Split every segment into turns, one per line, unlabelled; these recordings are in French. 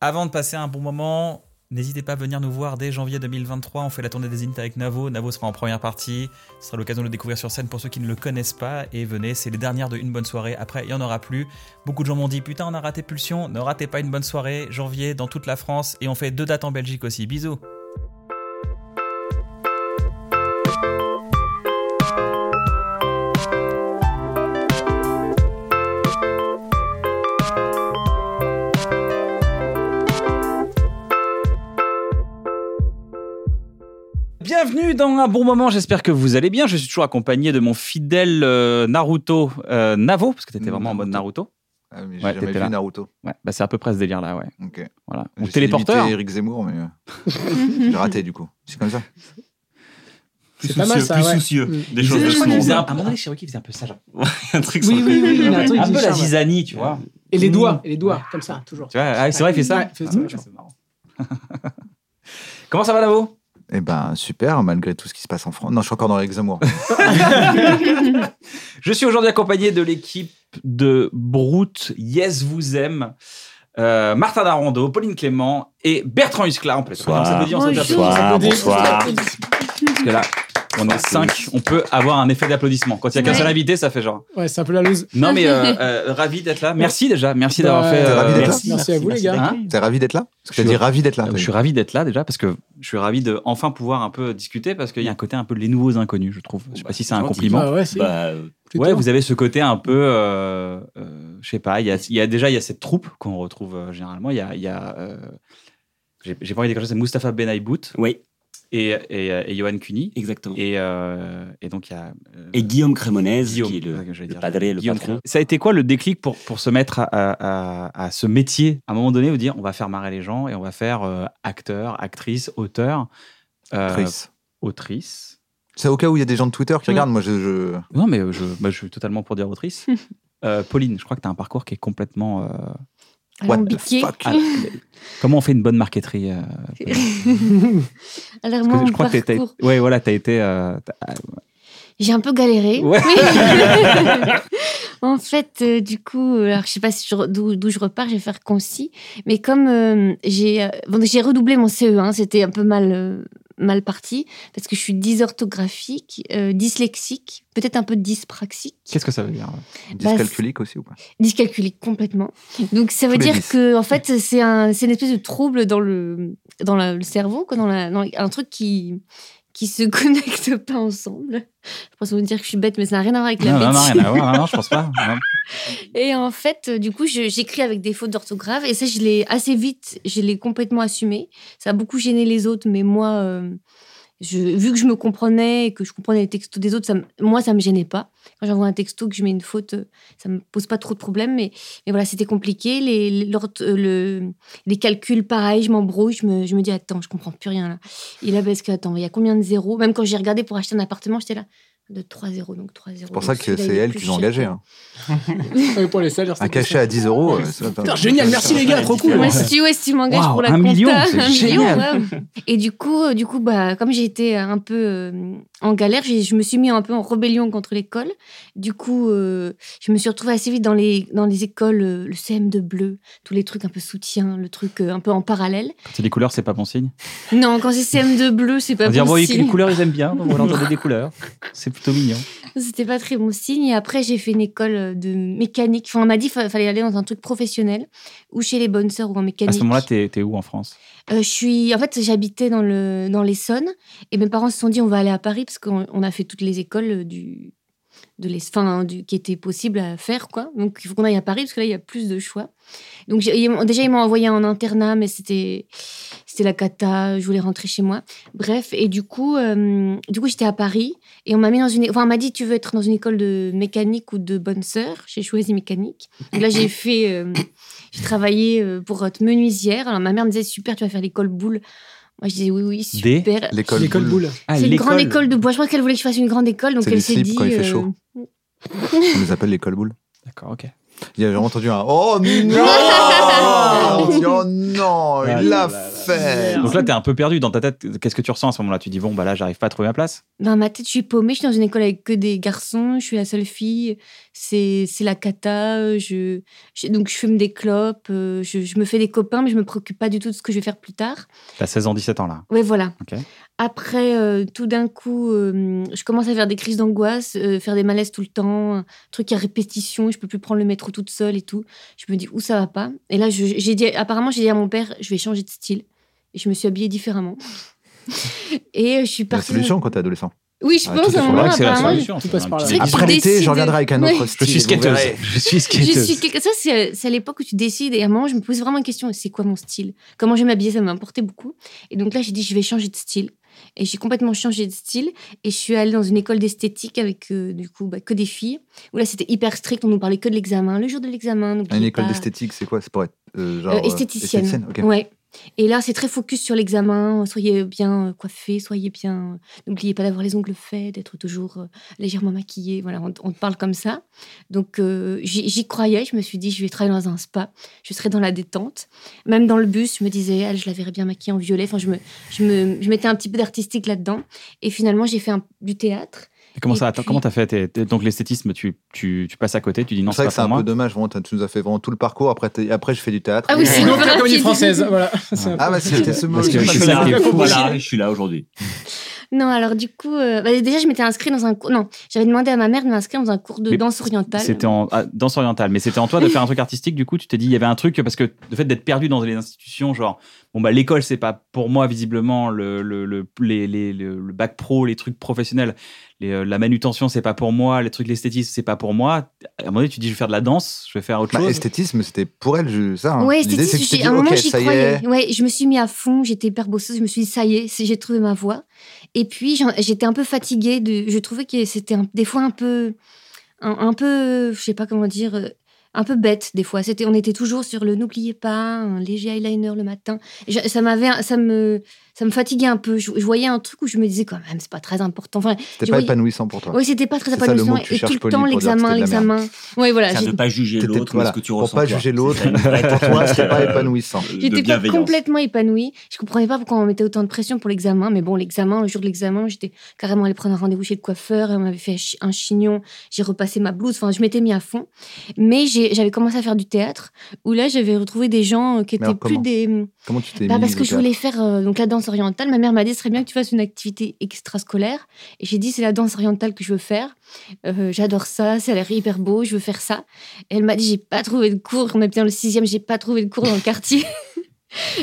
Avant de passer un bon moment, n'hésitez pas à venir nous voir dès janvier 2023. On fait la tournée des Zéniths avec Navo. Navo sera en première partie. Ce sera l'occasion de le découvrir sur scène pour ceux qui ne le connaissent pas. Et venez, c'est les dernières de Une Bonne Soirée. Après, il n'y en aura plus. Beaucoup de gens m'ont dit Putain, on a raté Pulsion. Ne ratez pas Une Bonne Soirée. Janvier, dans toute la France. Et on fait deux dates en Belgique aussi. Bisous.
Bienvenue dans un bon moment, j'espère que vous allez bien. Je suis toujours accompagné de mon fidèle euh, Naruto euh, Navo, parce que t'étais vraiment en mode Naruto.
Ah, mais j'ai
Ouais,
jamais
t'étais
vu
là.
Naruto.
Ouais, bah c'est à peu près ce délire-là, ouais.
Ok.
Voilà. Ou
J'essayais
téléporteur.
d'imiter Eric Zemmour, mais euh, j'ai raté du coup. C'est comme ça.
C'est pas mal,
soucieux,
ça,
plus
ouais.
soucieux
Mm.
des choses de
Je
ce
connais
monde.
ça.
À un moment donné, Cherokee faisait un peu ça, genre.
Un truc sur
Oui, oui,
lequel-
oui, il a un truc
Un
qui
peu la
charme, ouais.
zizanie, tu vois.
Et les
Mmh.
doigts, et les doigts, comme ça, toujours.
Tu vois, ah, c'est vrai, il fait ça.
Ouais, il fait ça,
Ah,
genre.
c'est marrant. Comment ça va, Navo
Eh ben super, malgré tout ce qui se passe en France. Non, je suis encore dans Eric Zemmour.
Je suis aujourd'hui accompagné de l'équipe de Brute, Yes Vous Aime, euh, Martin Darando, Pauline Clément et Bertrand Huskla. On peut les
Bonsoir.
applaudir, on s'applaudit, on s'applaudit.
Bonsoir, bonsoir.
Parce que là, on est cinq, on peut avoir un effet d'applaudissement. Quand il y a qu'un
Ouais.
seul invité, ça fait genre.
Ouais, c'est un peu la loose.
Non, mais euh, euh, ravi d'être là. Merci déjà, merci d'avoir
Bah,
fait.
T'es ravi d'être là
merci, merci à vous, les gars.
Hein
T'es ravi d'être là Parce
Je
que Ah, t'as
suis-
dit ravi d'être là.
Donc, je suis ravi d'être là déjà parce que je suis ravi de enfin pouvoir un peu discuter parce qu'il y a un côté un peu de les nouveaux inconnus, je trouve. Je sais pas si c'est un
gentil.
compliment.
Ah ouais, si,
Bah, euh,
plutôt.
Ouais, vous avez ce côté un peu, euh, euh, je sais pas, il y a, il y a déjà il y a cette troupe qu'on retrouve euh, généralement. Il y a, il y a euh, j'ai j'ai pas envie d'écrire, c'est Mustapha Benaïbout
oui,
et, et, et Johan Cuny.
exactement. Et,
Et, euh, et donc il y a euh,
Guillaume Crémonez,
Guillaume,
qui est le,
ouais, que j'allais
le
dire.
padré, le
Guillaume
patron.
Crémonez. Ça a été quoi le déclic pour, pour se mettre à, à- à- à ce métier À un moment donné, vous dire on va faire marrer les gens et on va faire euh, acteur, actrice, auteur, euh,
Triste.
autrice.
C'est au cas où il y a des gens de Twitter qui
Mm.
regardent. Moi, je, je-
Non, mais je, bah, je suis totalement pour dire autrice. Euh, Pauline, je crois que tu as un parcours qui est complètement. euh,
What the
Alambiqué.
fuck
à- Comment on fait une bonne marqueterie euh, Pauline
Alors,
Parce
moi,
que je
mon
crois que t'as-
parcours,
t'as- ouais, voilà, t'as été. euh, t'as-
j'ai un peu galéré.
Ouais.
en fait, euh, du coup, alors je sais pas si je re- d'où d'où je repars, je vais faire concis. Mais comme euh, j'ai euh, bon, j'ai redoublé mon CE1, c'était un peu mal euh, mal parti parce que je suis dysorthographique, euh, dyslexique, peut-être un peu dyspraxique,
Qu'est-ce que ça veut dire
Dyscalculique aussi ou pas
dyscalculique complètement. Donc ça veut
Tous les
dire
dys.
que en fait, c'est un c'est une espèce de trouble dans le dans la- le cerveau, quoi, dans, la, dans un truc qui qui se connecte pas ensemble. Je pense que vous me dire que je suis bête, mais ça n'a rien à voir avec la
Non, non,
bêtise.
non, rien à voir, non, non, je pense pas. Non.
Et en fait, euh, du coup, je- j'écris avec des fautes d'orthographe. Et ça, je l'ai assez vite, je l'ai complètement assumé. Ça a beaucoup gêné les autres, mais moi, euh, je, vu que je me comprenais et que je comprenais les textos des autres, ça me- moi, ça me gênait pas. Quand j'envoie un texto, que je mets une faute, euh, ça me pose pas trop de problèmes. Mais, mais voilà, c'était compliqué. Les, les- l'orth- euh, le- les calculs, pareil, je m'embrouille. Je me, je me dis, attends, je comprends plus rien là. Et là, parce que, attends, il y a combien de zéros Même quand j'ai regardé pour acheter un appartement, j'étais là. De 3 zéros, donc 3 zéros.
C'est pour ça que c'est
elle
elle qu'ils ont engagé. hein.
Ouais, pour les salaires,
Un
c'était
cachet à 10 euros. euh, ça,
Putain, génial, merci les gars, trop cool.
Ouais, si tu, ouais, si tu m'engages
Waouh,
pour la
un
compta,
million, c'est génial.
ouais. Et du coup, euh, du coup bah, comme j'ai été un peu euh, en galère, j'ai- je me suis mis un peu en rébellion contre l'école. Du coup, euh, je me suis retrouvée assez vite dans les, dans les écoles, euh, le CM de bleu, tous les trucs un peu soutien, le truc euh, un peu en parallèle.
Quand c'est des couleurs, c'est pas bon signe.
Non, quand c'est CM de bleu, c'est pas
On dire,
bon
bon, les
signe.
couleurs, ils aiment bien, on va leur donner des couleurs. C'est plutôt mignon.
C'était pas très bon signe. Et après, j'ai fait une école euh, de mécanique. Enfin, on m'a dit qu'il fallait aller dans un truc professionnel, ou chez les bonnes sœurs, ou en mécanique.
À ce moment-là, t'es t'es où en France
Euh, je suis, en fait, j'habitais dans le dans l'Essonne et mes parents se sont dit on va aller à Paris parce qu'on on a fait toutes les écoles euh, du de les, enfin, du, qui était possible à faire, quoi. Donc, il faut qu'on aille à Paris, parce que là, il y a plus de choix. Donc, j'ai- ils m'ont- déjà, ils m'ont envoyé en internat, mais c'était, c'était la cata, je voulais rentrer chez moi. Bref, et du coup, euh, du coup j'étais à Paris, et on m'a mis dans une... Enfin, on m'a dit, tu veux être dans une école de mécanique ou de bonne sœur J'ai choisi mécanique. Donc là, j'ai fait... euh, j'ai travaillé euh, pour être menuisière. Alors, ma mère me disait, super, tu vas faire l'école boule. Moi, je disais, oui, oui,
Des-
super.
L'école.
L'école boule.
Ah,
C'est une grande école de bois. Je crois qu'elle voulait que je fasse une grande école, donc
C'est
elle
les
s'est
slips
dit.
quand il fait
euh,
chaud. On les appelle l'école boule.
D'accord, ok.
Il y avait vraiment entendu un Oh non On dit, Oh non,
Ah,
il
là,
l'a
là, là.
fait
Donc là, t'es un peu perdu dans ta tête. Qu'est-ce que tu ressens à ce moment-là Tu dis, bon, bah là, j'arrive pas à trouver ma place.
Dans ma tête, euh, ben, je suis paumée. Je suis dans une école avec que des garçons. Je suis la seule fille. C'est c'est la cata. Je, je- donc, je fume des clopes. euh, Je, je me fais des copains, mais je me préoccupe pas du tout de ce que je vais faire plus tard.
T'as 16 ans, 17 ans là.
Ouais, voilà.
Ok.
Après, euh, tout d'un coup, euh, je commence à faire des crises d'angoisse, euh, faire des malaises tout le temps, un truc à répétition, je peux plus prendre le métro toute seule et tout. Je me dis où ça va pas. Et là, je- j'ai dit, apparemment, j'ai dit à mon père, je vais changer de style. Et je me suis habillée différemment. et euh, je suis
La
partie.
solution quand t'es adolescent.
Oui, je
Ah,
pense
tout est
à un
pour
moment,
là,
c'est la
apparemment,
solution.
tout
c'est
passe
un
par là.
petit défi.
Après,
Après
l'été,
l'été,
je
je reviendrai avec un autre
Ouais.
style.
Je suis
vous
skateuse.
verrez.
Je suis
Je
skateuse.
suis quelque- Ça, c'est c'est à l'époque où tu décides. Et à un moment, je me posais vraiment une question c'est quoi mon style Comment je vais m'habiller Ça m'importait beaucoup. Et donc là, j'ai dit je vais changer de style. Et j'ai complètement changé de style. Et je suis allée dans une école d'esthétique avec, euh, du coup, bah, que des filles. Où là, c'était hyper strict. On nous parlait que de l'examen. Le jour de l'examen. n'oubliez
Une école
pas.
d'esthétique, c'est quoi C'est pour être euh, genre,
Euh,
euh,
esthéticienne.
ok.
Ouais. Et là, c'est très focus sur l'examen. Soyez bien euh, coiffé, soyez bien. euh, N'oubliez pas d'avoir les ongles faits, d'être toujours euh, légèrement maquillé. Voilà, on, on te parle comme ça. Donc, euh, j'y j'y croyais. Je me suis dit, je vais travailler dans un spa. Je serai dans la détente. Même dans le bus, je me disais, elle, je la verrais bien maquillée en violet. Enfin, je, me, je, me, je mettais un petit peu d'artistique là-dedans. Et finalement, j'ai fait un- du théâtre.
Et Comment
Et
ça
puis-
Comment t'as fait t'es- t'es- Donc l'esthétisme, tu, tu, tu passes à côté, tu dis non,
C'est
c'est
vrai
pas
que c'est
pour
un
moi.
peu dommage, vraiment, t'as- tu nous as fait vraiment tout le parcours. Après, t'es- après je fais du théâtre.
Ah oui, c'est
Sinon, la comédie
rapide.
française. Voilà. C'est un
Ah bah c'était ce mot.
Parce que
j'ai
je
pas
suis
fait
là.
gaffe.
qui est fou,
Voilà, je suis là aujourd'hui.
Non, alors du coup, euh, bah, déjà, je m'étais inscrite dans un cours. Non, j'avais demandé à ma mère de m'inscrire dans un cours de
Mais
danse orientale.
C'était en ah, danse orientale, mais c'était en toi de faire un truc artistique. Du coup, tu t'es dit, il y avait un truc parce que le fait d'être perdu dans les institutions, genre bon bah l'école c'est pas pour moi visiblement le le, le- les- les- le- le bac pro, les trucs professionnels, les, euh, la manutention c'est pas pour moi, les trucs l'esthétisme c'est pas pour moi. À un moment donné, tu dis je vais faire de la danse, je vais faire autre
Bah,
chose.
esthétisme, c'était pour elle, je- ça. hein.
Ouais,
L'idée,
esthétisme,
c'est que tu
j'ai-
t'es
à un
dit,
moment
ok,
j'y
ça y
croyais.
est.
Ouais, je me suis mis à fond, j'étais hyper bosseuse, je me suis dit ça y est, c'est- j'ai trouvé ma voie. Et puis j'en- j'étais un peu fatiguée, de, je trouvais que c'était un- des fois un peu, un, un peu, je sais pas comment dire, euh, un peu bête des fois. C'était, on était toujours sur le n'oubliez pas, un léger eyeliner le matin. Et je- ça m'avait, un- ça me, ça me fatiguait un peu. Je, je voyais un truc où je me disais quand même c'est pas très important. Enfin,
C'était
Je
pas
voyais-
épanouissant pour toi.
ouais, c'était pas très
C'est ça, le
important.
mot que tu
Et tout
cherches
le
poli
temps
pour dire que
l'examen,
c'était de la
l'examen. Ouais, voilà.
Ça
j'ai-
ne pas juger
T'étais-
l'autre, mais
voilà,
ce que tu
pour
ressens.
pas
toi.
juger l'autre,
C'est une vraie
Pour toi, c'était pas
tentative, euh,
épanouissant.
de
J'étais co-
bienveillance.
complètement épanouie. Je comprenais pas pourquoi on mettait autant de pression pour l'examen. Mais bon, l'examen, le jour de l'examen, j'étais carrément allée prendre un rendez-vous chez le coiffeur. On m'avait fait un chi- un chignon. J'ai repassé ma blouse. Enfin, je m'étais mis à fond. Mais j'ai- j'avais commencé à faire du théâtre où là, j'avais retrouvé des gens euh, qui
Mais
étaient
alors,
plus
comment
des.
Comment tu t'es
Bah,
mis
parce que
au
je voulais faire euh, donc la danse orientale. Ma mère m'a dit ce serait bien que tu fasses une activité extrascolaire. Et j'ai dit c'est la danse orientale que je veux faire. Euh, J'adore ça, ça a l'air hyper beau, je veux faire ça. Et elle m'a dit j'ai pas trouvé de cours. On habite dans le sixième, j'ai pas trouvé de cours dans le quartier.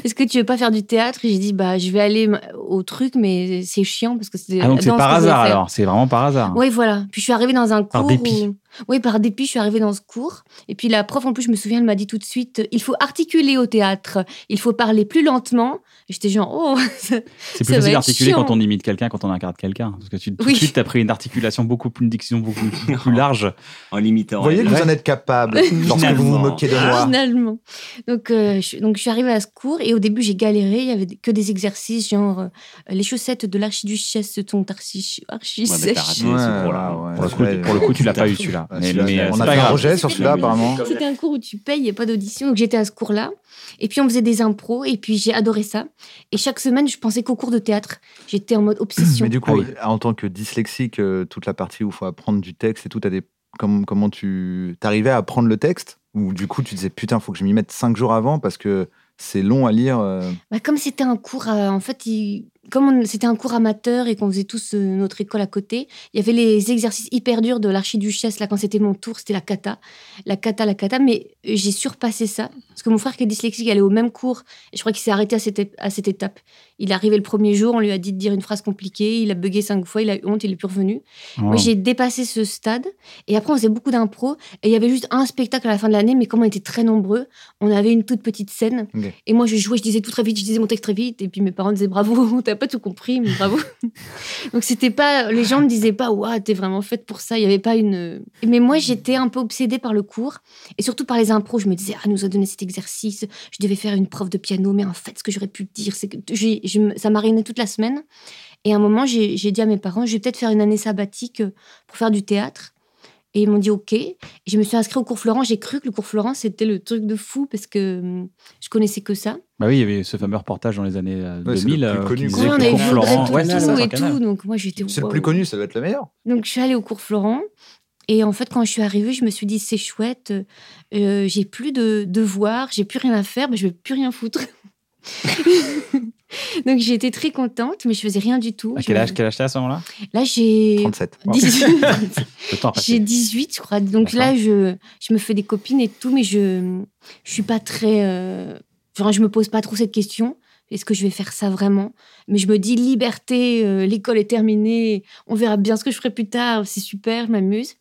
Est-ce que tu veux pas faire du théâtre Et j'ai dit bah je vais aller m- au truc, mais c'est chiant parce que c'est
Ah
la
donc c'est
danse
par
que je veux
hasard
faire.
alors, c'est vraiment par hasard.
Oui, voilà. Puis je suis arrivée dans un cours.
Hein. Par dépit.
où- Oui, par dépit, je suis arrivée dans ce cours. Et puis la prof, en plus, je me souviens, elle m'a dit tout de suite euh, il faut articuler au théâtre, il faut parler plus lentement. Et J'étais genre oh
C'est
Ça
plus
va
facile
être
d'articuler
chiant.
quand on imite quelqu'un, quand on incarne quelqu'un. Parce que tu, tout
Oui.
de suite, t'as pris une articulation beaucoup plus, une diction beaucoup plus large.
En limitant.
Vous voyez que vous en êtes
Euh,
capable lorsque vous vous
Finalement.
moquez de
Ah,
moi.
finalement. Donc, euh, je, donc je suis arrivée à ce cours et au début, j'ai galéré. Il y avait que des exercices, genre euh, les chaussettes de l'archiduchesse sont archi, archi
Ouais, mais t'as raté
sèches.
ce cours-là.
Ouais, ouais,
Pour le
c'est
coup,
vrai.
pour le coup, tu l'as
Putain.
pas eu celui-là.
Ouais,
Mais,
celui-là,
mais,
je l'ai-
euh,
on
c'est
a
pas
fait un
grave.
rejet sur celui-là, apparemment.
C'était un cours où tu payes, il n'y a pas d'audition. Donc j'étais à ce cours-là. Et puis on faisait des impros et puis j'ai adoré ça. Et chaque semaine, je pensais qu'au cours de théâtre. J'étais en mode obsession.
Mais du
Ah
coup,
oui.
en tant que dyslexique, euh, toute la partie où il faut apprendre du texte et tout, t'as des... comme- comment tu t'arrivais à apprendre le texte Ou du coup, tu disais putain, faut que je m'y mette cinq jours avant parce que c'est long à lire. euh,
Bah, comme c'était un cours, euh, en fait, il- comme on- c'était un cours amateur et qu'on faisait tous euh, notre école à côté, il y avait les exercices hyper durs de l'archiduchesse. Là, quand c'était mon tour, c'était la cata. La cata, la cata. Mais euh, j'ai surpassé ça. Parce que mon frère qui est dyslexique allait au même cours. Et je crois qu'il s'est arrêté à cette, é- à cette étape. Il est arrivé le premier jour, on lui a dit de dire une phrase compliquée. Il a bugué cinq fois, il a eu honte, il est plus revenu. Moi, j'ai dépassé ce stade. Et après, on faisait beaucoup d'impro. Et il y avait juste un spectacle à la fin de l'année. Mais comme on était très nombreux, on avait une toute petite scène.
Ok.
Et moi, je jouais, je disais tout très vite, je disais mon texte très vite. Et puis mes parents disaient bravo, t'as pas tout compris, mais bravo. Donc c'était pas, les gens me disaient pas, waouh, t'es vraiment faite pour ça. Il y avait pas une. Mais moi, j'étais un peu obsédée par le cours et surtout par les impros. Je me disais, ah, elle nous a donné cet exercice. Je devais faire une prof de piano, mais en fait, ce que j'aurais pu dire, c'est que j'ai- je me- ça marinait toute la semaine. Et à un moment, j'ai j'ai dit à mes parents, je vais peut-être faire une année sabbatique euh, pour faire du théâtre. Et ils m'ont dit OK. Et je me suis inscrite au cours Florent. J'ai cru que le cours Florent, c'était le truc de fou parce que hum, je connaissais que ça.
Bah oui, il y avait ce fameux reportage dans les années euh,
Ouais, c'est
2000.
le plus
euh,
connu,
qui
quoi.
Oui,
disait
on
que
avait
Cours
vu Ah,
Florent-
Audrey
Ouais, c'est
Tautou
ça, sur
et
Canal.
tout. Donc moi, j'étais
C'est le
waouh.
plus connu, ça doit être le meilleur.
Donc je suis allée au cours Florent. Et en fait, quand je suis arrivée, je me suis dit, c'est chouette, euh, euh, j'ai plus de devoirs, j'ai plus rien à faire, mais je vais plus rien foutre. Donc j'ai été très contente, mais je faisais rien du tout.
À
Je
Ah, quel
me-
âge, quel âge t'as à ce moment-là
Là, j'ai
37.
18,
Le temps a passé.
j'ai 18, je crois. Donc
D'accord.
là, je, je me fais des copines et tout, mais je je suis pas très... euh, Genre, je me pose pas trop cette question. Est-ce que je vais faire ça vraiment Mais je me dis, liberté, euh, l'école est terminée, on verra bien ce que je ferai plus tard, c'est super, je m'amuse.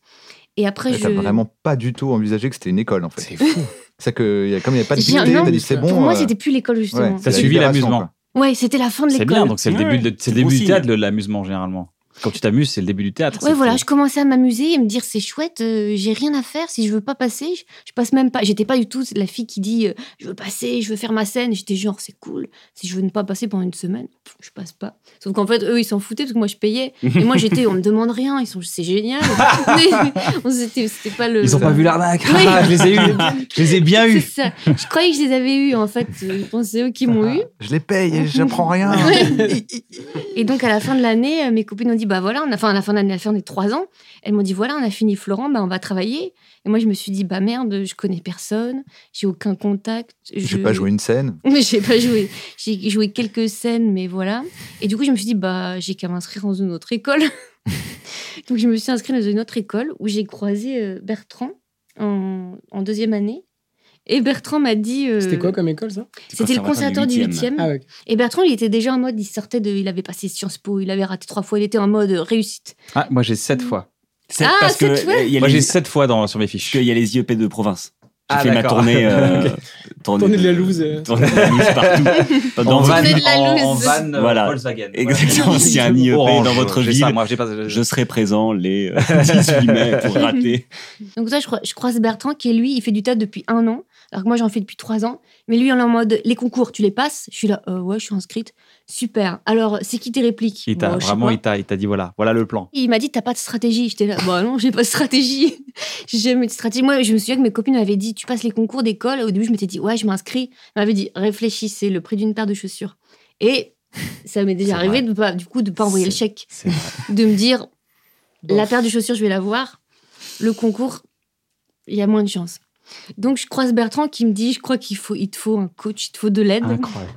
Et après,
Mais
je...
T'as vraiment pas du tout envisagé que c'était une école, en fait.
C'est fou.
C'est que y a- comme il n'y a pas de
J'ai-
dictée,
non,
t'as dit c'est bon.
Pour moi,
euh,
c'était plus l'école,
ouais,
justement.
c'est
T'as
la
suivi
libération,
l'amusement.
quoi.
Ouais, c'était la fin de
C'est
l'école.
bien, donc c'est le
Ouais,
début, de- c'est le
bon
début du
signe.
théâtre, le- l'amusement généralement. Quand tu t'amuses, c'est le début du théâtre.
Ouais,
c'est-
voilà,
c'est-
je commençais à m'amuser et me dire c'est chouette, euh, j'ai rien à faire. Si je veux pas passer, je, je passe même pas. J'étais pas du tout la fille qui dit euh, je veux passer, je veux faire ma scène. J'étais genre c'est cool. Si je veux ne pas passer pendant une semaine, pff, je passe pas. Sauf qu'en fait, eux ils s'en foutaient parce que moi je payais. Et moi j'étais on me demande rien, ils sont c'est génial. Mais on- c'était c'était pas le.
Ils ont pas vu l'arnaque.
Oui.
Ah, je les ai eus. Je les ai bien
C'est
eus.
ça. Je croyais que je les avais eus en fait. Je pense que c'est eux qui
Ah.
m'ont eu.
Je les paye et j'apprends rien.
Et donc, à la fin de l'année, euh, mes copines ont dit, bah voilà, on a, enfin, à la fin de l'année, à la fin des trois ans, elles m'ont dit, voilà, on a fini Florent, bah on va travailler. Et moi, je me suis dit, bah merde, je connais personne, j'ai aucun contact.
J'ai pas joué une scène.
J'ai pas joué. J'ai joué quelques scènes, mais voilà. Et du coup, je me suis dit, bah, j'ai qu'à m'inscrire dans une autre école. donc, je me suis inscrite dans une autre école où j'ai croisé euh, Bertrand en, en deuxième année. Et Bertrand m'a dit. euh,
C'était quoi comme école, ça
C'était le conservatoire du 8e.
Ah ouais.
Et Bertrand, il était déjà en mode, il sortait de, il avait passé Sciences Po, il avait raté trois fois, il était en mode euh, réussite.
Ah, moi j'ai 7 fois.
C'est
Ah,
parce que
cette fois
euh, il y a
Moi
les-
j'ai 7 fois dans, sur mes fiches.
que il y a les IEP de province. J'ai
Ah,
fait ma
d'accord.
tournée, euh,
Tournée de la loose, euh.
Tournée de la loose partout. Dans
van.
votre-
de la
en-
loose.
en van, euh,
Voilà.
Volkswagen.
Exactement,
Voilà.
s'il y a un IEP dans votre
j'ai
ville,
ça, moi, j'ai pas-
je serai présent les euh, 18 mai pour rater.
Donc là, je, crois- je croise Bertrand qui, lui, il fait du théâtre depuis un an, alors que moi, j'en fais depuis trois ans. Mais lui, il est en mode, les concours, tu les passes Je suis là, Euh, ouais, je suis inscrite. Super. Alors, c'est qui tes répliques
Il t'a
Bon, je sais
vraiment,
pas.
il t'a, il t'a dit voilà, voilà le plan.
Il m'a dit, t'as pas de stratégie. J'étais là, bah non, j'ai pas de stratégie. j'ai jamais eu de stratégie. Moi, je me souviens que mes copines m'avaient dit, tu passes les concours d'école. Au début, je m'étais dit, ouais, je m'inscris. Elles m'avaient dit, réfléchis, c'est le prix d'une paire de chaussures. Et ça m'est déjà
C'est
arrivé, de pas, du coup, de pas envoyer le
C'est-
chèque.
C'est vrai.
de me dire
Bon.
la paire de chaussures, je vais la voir. Le concours, il y a moins de chance. Donc je croise Bertrand qui me dit je crois qu'il faut il te faut un coach, il te faut de l'aide
Incroyable.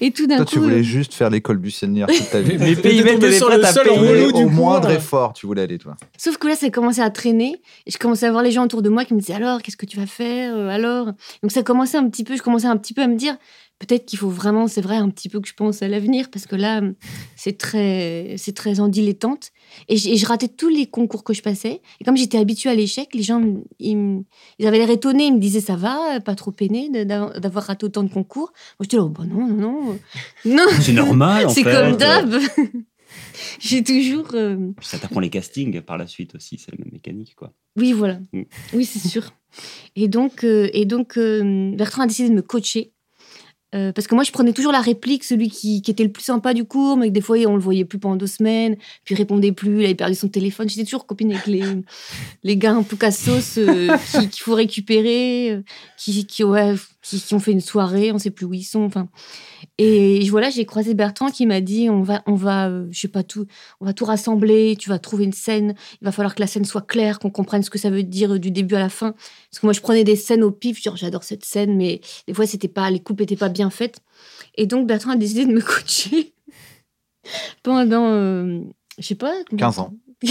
et tout d'un
Toi,
coup
tu voulais juste faire l'école buissonnière toute ta vie.
Les pays
T'es
mettent
tombé
les
sur
prêts
le
à
sol
Tu
en
payer.
voulais
relou, du
au
coup,
moindre
euh.
effort, tu voulais aller, toi.
sauf que là ça commençait à traîner et je commençais à voir les gens autour de moi qui me disaient alors qu'est-ce que tu vas faire euh, alors donc ça commençait un petit peu je commençais un petit peu à me dire peut-être qu'il faut vraiment c'est vrai un petit peu que je pense à l'avenir parce que là c'est très c'est très en dilettante et je, et je ratais tous les concours que je passais et comme j'étais habituée à l'échec les gens me- ils, me- ils avaient l'air étonnés ils me disaient ça va pas trop peiné de- d'av- d'avoir raté autant de concours moi j'étais là oh, bah non non non non
C'est normal, en
c'est
fait.
comme d'hab j'ai toujours euh,
Puis ça t'apprend les castings par la suite aussi, c'est la même mécanique, quoi.
oui, voilà.
Mm.
Oui, c'est sûr. Et donc, euh, et donc euh, Bertrand a décidé de me coacher. Euh, parce que moi, je prenais toujours la réplique, celui qui, qui était le plus sympa du cours, mais que des fois, on le voyait plus pendant deux semaines, puis il répondait plus, il avait perdu son téléphone. J'étais toujours copine avec les, les gars un peu cassos euh, qui- qu'il faut récupérer, euh, qui, qui, ouais, qui, qui ont fait une soirée, on sait plus où ils sont. Enfin, Et voilà, j'ai croisé Bertrand qui m'a dit on va, on va, euh, je sais pas tout, on va tout rassembler. Tu vas trouver une scène. Il va falloir que la scène soit claire, qu'on comprenne ce que ça veut dire euh, du début à la fin. Parce que moi, je prenais des scènes au pif, genre j'adore cette scène, mais des fois c'était pas, les coupes étaient pas bien faites. Et donc Bertrand a décidé de me coacher pendant, euh, je sais pas, combien-
15 ans.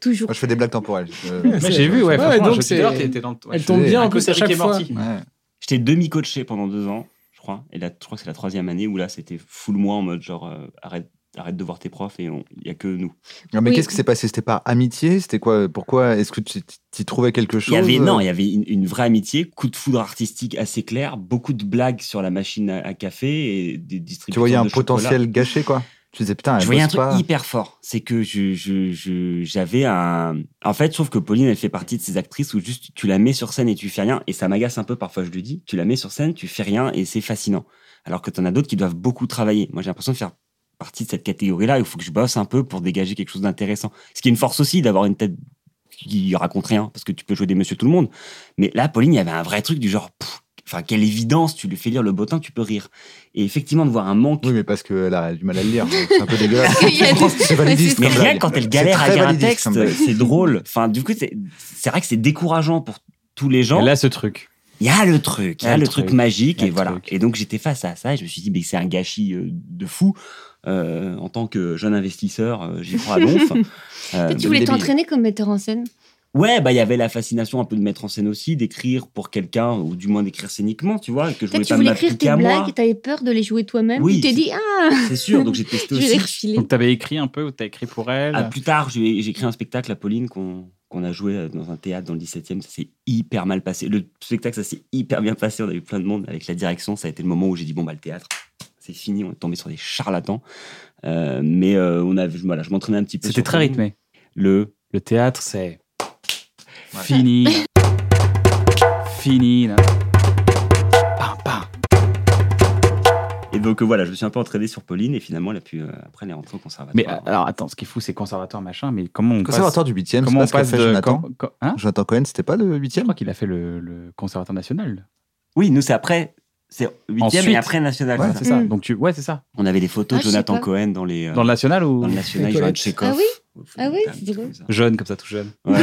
toujours.
Moi, je fais des blagues temporelles. Euh,
Ouais,
Mais j'ai vu, ouais,
Ouais,
franchement,
donc
Jupiter,
c'est-
t'es- t'es dans- ouais,
Elle
je-
tombe
faisais
bien
un
en
peu
plus à
Rick
chaque
et
fois.
Morty.
ouais.
J'étais demi-coaché pendant deux ans, je crois. Et là, je crois que c'est la troisième année où là, c'était full moi en mode genre, euh, arrête, arrête de voir tes profs et on- il n'y a que nous.
Non, Ah, mais
Oui.
qu'est-ce qui s'est passé C'était par amitié C'était quoi Pourquoi Est-ce que tu y trouvais quelque chose
Il y avait, non, il y avait une, une vraie amitié, coup de foudre artistique assez clair, beaucoup de blagues sur la machine à, à café et des
Tu
distributeurs.
voyais un
de chocolat.
potentiel gâché, quoi Tu disais, putain, elle
Je voyais un
bosse
truc
pas.
hyper fort. C'est que je, je- je- j'avais un. En fait, sauf que Pauline, elle fait partie de ces actrices où juste tu la mets sur scène et tu fais rien. Et ça m'agace un peu parfois, je le dis. Tu la mets sur scène, tu fais rien et c'est fascinant. Alors que t'en as d'autres qui doivent beaucoup travailler. Moi, j'ai l'impression de faire partie de cette catégorie-là. Il faut que je bosse un peu pour dégager quelque chose d'intéressant. Ce qui est une force aussi d'avoir une tête qui raconte rien parce que tu peux jouer des monsieur tout le monde. Mais là, Pauline, il y avait un vrai truc du genre. pff, Enfin, quelle évidence, tu lui fais lire le botin, tu peux rire. Et effectivement, de voir un manque
Oui, mais parce qu'elle a du mal à le lire. C'est un peu dégueulasse.
Il y a des-
C'est validiste
Mais
comme
rien
blague.
que quand elle
C'est
galère à
très
lire un
validiste
texte,
comme blague.
c'est drôle. Enfin, du coup, c'est c'est vrai que c'est décourageant pour tous les gens.
Elle a ce truc.
Il y a le truc, il y a le truc magique,
Il y a
et
le
voilà.
truc.
Et donc j'étais face à ça, et je me suis dit, mais c'est un gâchis euh, de fou. Euh, en tant que jeune investisseur, euh, j'y crois à donf. Euh,
Et tu voulais
mais-
t'entraîner comme metteur en scène
Ouais, bah il y avait la fascination un peu de mettre en scène aussi, d'écrire pour quelqu'un, ou du moins d'écrire scéniquement, tu vois, que je voulais
Peut-être tu
pas
voulais écrire
m'appliquer
tes
à moi.
blagues, t'avais peur de les jouer toi-même.
Oui,
tu t'es
c'est-
dit ah,
C'est sûr, donc j'ai testé
je vais les
aussi.
refiler.
Donc t'avais écrit un peu, ou t'as écrit pour elle.
Ah, plus tard, j'ai j'ai écrit un spectacle à Pauline qu'on qu'on a joué euh, dans un théâtre dans le 17e. Ça s'est hyper mal passé. Le spectacle, ça s'est hyper bien passé. On a eu plein de monde avec la direction. Ça a été le moment où j'ai dit bon, bah, le théâtre, c'est fini. On est tombé sur des charlatans. Euh, mais euh, on a, voilà, je m'entraînais un petit peu.
C'était
sur
très
Pauline.
rythmé.
Le
Le théâtre, c'est fini. fini. là. Pam, pam.
Et donc euh, voilà, je me suis un peu entraîné sur Pauline et finalement, elle a pu, euh, après, elle est rentrée au conservatoire.
Mais euh, alors attends, ce qui est fou, c'est conservatoire machin, mais comment on passe,
Conservatoire du 8 e
comment on
c'est pas
passe
ce qu'a fait
de
Jonathan.
com- com- hein
Jonathan Cohen, c'était pas le
Je
8 e
crois qu'il a fait le, le conservatoire national.
Oui, nous, c'est après. C'est 8e
Ensuite.
et après National.
Ouais,
Ah, c'est
C'est
ça.
ça.
Mm.
Donc tu, ouais, c'est ça.
On avait des photos
Ah,
de
je sais
Jonathan
pas.
Cohen dans les. euh,
Dans le national ou
dans le National, il jouait
Colette.
Tchekhov.
Ah oui Ah oui,
Faut-
c'est drôle.
jeune comme ça, tout jeune.
Ouais.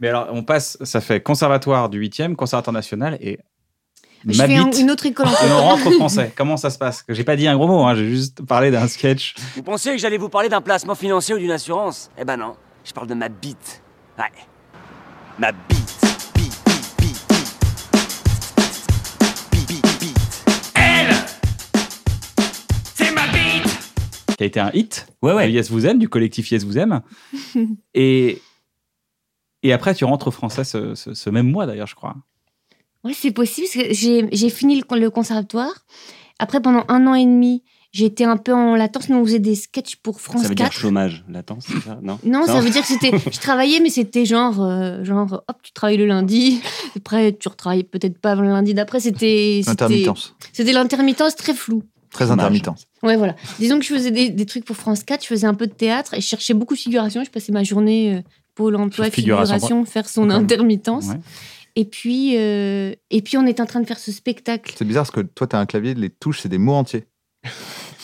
Mais alors on passe, ça fait conservatoire du 8e, conservatoire national et
Je
ma
fais un-
bite.
une autre école en
Et on
commun.
rentre au français. Comment ça se passe J'ai pas dit un gros mot, hein, j'ai juste parlé d'un sketch.
Vous pensez que j'allais vous parler d'un placement financier ou d'une assurance Eh ben non, je parle de ma bite. Ouais. Ma bite. Bite, bite, bite, bite. Bite, bite, bite.
qui a été un hit.
Ouais, ouais.
de Yes Vous Aime, du collectif Yes Vous Aime. et, et après, tu rentres au français ce, ce- ce même mois, d'ailleurs, je crois.
Ouais, c'est possible parce que j'ai j'ai fini le, con- le conservatoire. Après, pendant un an et demi, j'étais un peu en latence. Nous, on faisait des sketchs pour France
Ça veut
4.
dire chômage latent, c'est ça Non,
Non, ça veut dire que c'était. Je travaillais, mais c'était genre, euh, genre, hop, tu travailles le lundi. Après, tu retravailles peut-être pas le lundi d'après. C'était. c'était-
Intermittence.
C'était l'intermittence très floue.
Très intermittent.
Ouais, voilà. Disons que je faisais des, des trucs pour France 4, je faisais un peu de théâtre et je cherchais beaucoup de figuration. Je passais ma journée euh, pôle emploi,
Figuration.
figuration, faire son
Ouais.
intermittence.
Ouais.
Et, puis, euh, et puis, on était en train de faire ce spectacle.
C'est bizarre parce que toi, t'as un clavier, les touches, c'est des mots entiers.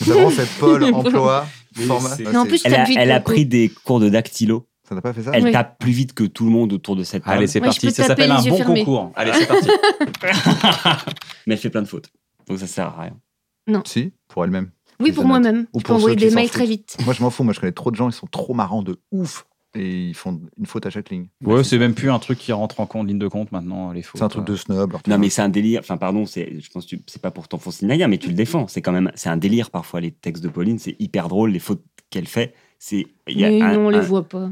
Nous avons fait Paul, emploi,
Mais
format.
c'est-
Ouais,
Non, en
c'est-
plus,
Elle a,
Tape vite,
elle a
Coco.
pris des cours de dactylo.
Ça n'a pas fait ça
Elle
Oui.
tape plus vite que tout le monde autour de cette table.
Allez, c'est
Moi, je
parti.
peux
Ça
taper
s'appelle
les
un
yeux
bon
fermés.
concours. Allez, c'est parti.
Mais elle fait plein de fautes. Donc ça sert à rien.
Si, pour elle-même.
Oui,
Je
pour
note.
moi-même.
Ou
Je peux
pour
envoyer
ceux qui
des
s'en
mails
foutent.
très vite.
Moi, je m'en fous. Moi, je connais trop de gens, ils sont trop marrants de ouf. Et ils font une faute à chaque ligne.
ouais, c'est même plus un truc qui rentre en compte, ligne de compte maintenant, les faux.
C'est un truc de snob. leur
Non, mais
truc.
c'est un délire. Enfin, pardon, c'est, je pense que tu- c'est pas pour t'enfoncer une naguère, mais tu le défends. C'est quand même, c'est un délire parfois les textes de Pauline. C'est hyper drôle les fautes qu'elle fait. C'est, il y a
Mais
un,
non, on les
un-
voit pas.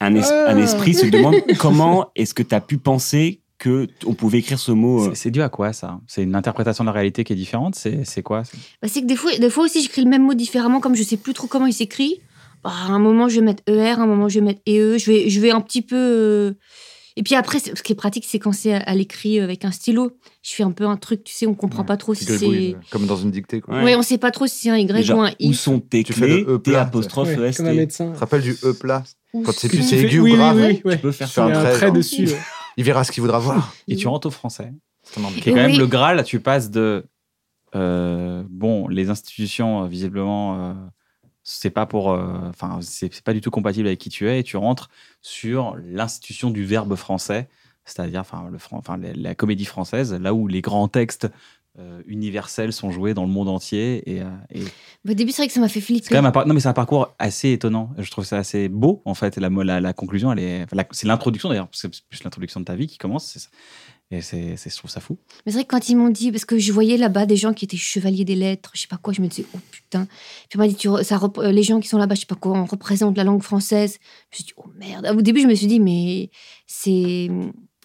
un es-
Ah.
un esprit se demande comment est-ce que tu as pu penser que t- on pouvait écrire ce mot. euh,
C'est- C'est dû à quoi ça C'est une interprétation de la réalité qui est différente C'est c'est quoi c'est-
Bah, c'est que des fois, des fois aussi, j'écris le même mot différemment, comme je sais plus trop comment il s'écrit. Bah, à un moment, je vais mettre ER, à un moment, je vais mettre EE. Je vais, je vais un petit peu. euh, Et puis après, c'est- ce qui est pratique, c'est quand c'est à, à l'écrit euh, avec un stylo. Je fais un peu un truc, tu sais, on comprend
Ouais,
pas trop
Tu
si
gribouilles,
c'est.
euh, Comme dans une dictée. Quoi.
Ouais.
Ouais, on sait pas trop si c'est un Y
genre,
ou un
où
I.
sont tes
Tu fais
clés,
le E
tes
plat,
apostrophes
Ouais,
EST.
comme un médecin.
Tu te rappelles du E plat Quand c'est plus
Tu
c'est
fais-
aigu ou
oui, oui,
grave,
oui,
Tu
ouais.
peux faire
Tu
Tu
fais
mets
un
un
trait,
trait
non
dessus. ouais.
Il verra ce qu'il voudra voir.
Et tu rentres au français,
C'est un ennui.
qui est
Et
quand même
oui.
le Graal. Tu passes de euh, bon, les institutions, euh, visiblement, euh, c'est pas pour, euh, enfin, c'est c'est pas du tout compatible avec qui tu es, et tu rentres sur l'institution du verbe français, c'est-à-dire, enfin, le fran- enfin, la, la comédie française, là où les grands textes euh, universels sont joués dans le monde entier, et, euh, et
Au début, c'est vrai que ça m'a fait flipper.
c'est quand même un, par- non, mais c'est un parcours assez étonnant. Je trouve ça assez beau, en fait. La, la, la conclusion, elle est, enfin, la- c'est l'introduction d'ailleurs, parce que c'est plus l'introduction de ta vie qui commence. c'est ça. Et c'est, c'est- je trouve ça fou.
Mais c'est vrai que quand ils m'ont dit, parce que je voyais là-bas des gens qui étaient chevaliers des lettres, je sais pas quoi, je me disais, oh putain. Puis on m'a dit, tu re- ça rep- euh, les gens qui sont là-bas, je sais pas quoi, on représente la langue française. Je me suis dit, oh merde. Au début, je me suis dit, mais c'est.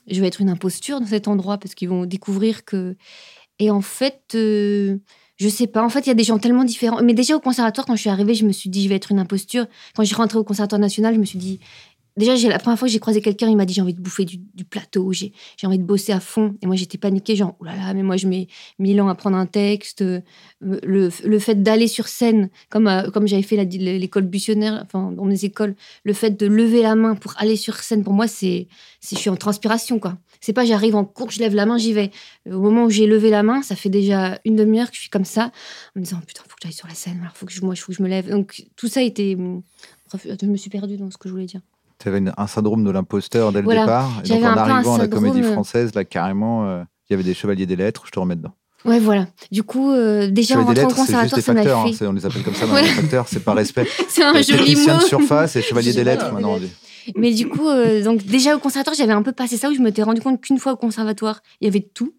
Je vais être une imposture dans cet endroit parce qu'ils vont découvrir que. Et en fait, euh, je sais pas. En fait, il y a des gens tellement différents. Mais déjà au conservatoire, quand je suis arrivée, je me suis dit, je vais être une imposture. Quand je suis rentrée au conservatoire national, je me suis dit. Déjà, j'ai- la première fois que j'ai croisé quelqu'un, il m'a dit j'ai envie de bouffer du, du plateau, j'ai j'ai envie de bosser à fond. Et moi, j'étais paniquée, genre, oh là là, mais moi, je mets mille ans à prendre un texte. Euh, Le, le fait d'aller sur scène, comme, à- comme j'avais fait la- l'école buissonnaire, enfin, dans mes écoles, le fait de lever la main pour aller sur scène, pour moi, c'est, c'est je suis en transpiration, quoi. C'est pas j'arrive en cours, je lève la main, j'y vais. Au moment où j'ai levé la main, ça fait déjà une demi-heure que je suis comme ça, en me disant, oh putain, faut que j'aille sur la scène, alors faut que je, moi, faut que je me lève. Donc, tout ça était. Bref, Je me suis perdue dans ce que je voulais dire.
Tu avais un syndrome de l'imposteur dès le
Voilà.
départ. Et donc,
J'avais
en
un peu un
arrivant à la comédie
syndrome, euh,
française, là, carrément, euh, il y avait des chevaliers des lettres, je te remets dedans.
Ouais, voilà. Du coup, euh, déjà, en
chevaliers des
rentrant au
lettres, c'est juste
conservatoire,
des
ça m'a
facteurs. hein,
fait.
c'est- on les appelle comme ça, maintenant,
Ouais.
les facteurs, c'est pas respect.
C'est un joli
Technicien
mot.
de surface et chevalier des
Chevalier
lettres,
des
maintenant, on dit.
Mais du coup, euh, donc déjà au conservatoire, j'avais un peu passé ça où je m'étais rendu compte qu'une fois au conservatoire, il y avait tout.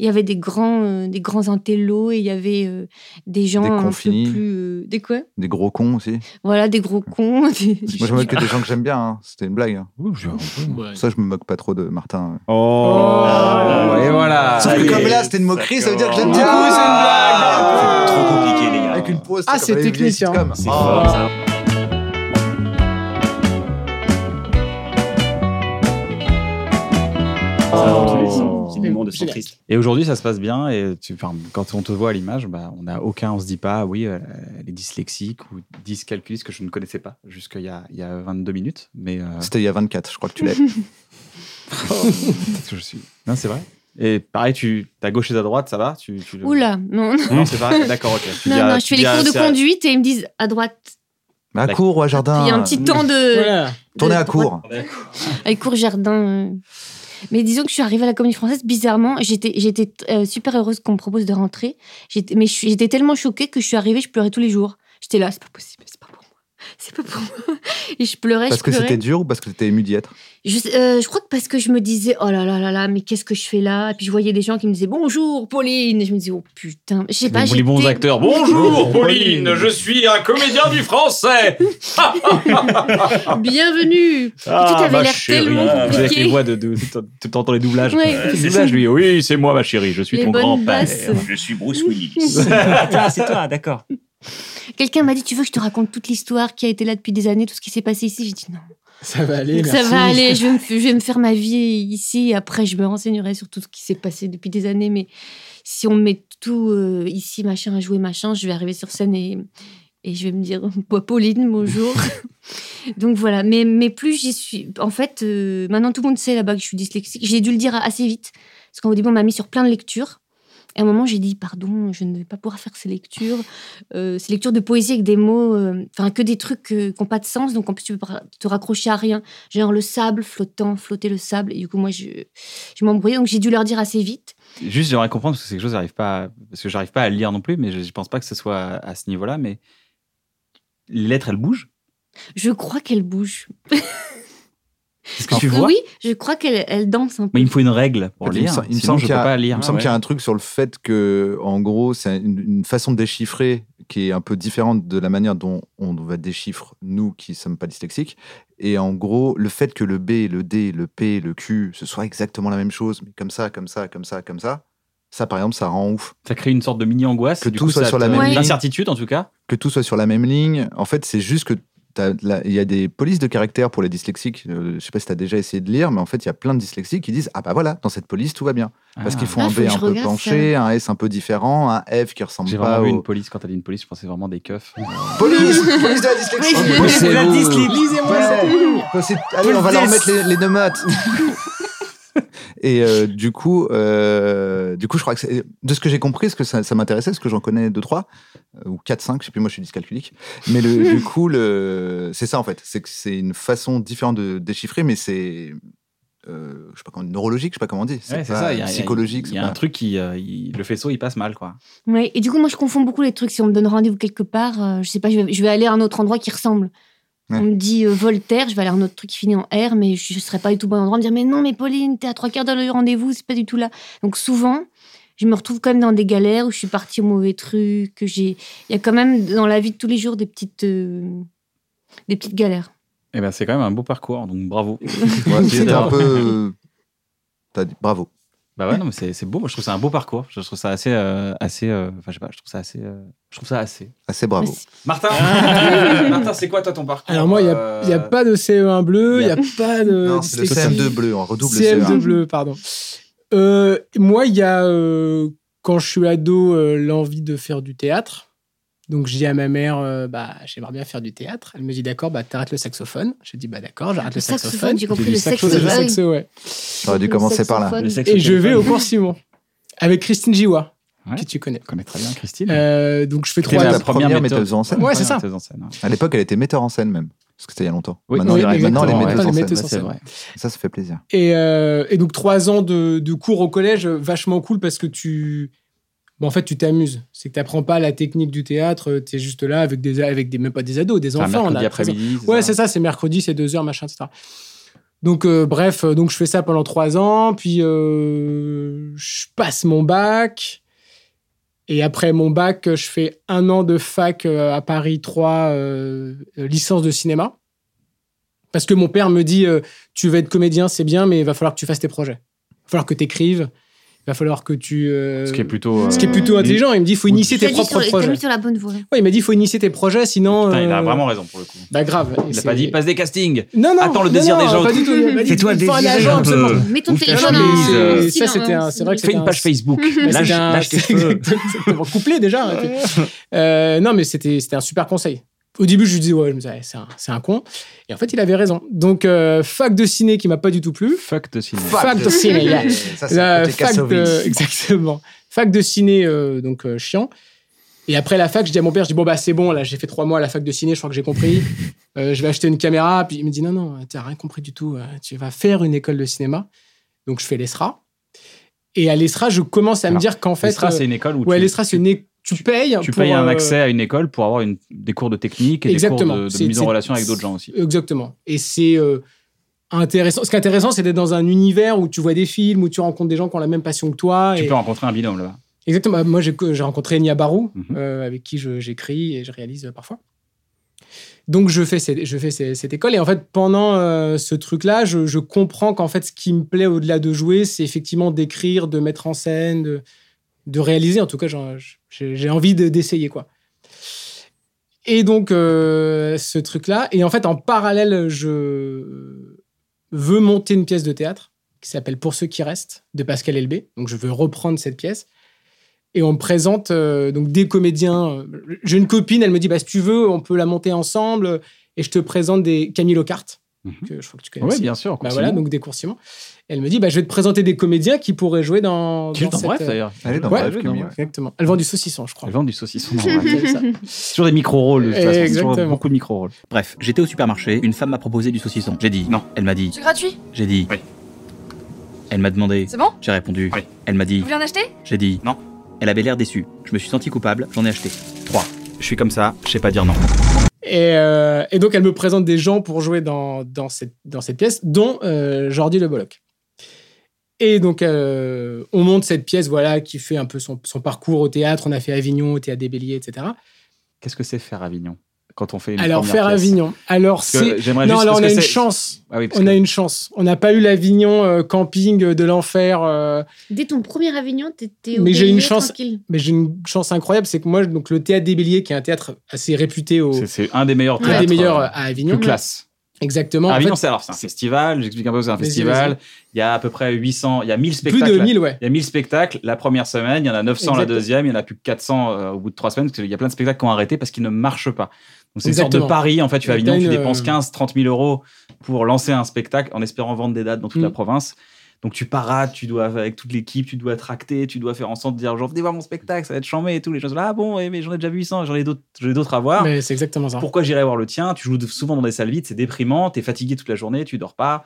Il y avait des grands, euh, des grands intellos et il y avait euh, des gens
Des
un peu
confinis.
plus, euh, des quoi
Des gros cons aussi.
Voilà, des gros cons. des-
Moi, je me moque que des gens que j'aime bien. hein. C'était une blague. hein.
Ouais.
Ça, je me moque pas trop de Martin.
Oh,
Oh.
Et voilà.
Sauf que
Et
Allez,
comme là, c'était une moquerie, ça veut dire que j'aime
d'accord.
bien.
Du coup, c'est une
blague.
Ah.
C'est trop compliqué, les gars.
Avec une pause.
Ah,
comme
c'est
dans les vieilles
technicien.
sitcoms.
C'est
Oh.
fort, ça. Ça va dans tous les sens. C'est des moments de centriste.
Et aujourd'hui, ça se passe bien. Et tu, enfin, quand on te voit à l'image, bah, on n'a aucun, on se dit pas, oui, euh, elle est dyslexique ou dyscalculiste que je ne connaissais pas jusqu'il y a, il y a 22 minutes. Mais euh,
C'était il y a 24, je crois que tu l'as.
parce que je suis. Non, c'est vrai. Et pareil, tu, ta gauche et ta droite, ça va tu, tu le-
Oula, non, non,
Non, c'est pas. D'accord, ok. Tu dis
non,
à-
non,
tu
je fais
dis
les
à-
cours de
c'est à-
conduite et ils me disent à droite.
Mais à
La-
court ou à
Puis
jardin
Il y a un petit temps de.
Voilà.
Tournez Ah. à
de
court.
droite Avec court jardin. euh. Mais disons que je suis arrivée à la comédie française, bizarrement, j'étais j'étais euh, super heureuse qu'on me propose de rentrer. J'étais- Mais je suis- j'étais tellement choquée que je suis arrivée, je pleurais tous les jours. J'étais là, c'est pas possible, c'est pas pour moi. C'est pas pour moi. Et je pleurais,
Parce
je
que
pleurais.
c'était dur ou parce que t'étais ému d'y être
Je, sais- euh, je crois que parce que je me disais, oh là là là là, mais qu'est-ce que je fais là Et puis je voyais des gens qui me disaient, bonjour Pauline Et je me disais, oh putain, je sais pas.
Les bons
Bah, j'étais-
acteurs.
Bonjour Pauline, je suis un comédien du français.
Bienvenue
Ah,
Tout avait l'air tellement
Vous avez les
compliqué.
voix de. de- de- T'entends les doublages.
Ouais.
Les doublages, lui. Oui, c'est moi, ma chérie. Je suis
Les
ton
bonnes
grand-père.
basses.
Je suis Bruce Willis. Ah, c'est toi, d'accord.
Quelqu'un m'a dit, tu veux que je te raconte toute l'histoire qui a été là depuis des années, tout ce qui s'est passé ici J'ai dit non.
Ça va aller.
Donc ça
merci.
va aller, je vais, me, je vais me faire ma vie ici et après je me renseignerai sur tout ce qui s'est passé depuis des années. Mais si on met tout euh, ici, machin, à jouer, machin, je vais arriver sur scène et, et je vais me dire Bon, Pauline, bonjour. Donc voilà, mais, mais plus j'y suis. En fait, euh, maintenant tout le monde sait là-bas que je suis dyslexique. J'ai dû le dire assez vite parce qu'au début on m'a mis sur plein de lectures. Et à un moment, j'ai dit, pardon, je ne vais pas pouvoir faire ces lectures. Euh, ces lectures de poésie avec des mots, euh, enfin, que des trucs euh, qui n'ont pas de sens. Donc, en plus, tu peux pas te raccrocher à rien genre le sable flottant, flotter le sable. Et du coup, moi, je, je m'embrouillais, donc j'ai dû leur dire assez vite.
Juste, j'aimerais comprendre, parce que c'est quelque chose que j'arrive pas, à- parce que j'arrive pas à lire non plus, mais je, je pense pas que ce soit à, à ce niveau-là, mais les lettres, elles bougent.
Je crois qu'elle bouge.
Est-ce que tu vois
Oui, je crois qu'elle elle danse hein. un peu.
Mais il me faut une règle pour
Il me
lire.
sem- il me
sinon,
semble
je peux
qu'il y a-
pas lire.
Ah,
Il me semble qu'il y a un truc sur le fait que, en gros, c'est une, une façon de déchiffrer qui est un peu différente de la manière dont on va déchiffrer nous qui sommes pas dyslexiques. Et en gros, le fait que le B, le D, le P, le Q, ce soit exactement la même chose, mais comme ça, comme ça, comme ça, comme ça, ça, par exemple, ça rend ouf.
Ça crée une sorte de mini-angoisse.
Que
du
tout
coup,
soit
ça
sur la
te-
même ligne.
L'incertitude, en tout cas.
Que tout soit sur la même ligne, en fait, c'est juste que t'as la- il y a des polices de caractère pour les dyslexiques. Euh, je sais pas si tu as déjà essayé de lire, mais en fait, il y a plein de dyslexiques qui disent Ah bah voilà, dans cette police, tout va bien. Parce qu'il faut
Ah,
un
faut
B
que je
un peu
regarde
penché, un S un peu différent, un F qui ressemble
J'ai
pas
vraiment vu
au...
une police. Quand t'as dit une police, je pensais vraiment des keufs.
Police Police de la dyslexie
Oui.
Police
C'est
La
vous.
dyslexie.
Ouais. Police- Allez, on va leur mettre les, les nomates Et euh, du coup, euh, du coup, je crois que c'est- de ce que j'ai compris, parce que ça, ça m'intéressait, parce que j'en connais deux trois euh, ou quatre cinq, je sais plus. Moi, je suis dyscalculique. Mais le, du coup, le, c'est ça en fait. C'est que c'est une façon différente de déchiffrer, mais c'est euh, je sais pas comment neurologique, je sais pas comment on dit. C'est
Ouais, c'est
pas
ça, il y a- il y a-
psychologique.
Il y a
c'est
un
pas-
truc qui. euh, il- le faisceau, il passe mal, quoi.
Ouais, et du coup, moi, je confonds beaucoup les trucs. Si on me donne rendez-vous quelque part, euh, je sais pas, je vais, je vais aller à un autre endroit qui ressemble.
Ouais.
On me dit euh, Voltaire, je vais aller à un autre truc qui finit en R, mais je ne serai pas du tout au bon endroit. On me dire, mais non, mais Pauline, t'es à trois quarts d'heure du rendez-vous, c'est pas du tout là. Donc souvent, je me retrouve quand même dans des galères où je suis partie au mauvais truc. que j'ai- Il y a quand même dans la vie de tous les jours des petites, euh, des petites galères.
Et ben, c'est quand même un beau parcours, donc bravo.
Ouais, c'était
J'adore.
un peu. T'as dit bravo.
Bah ouais, non, mais c'est c'est beau. Moi, je trouve ça un beau parcours. Je trouve ça assez. euh, assez euh, enfin, je sais pas, je trouve ça assez. euh, je trouve ça assez.
Assez bravo.
Martin, Martin c'est quoi toi ton parcours
Alors moi, il n'y a,
Euh,
il y a pas de CE1 bleu, il n'y a pas de... E
Non, c'est le
dyslexie.
CM2 bleu, E on redouble le
CM2
CM2
E bleu, pardon. Euh, moi, il y a, euh, quand je suis ado, euh, l'envie de faire du théâtre. Donc, je dis à ma mère, euh, bah, j'aimerais bien faire du théâtre. Elle me dit, d'accord, bah, t'arrêtes le saxophone. Je dis, bah, d'accord, j'arrête le saxophone.
j'ai compris
du
le
saxophone.
Le
saxophone. Ah oui.
saxo, ouais.
J'aurais dû
Le
commencer par là.
saxophone.
Le sexe
Et
au
je vais au
téléphone.
cours Simon avec Christine Jiwa,
Ouais.
que tu connais.
Je connais très bien Christine.
Euh, donc, je fais
C'était
trois.
la première metteuse en scène.
Ouais, c'est ça.
Metteuse en scène, ouais.
À l'époque, elle était metteur en scène même. Parce que c'était il y a longtemps.
Oui,
maintenant,
oui,
les- maintenant,
exactement,
les metteuses
ouais.
en
Les
scène.
metteuses en
ouais,
scène.
c'est vrai. Ça, ça fait plaisir.
Et, euh, et donc trois ans de, de cours au collège, euh, vachement cool parce que tu, bah, en fait, tu t'amuses. C'est que tu n'apprends pas la technique du théâtre, tu es juste là avec des, avec des, même pas des ados, des
Enfin,
enfants. on
mercredi
a 13 ans.
après-midi.
Ouais, c'est ça, c'est mercredi, c'est 2 heures, machin, etc. Donc, euh, bref, euh, donc je fais ça pendant 3 ans, puis euh, je passe mon bac. Et après mon bac, euh, je fais un an de fac euh, à Paris 3, euh, euh, licence de cinéma. Parce que mon père me dit euh, Tu vas être comédien, c'est bien, mais il va falloir que tu fasses tes projets. Il va falloir que tu écrives. Il va falloir que tu. euh,
Ce qui est plutôt.
ce qui est plutôt intelligent. Il me dit Il faut initier
Tu
tes
as dit
propres
sur- t'as
projets.
mis sur la bonne voie.
Ouais, il m'a dit Il faut initier tes projets, sinon.
Putain, il a
euh,
vraiment raison pour le coup.
Bah grave. Et
Il a
c'est-
pas dit passe des castings.
non, non,
Attends le
non,
désir
non,
des gens.
Pas du tout. il a pas dit-
Fais-toi
il faut un
désir
agent,
un peu.
absolument.
Mets ton
Ouf, t'as
téléphone
Non, non,
chemise.
mais c'est-
en
ça, c'était un-
silence.
c'est vrai que
Fais une
un-
page Facebook.
mais
Lâche-
c'était un-
lâche tes
c'est
cheveux.
exactement, couplé déjà. arrêtez. Euh, non, mais c'était c'était un super conseil. Au début, je lui disais, ouais, je me disais, ouais, c'est un, c'est un con. Et en fait, il avait raison. Donc, euh, fac de ciné qui m'a pas du tout plu.
Fuck de cinéma.
Fac de ciné, yeah.
Ah,
Ça, c'est
La
le côté
fac de,
Kassovitz.
exactement. Fac de ciné, euh, donc euh, chiant. Et après la fac, je dis à mon père, je dis bon bah c'est bon, là j'ai fait trois mois à la fac de ciné, je crois que j'ai compris. Euh, je vais acheter une caméra. Puis il me dit non non, t'as rien compris du tout. euh, Tu vas faire une école de cinéma. Donc je fais l'ESRA. Et à l'ESRA, je commence à me
Alors,
dire qu'en fait,
L'ESRA,
euh,
c'est une école où
ouais,
tu-
l'ESRA, c'est
tu-
une é- tu, payes.
Tu
pour,
payes un
euh,
accès à une école pour avoir une- des cours de technique et
Exactement.
des cours de- de,
C'est-
mise en
c'est-
relation avec d'autres gens aussi.
Exactement. Et c'est euh, intéressant. Ce qui est intéressant, c'est d'être dans un univers où tu vois des films, où tu rencontres des gens qui ont la même passion que toi.
Tu
et-
peux rencontrer un binôme là-bas.
Exactement. Moi, j'ai j'ai rencontré Nia Barou,
Mhm.
euh, avec qui je- j'écris et je réalise euh, parfois. Donc, je fais, cette, je fais ces- cette école. Et en fait, pendant euh, ce truc-là, je, je comprends qu'en fait, ce qui me plaît au-delà de jouer, c'est effectivement d'écrire, de mettre en scène, de, de réaliser. En tout cas, j'en- j'ai j'ai envie de- d'essayer, quoi. Et donc, euh, ce truc-là. Et en fait, en parallèle, je veux monter une pièce de théâtre qui s'appelle Pour ceux qui restent de Pascal Elbé. Donc, je veux reprendre cette pièce. Et on me présente euh, donc des comédiens. Euh, J'ai une copine, elle me dit bah, si tu veux, on peut la monter ensemble. Et je te présente des Camille Locarte,
Mhm.
que je crois que tu connais
Oui,
aussi.
bien sûr.
Bah voilà, donc des coursiments. Elle me dit bah, je vais te présenter des comédiens qui pourraient jouer dans.
Tu es
dans
dans
cette,
bref
euh,
d'ailleurs.
Elle est dans
Ouais,
Bref,
non,
Camille,
ouais.
ouais.
Exactement. Elle vend du saucisson, je crois.
Ils vendent du saucisson. dans-
Ouais, c'est ça.
C'est toujours des micro-rôles de toute façon. C'est toujours
Exactement.
beaucoup de micro-rôles.
Bref, j'étais au supermarché, une femme m'a proposé du saucisson. J'ai dit
Non.
Elle m'a dit
C'est gratuit
J'ai dit
Oui.
Elle m'a demandé
C'est bon
J'ai répondu
Oui.
Elle m'a
Vous
dit
voulez en acheter
J'ai dit
Non.
Elle avait l'air déçue. Je me suis senti coupable, j'en ai acheté. 3. Je suis comme ça, je sais pas dire non.
Et, euh, et donc, elle me présente des gens pour jouer dans, dans, cette, dans cette pièce, dont euh, Jordi Le Bolloc. Et donc, euh, on monte cette pièce, voilà, qui fait un peu son, son parcours au théâtre. On a fait Avignon, au théâtre des Béliers, etc.
Qu'est-ce que c'est faire Avignon quand on fait une
Alors,
première
faire
pièce
Avignon. Alors,
Parce que
c'est.
J'aimerais
Non,
juste
alors,
parce
on
que
a une
c'est-
chance.
Ah oui, parce
On
que-
a une chance. On n'a pas eu l'Avignon euh, camping euh, de l'enfer. euh,
Dès ton premier Avignon, t'étais au
Mais j'ai une
délire,
chance-
tranquille.
mais j'ai une chance incroyable, c'est que moi, donc, le théâtre des Béliers, qui est un théâtre assez réputé au.
c'est- c'est un des meilleurs
un des
théâtres,
meilleurs
euh,
à Avignon.
plus classe.
Exactement. En
Avignon,
fait,
c'est alors c'est un festival. J'explique un peu, c'est un
Vas-y,
festival. Il y a à peu près 800, il y a 1000
plus
spectacles.
de 1000, ouais.
Il y a 1000 spectacles la première semaine, il y en a 900 la
Exactement.
deuxième, il y en a plus que 400 euh, au bout de trois semaines, parce qu'il y a plein de spectacles qui ont arrêté parce qu'ils ne marchent pas. Donc c'est une sorte de
Exactement.
pari, en fait, tu vas à
Et
Avignon,
t'as
tu
une,
dépenses
euh,
15, 30 000 euros pour lancer un spectacle en espérant vendre des dates dans toute la
Mm.
province. Donc tu parades, tu dois avec toute l'équipe, tu dois tracter, tu dois faire en sorte de dire genre venez voir mon spectacle, ça va être chambé et tout. Les gens sont là ah bon ouais, mais j'en ai déjà vu 800, j'en ai d'autres, j'en ai d'autres à voir.
Mais c'est exactement ça.
Pourquoi j'irai voir le tien Tu joues souvent dans des salles vides, c'est déprimant, t'es fatigué toute la journée, tu dors pas.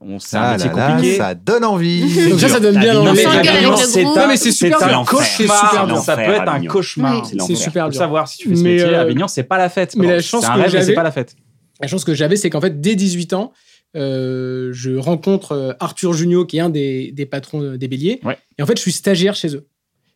On c'est un
Ah
métier
là là,
compliqué.
ça donne envie.
Donc ça, ça donne bien
Non,
envie.
mais
On s'engueule avec
vraiment,
le
c'est
groupe.
un-
Non, mais c'est super
un
dur.
enfer.
C'est super dur.
Ça peut être un cauchemar.
Oui.
Ah, C'est l'enfer.
C'est super
Pour
dur.
savoir si tu fais ce
Mais,
métier,
euh,
Avignon, c'est pas la fête.
mais la
Pardon.
chance
c'est
que
un rêve, mais
j'avais-
c'est pas la fête.
La chance que j'avais, c'est qu'en fait, dès 18 ans, euh, je rencontre euh, Arthur Junio, qui est un des, des patrons euh, des Béliers.
Ouais.
Et en fait, je suis stagiaire chez eux.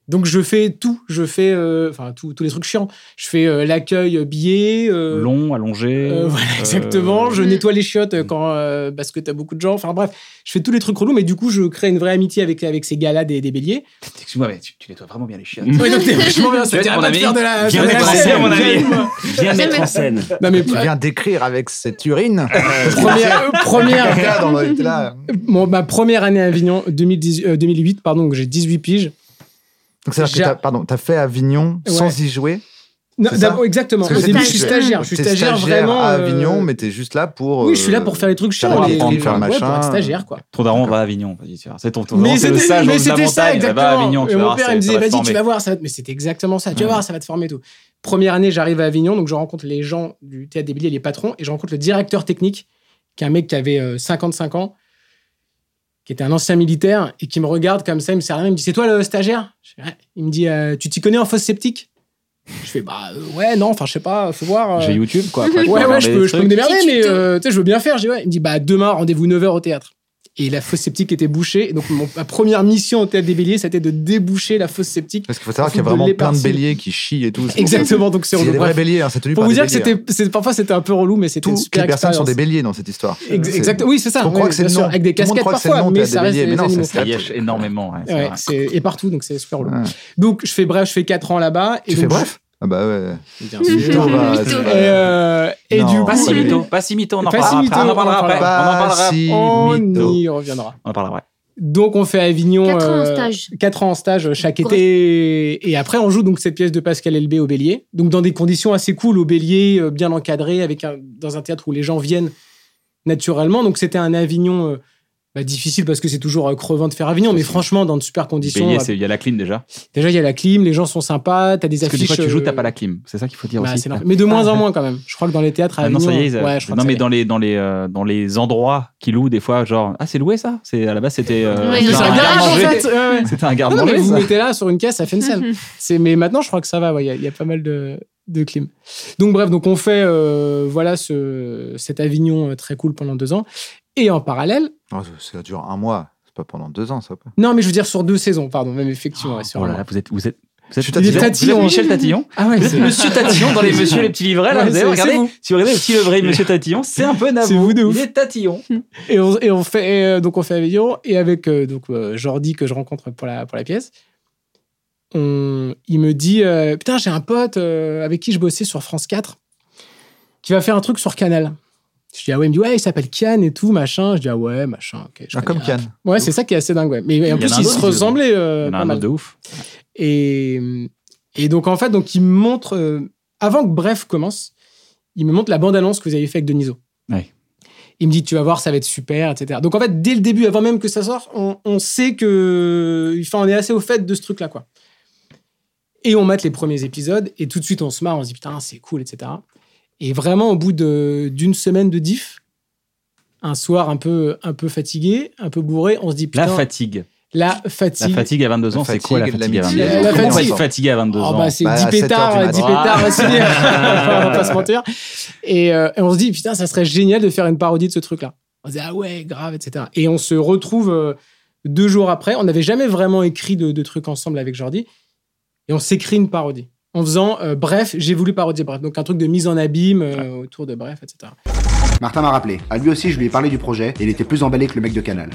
Donc, je fais tout. Je fais, euh, enfin, tout- tous les trucs chiants. Je fais euh, l'accueil euh, billet. euh,
Long, allongé.
euh, voilà, exactement. Je
Mm.
nettoie les chiottes euh, quand, euh, parce que t'as beaucoup de gens. Enfin, bref, je fais tous les trucs relous, mais du coup, je crée une vraie amitié avec, avec ces gars-là des, des Béliers.
Excuse-moi, mais tu, tu nettoies vraiment bien les chiottes.
Ouais, donc, t'es vachement bien. ça
veux être
t'arrête
mon
pas de
ami
faire de la-
Viens
faire de la
mettre en
scène,
scène, mon
viens
ami.
avec moi.
Bien mettre en scène.
Non, mais
Tu viens d'écrire avec cette urine.
première, euh, première,
Regarde, on était là.
Mon- ma première année à Avignon, 2010 euh, 2008, pardon, donc j'ai 18 piges.
Donc c'est-à-dire que
J'ai-
t'as- pardon, t'as fait Avignon
Ouais.
sans y jouer.
Non,
C'est ça
d'abord, exactement.
Parce que
Au
c'est
début,
pas-
je suis
tu es-
stagiaire. Je suis
t'es
stagiaire, vraiment.
à
euh,
Avignon, mais t'es juste là pour.
Oui, je suis là
euh,
pour faire les trucs chiants.
t'apprendre,
les-
faire
les- ouais,
machin.
pour être stagiaire, quoi.
Ton daron va à Avignon. vas-y, tu vois. C'est ton, ton
mais
daron, c'est le
c'était
sage au
mais
bout de la
c'était ça,
montagne.
exactement.
Va à Avignon, tu
Et
vas
mon
voir,
père,
ça-
il
ça
me disait,
va te
vas-y, tu
former.
vas voir, ça va te- Mais c'était exactement ça. Tu vas voir, ça va te former et tout. Première année, j'arrive à Avignon, donc je rencontre les gens du théâtre des Béliers, les patrons, et je rencontre le directeur technique, qui est un mec qui avait euh, 55 ans, qui était un ancien militaire, et qui me regarde comme ça, il me sert à rien, il me dit C'est toi le stagiaire Je fais, Ouais. Il me dit Euh, Tu t'y connais en fosse sceptique Je fais Bah euh, ouais, non, enfin je sais pas, faut voir. euh.
J'ai YouTube, quoi. Après,
Ouais, ouais, je
regarder
peux,
des
je peux
trucs.
me démerder,
Petit
mais
tuto.
euh, tu sais, je veux bien faire. J'ai, ouais. Il me dit, bah, demain, rendez-vous 9h au théâtre. Et la fosse sceptique était bouchée. Et donc, mon- ma première mission au théâtre des béliers, c'était de déboucher la fosse sceptique.
Parce qu'il faut savoir
Faut
qu'il y a
de
vraiment
les
plein de
parcelles.
béliers qui chient et tout. c'est pour ça.
Exactement. Donc, c'est
C'est des vrais
bref.
béliers, hein, c'est tenu
Pour
par
vous
des
dire que
béliers,
c'était, c'est- parfois, c'était un peu relou, mais c'était une
Toutes
super
les personnes sont
expérience.
des béliers dans cette histoire.
Ex-
C'est-
Exactement. Oui, c'est ça.
On croit
Oui,
que c'est
bien
le
sûr,
nom.
Avec des
Tout le monde
casquettes
croit que c'est le
parfois,
nom,
mais
t'as des
ça reste
béliers, mais
des
non,
animaux.
c'est-
Ça yèche énormément. ouais, c'est
Ouais,
vrai.
c'est- et partout, donc c'est super relou.
Ouais.
Donc, je fais bref, je fais 4 ans là-bas. et
Tu fais
donc,
bref Ah bah ouais.
je- Bien sûr.
Mytho, bah,
Mytho.
c'est-
Et, euh, et
Non.
du coup,
Pas si
euh,
mytho, pas si mytho, on en
Pas si
parlera
mytho,
après. On en parlera
on en
après. On en
parlera.
parlera
Pas si
on
mytho.
y reviendra.
On en parlera après.
Donc on fait Avignon.
Quatre ans en stage.
4 ans en stage euh, chaque
Correct.
été. Et après, on joue donc cette pièce de Pascal Elbé au Bélier. Donc dans des conditions assez cool au Bélier, euh, bien encadré, avec un- dans un théâtre où les gens viennent naturellement. Donc c'était un Avignon euh, bah, difficile parce que c'est toujours euh, crevant de faire Avignon, mais franchement, dans de super conditions.
Bélier,
euh,
c'est- il y a la clim déjà.
déjà, il y a la clim, les gens sont sympas, t'as des
Parce que des
affiches.
fois, tu joues,
euh,
t'as pas la clim. C'est ça qu'il faut dire
bah,
aussi.
c'est normal. mais de moins
Ah.
en moins quand même. Je crois que dans les théâtres à
Ah non,
Avignon.
ça y est, ils-
ouais, je crois
non
que
mais
ça
dans les dans les euh, dans les endroits qui louent des fois genre ah c'est loué ça c'est à la base c'était euh,
Ouais,
y est.
dans
C'est
un
un garage en
garde-manger.
fait. ouais, ouais.
c'était un garde
Non, non, mais
manger
vous mettez là sur une caisse, ça fait une scène. C'est, mais maintenant, je crois que ça va. ouais, Il y a- il y, a pas mal de, de clim. Donc, bref, donc on fait euh, voilà ce, cet Avignon euh, très cool pendant deux ans. Et en parallèle,
Oh, ça- Ça dure un mois. C'est pas pendant deux ans, ça. quoi.
non, mais je veux dire sur deux saisons, pardon, même effectivement. ouais, sur
oh
un
là là
mois.
vous êtes vous êtes vous
Je suis
êtes, vous êtes-
Tatillon.
vous êtes Michel Tatillon
Ah ouais,
vous êtes
c'est,
Monsieur Tatillon dans les Monsieur les petits livrets là
Ouais,
vous
c'est-
avez regardé
c'est vous.
si vous regardez les petits livrets Monsieur Tatillon c'est un peu
c'est
nabou
vous de ouf.
il est Tatillon
Et on, et on fait, et, euh, donc on fait Avignon et avec euh, donc euh, Jordi que je rencontre pour la, pour la pièce. on- il me dit euh, putain j'ai un pote euh, avec qui je bossais sur France 4 qui va faire un truc sur Canal. Je dis ah ouais il me dit ouais il s'appelle Kian et tout machin. Je dis ah ouais machin. ok, je
Ah,
connais.
Comme Kian.
Ouais c'est ça qui est assez dingue ouais. Mais en
en
plus
a un
ils
autre
se
qui joue.
ressemblaient.
il y en
euh,
a
pas
un
mal.
autre de ouf
Et, et donc, en fait, donc, il me montre, euh, avant que Bref commence, il me montre la bande-annonce que vous avez fait avec Deniso.
Ouais.
Il me dit, tu vas voir, ça va être super, etc. Donc, en fait, dès le début, avant même que ça sorte, on, on sait que. Enfin, on est assez au fait de ce truc-là, quoi. Et on mate les premiers épisodes, et tout de suite, on se marre, on se dit, putain, c'est cool, etc. Et vraiment, au bout de- d'une semaine de diff, un soir un peu, un peu fatigué, un peu bourré, on se dit, putain,
la fatigue
la
la
fatigue.
fatigue à 22 ans
La
c'est quoi la
fatigue,
fatigue à
l'amitié.
22
La
ans comment on va
fatigue.
être fatigué à 22
Ah
ans
bah, c'est
Bah,
10
à 7 heures du
pétards,
matin.
10 pétards, aussi bien. Enfin, on va pas se mentir. Et, euh, et on se dit, putain, ça serait génial de faire une parodie de ce truc-là. On se dit, ah ouais, grave, etc. Et on se retrouve euh, deux jours après. On n'avait jamais vraiment écrit de, de trucs ensemble avec Jordi. Et on s'écrit une parodie. En faisant, euh, bref, j'ai voulu parodier bref. Donc un truc de mise en abîme euh, autour de bref, etc.
Martin m'a rappelé. À lui aussi, je lui ai parlé du projet et il était plus emballé que le mec de Canal.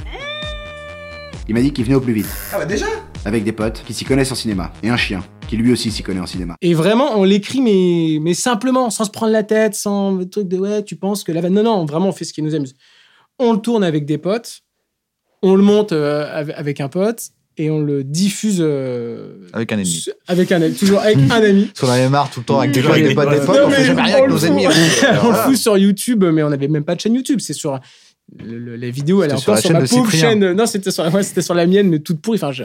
Il m'a dit qu'il venait au plus vite. Ah bah déjà Avec des potes qui s'y connaissent en cinéma et un chien qui lui aussi s'y connaît en cinéma.
Et vraiment, on l'écrit, mais, mais simplement, sans se prendre la tête, sans le truc de ouais, tu penses que là. Non, non, vraiment, on fait ce qui nous amuse. On le tourne avec des potes, on le monte euh, ave- avec un pote, et on le diffuse euh,
Avec un ennemi.
su- avec un ami, toujours avec un ami.
Parce qu'on en avait marre tout le temps avec des gens, avec
Oui,
des potes,
oui,
des
oui.
potes,
Non,
on
mais
fait jamais rien
on
avec
le
nos
fout.
ennemis.
on le
Voilà.
fout sur YouTube, mais on n'avait même pas de chaîne YouTube. C'est sur le- le- la vidéo, elle est
C'était sur
encore
la
sur,
chaîne
ma
de
pauvre
Cyprien.
chaîne. euh, Non, c'était sur, ouais, c'était sur la mienne, mais toute pourrie. Enfin, je...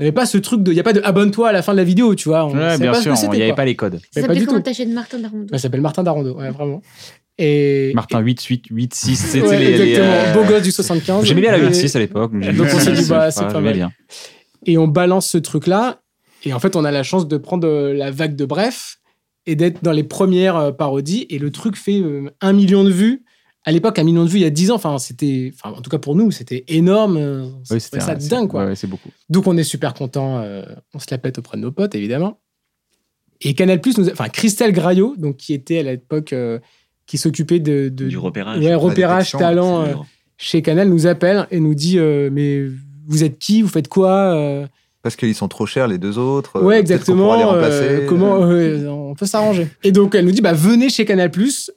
On n'avait pas ce truc de. Il n'y a pas de abonne-toi à la fin de la vidéo, tu vois. On
Ouais,
savait
bien
pas ce
sûr,
que
il
c'était,
n'y avait
quoi.
pas les codes.
Mais
Ça
pas
s'appelait
du
comment
tout.
ta chaîne Martin Darondo
Elle s'appelle Martin Darondo, ouais, vraiment. Et.
Martin 8, 8, 8, 6,
Ouais,
c'était les. les,
exactement.
euh,
Beau gosse du 75.
J'aimais bien la
Et-
8, 6 à l'époque. mais
Donc, on s'est dit,
je-
bah,
je-
c'est
je- je-
pas mal.
bien.
et on balance ce truc-là. Et en fait, on a la chance de prendre euh, la vague de Bref et d'être dans les premières euh, parodies. Et le truc fait euh, un million de vues. À l'époque, un million de vues il y a 10 ans. Enfin, c'était, enfin, en tout cas pour nous, c'était énorme. euh, on
Oui,
trouvait ça
un-
dingue, quoi.
ouais, ouais, c'est beaucoup.
Donc, on est super content. on se la pète auprès de nos potes, évidemment. Et Canal Plus, enfin, Christelle Graillot, donc qui était à l'époque, euh, qui s'occupait de, de-
Du repérage.
ouais,
La
repérage
détection,
talent.
c'est
euh,
dur.
chez Canal nous appelle et nous dit euh, mais vous êtes qui vous faites quoi Euh,
Parce qu'ils sont trop chers, les deux autres.
ouais
euh, peut-être qu'on pourra
exactement
les
euh,
remplacer.
comment euh, on peut s'arranger et donc elle nous dit bah venez chez Canal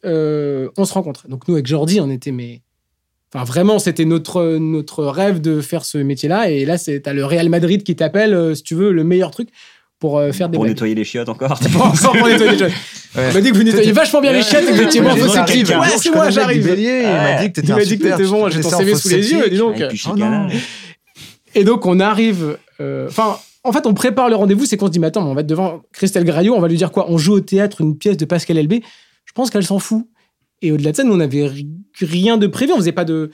euh, on se rencontre donc nous avec Jordi on était mais enfin vraiment c'était notre notre rêve de faire ce métier là et là c'est t'as le Real Madrid qui t'appelle euh, si tu veux le meilleur truc pour euh, faire des
Pour
blagues.
nettoyer les chiottes encore.
Pour- encore pour nettoyer les chiottes.
Ouais.
On m'a dit que vous nettoyez
Peut-être-
vachement bien les chiottes et que vous étiez
Ouais,
bon en
j'ai
photo.
dit à quelqu'un,
Ouais,
bonjour,
c'est
je
moi,
connais le mec du
j'arrive.
bélier, Il m'a dit que t'étais
Il
un
m'a dit que
super,
t'étais
tu
bon, j'ai
faisais
ton
ça en
CV
fausse
sous les yeux,
sceptique.
dis donc.
Et puis chez
Oh
Canal.
non.
Et donc, on arrive. euh, Enfin, en fait, on prépare le rendez-vous. C'est qu'on se dit, mais attends, mais on va être devant Christelle Graillot. On va lui dire quoi On joue au théâtre une pièce de Pascal Elbé. Je pense qu'elle s'en fout. Et au-delà de ça, nous, on n'avait ri- rien de prévu. On faisait pas de,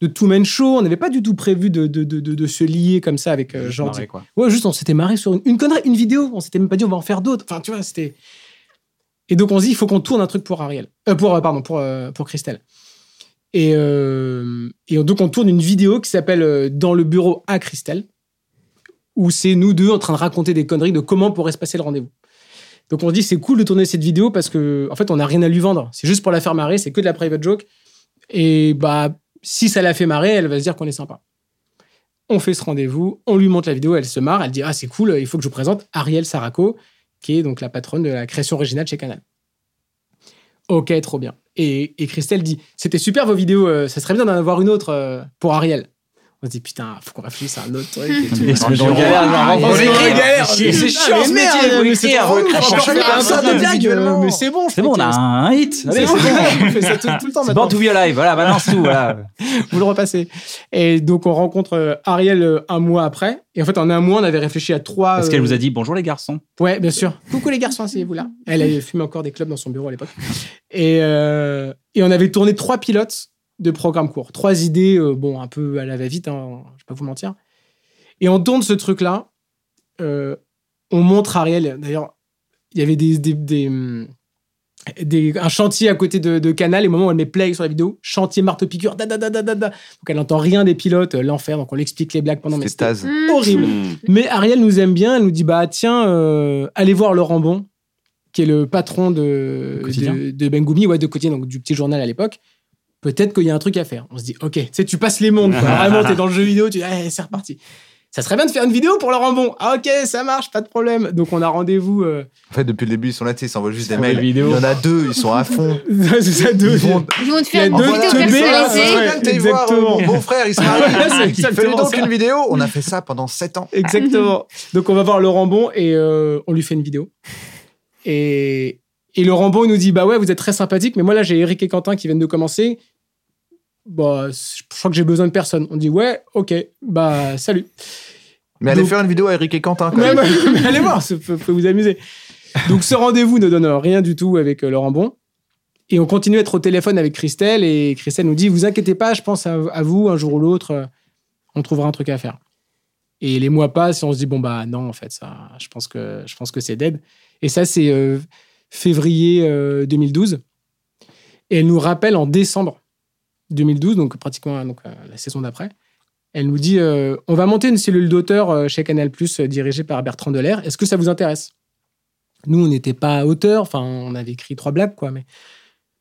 de two-man show. On n'avait pas du tout prévu de, de, de, de- de se lier comme ça avec euh, Jordi.
Marré, quoi.
Ouais, juste, on s'était marré sur une, une connerie, une vidéo. On s'était même pas dit, on va en faire d'autres. Enfin, tu vois, c'était. Et donc, on se dit, il faut qu'on tourne un truc pour Ariel. Euh, pour, euh, pardon, pour, euh, pour Christelle. Et, euh, et donc, on tourne une vidéo qui s'appelle euh, Dans le bureau à Christelle, où c'est nous deux en train de raconter des conneries de comment pourrait se passer le rendez-vous. Donc, on se dit, c'est cool de tourner cette vidéo parce que, en fait, on n'a rien à lui vendre. C'est juste pour la faire marrer, c'est que de la private joke. Et bah, si ça la fait marrer, elle va se dire qu'on est sympa. On fait ce rendez-vous, on lui montre la vidéo, elle se marre, elle dit Ah, c'est cool, il faut que je vous présente Ariel Saraco, qui est donc la patronne de la création originale chez Canal. Ok, trop bien. Et, et Christelle dit C'était super vos vidéos, euh, ça serait bien d'en avoir une autre euh, pour Ariel. On se dit Putain, faut qu'on réfléchisse à un autre truc. et tout. On
Faut
se
l'écrire.
galère,
Chier.
mais C'est chiant
Mais
ce
merde,
métier,
faut
mais c'est
l'écrire,
trop relou,
faut
faut
cracher
faire
chacun
un tas de
son
blagues,
individuellement.
mais c'est bon, je
C'est bon, on a un hit.
C'est
Allez,
bon,
c'est bon.
on fait ça tout, tout le temps
C'est bon,
maintenant.
tout via live. Voilà, balance tout. Voilà.
vous le repassez. Et donc, on rencontre euh, Ariel euh, un mois après. Et en fait, en un mois, on avait réfléchi à trois.
Parce
euh,
qu'elle vous a dit bonjour les garçons.
Ouais, bien sûr. Coucou les garçons, asseyez-vous là. Elle avait fumé encore des clubs dans son bureau à l'époque. Et, euh, et on avait tourné trois pilotes de programmes courts. Trois idées, euh, bon, un peu à la va-vite, hein, je vais pas vous mentir. Et on tourne ce truc-là. euh, on montre Ariel. D'ailleurs, il y avait des, des, des, hum, des- un chantier à côté de, de Canal. Et au moment où elle met play sur la vidéo, chantier marteau-piqûre, da, da, da, da, da, da. Donc elle n'entend rien des pilotes, euh, l'enfer. Donc on lui explique les blagues pendant. mais
C'était Taz.
Mmh.
horrible.
Mmh.
Mais Ariel nous aime bien, elle nous dit bah tiens, euh, allez voir Laurent Bon, qui est le patron de,
Le quotidien.
de, de Bengoumi, ouais, de quotidien, donc du petit journal à l'époque. Peut-être qu'il y a un truc à faire. On se dit ok, tu sais, tu passes les mondes, quoi. vraiment, t'es dans le jeu vidéo, tu dis Eh, c'est reparti. Ça serait bien de faire une vidéo pour Laurent Bon. Ah ok, ça marche, pas de problème. Donc on a rendez-vous. euh,
En fait, depuis le début, ils sont là, tu sais, ils s'envoient juste
Ils
des
s'envoient
mails.
des
Il y
vidéos.
en a deux, ils sont à fond.
c'est ça, deux.
Ils vont-
Ils vont te
Il y a
faire une
deux
vidéo
teubés, là,
personnalisée.
ouais.
Viens t'es voir,
exactement.
Mon beau-frère, il se
Ah ouais, c'est
marie. Fais
exactement
donc
ça.
une vidéo. On a fait ça pendant 7 ans.
Exactement. Donc on va voir Laurent Bon et euh, on lui fait une vidéo. Et, et Laurent Bon, il nous dit Bah ouais, vous êtes très sympathique, mais moi là, j'ai Eric et Quentin qui viennent de commencer. Bah, je crois que j'ai besoin de personne. On dit Ouais, ok, bah salut.
Mais allez
Donc-
faire une vidéo à Eric et Quentin. quand
Mais,
même.
mais- mais allez voir, ça peut, peut vous amuser. Donc ce rendez-vous ne donne rien du tout avec euh, Laurent Bon. Et on continue à être au téléphone avec Christelle. Et Christelle nous dit Vous inquiétez pas, je pense à, à vous, un jour ou l'autre, euh, on trouvera un truc à faire. Et les mois passent et on se dit Bon, bah non, en fait, ça, je pense que, je pense que c'est dead. Et ça, c'est euh, février euh, 2012. Et elle nous rappelle en décembre 2012, donc pratiquement donc, euh, la saison d'après. Elle nous dit euh, On va monter une cellule d'auteur euh, chez Canal, euh, dirigée par Bertrand Delair. Est-ce que ça vous intéresse Nous, on n'était pas auteurs, enfin, on avait écrit trois blagues, quoi, mais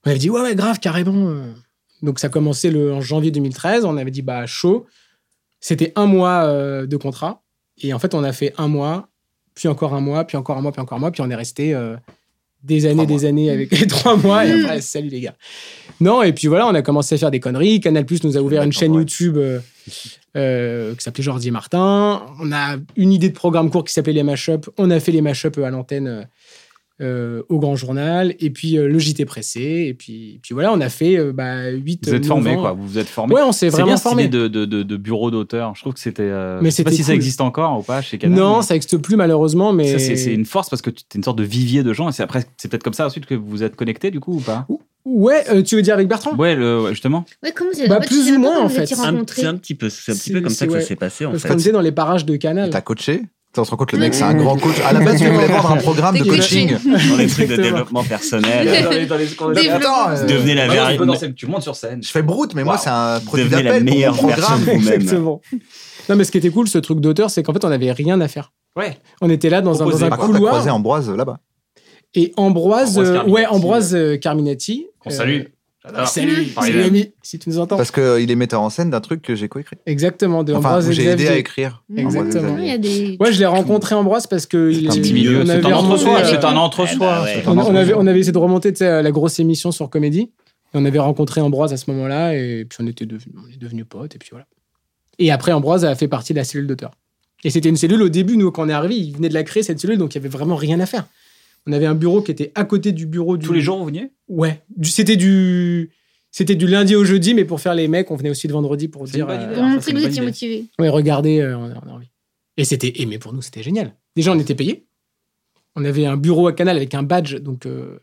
on avait dit Ouais, ouais, grave, carrément. euh. Donc, ça commençait le, en janvier 2013. On avait dit Bah, chaud. C'était un mois euh, de contrat. Et en fait, on a fait un mois, puis encore un mois, puis encore un mois, puis encore un mois, puis on est resté euh, des années, des années avec les trois mois. Et après, salut les gars. Non, et puis voilà, on a commencé à faire des conneries. Canal Plus nous a ouvert une
Attends,
chaîne
ouais.
YouTube euh, euh, qui s'appelait Jordi et Martin. On a une idée de programme court qui s'appelait les mashups. On a fait les mashups à l'antenne. euh, euh, au Grand Journal, et puis euh, le JT Pressé, et puis, puis voilà, on a fait euh, bah, 8
Vous êtes formé, quoi. Vous vous êtes formé.
Ouais, on s'est vraiment
bien
formé.
cette idée de, de, de- de bureau d'auteur. Je trouve que c'était. euh,
Mais
je sais pas si
c'était
ça
cool.
existe encore ou pas chez Canal.
Non,
mais
ça n'existe plus malheureusement, mais
ça, c'est c'est une force parce que tu es une sorte de vivier de gens et c'est après c'est peut-être comme ça ensuite que vous êtes connecté du coup ou pas
ouais, euh, tu veux dire avec Bertrand
Ouais, le- ouais, justement.
Ouais, comment c'est
Bah,
en fait, je
plus
sais
ou
même pas
moins,
comment
en
vous êtes
fait.
rencontrés.
un, petit- c'est un petit peu, c'est un petit peu comme ça que
ouais.
ça s'est passé en
Parce
fait.
qu'on disait dans les parages de Canal.
T'as coaché T'as- On se rend compte, le mec, c'est un grand coach. À la base, tu voulais vendre un programme de
T'es coaché.
coaching.
Dans les trucs de
Exactement.
développement personnel.
Développement.
Attends, euh,
Devenez la,
Bah non,
ver-
tu peux danser, tu montes sur scène.
Je fais broute, mais moi,
Wow.
c'est un produit
Devenez la
d'appel pour
meilleure
mon programme.
version de vous-même.
Exactement. non, mais ce qui était cool, ce truc d'auteur, c'est qu'en fait, on n'avait rien à faire.
Ouais.
On était là dans un, dans
Proposer,
un
Par contre, t'as
couloir.
croisé Ambroise euh, là-bas.
Et Ambroise,
Ambroise
euh,
Carminati,
ouais, Ambroise euh, Carminati.
Qu'on
euh,
salue. J'adore.
Salut,
Par
salut
exemple.
ami, si tu nous entends.
Parce qu'il est metteur en scène d'un truc que j'ai coécrit.
Exactement, de
Enfin,
Ambroise
où
et
j'ai aidé à
Xavier.
écrire.
Mmh.
Ambroise et
Exactement.
Ouais,
Xavier.
Il y a des.
Ouais, je l'ai rencontré Ambroise parce que il
C'est un
est-
petit milieu,
on
c'est
avait
un entre-soi,
remonté, euh,
c'est un entre-soi.
Ouais,
c'est un
bah
on, on
entre-soi.
avait, on avait essayé de remonter tu sais, à la grosse émission sur Comédie. Et on avait rencontré Ambroise à ce moment-là. Et puis on, était devenus, on est devenus potes. Et puis voilà. Et après, Ambroise a fait partie de la cellule d'auteur. Et c'était une cellule au début, nous, quand on est arrivés, il venait de la créer, cette cellule. Donc il n'y avait vraiment rien à faire. On avait un bureau qui était à côté du bureau du.
Tous les jours, vous veniez
Ouais. Du- C'était du. C'était du lundi au jeudi, mais pour faire les mecs, on venait aussi le vendredi pour
C'est
dire.
une bonne idée.
euh,
Pour
Ça,
montrer
c'est
que
une
vous
bonne
étiez
idée.
motivé.
Ouais, regardez, euh, on, a, on a envie. Et c'était, et mais pour nous, c'était génial. Déjà, on était payés. On avait un bureau à Canal avec un badge, donc euh,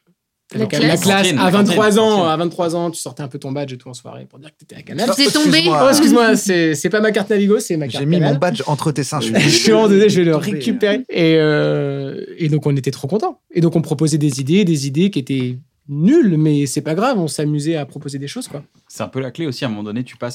La
avec
classe.
Cantine,
à
la
23
cantine,
ans,
cantine.
à 23 ans, tu sortais un peu ton badge et tout en soirée pour dire que t'étais à Canal.
Je t'ai tombé.
Oh, excuse-moi, c'est c'est pas ma carte Navigo, c'est ma carte
J'ai mis
Canal.
mon badge entre tes seins. Je suis
je suis vraiment désolé, je vais le
tombé, là.
récupérer. Et, euh, et donc, on était trop contents. Et donc, on proposait des idées, des idées qui étaient nulles, mais c'est pas grave, on s'amusait à proposer des choses, quoi.
C'est un peu la clé aussi. À un moment donné, tu passes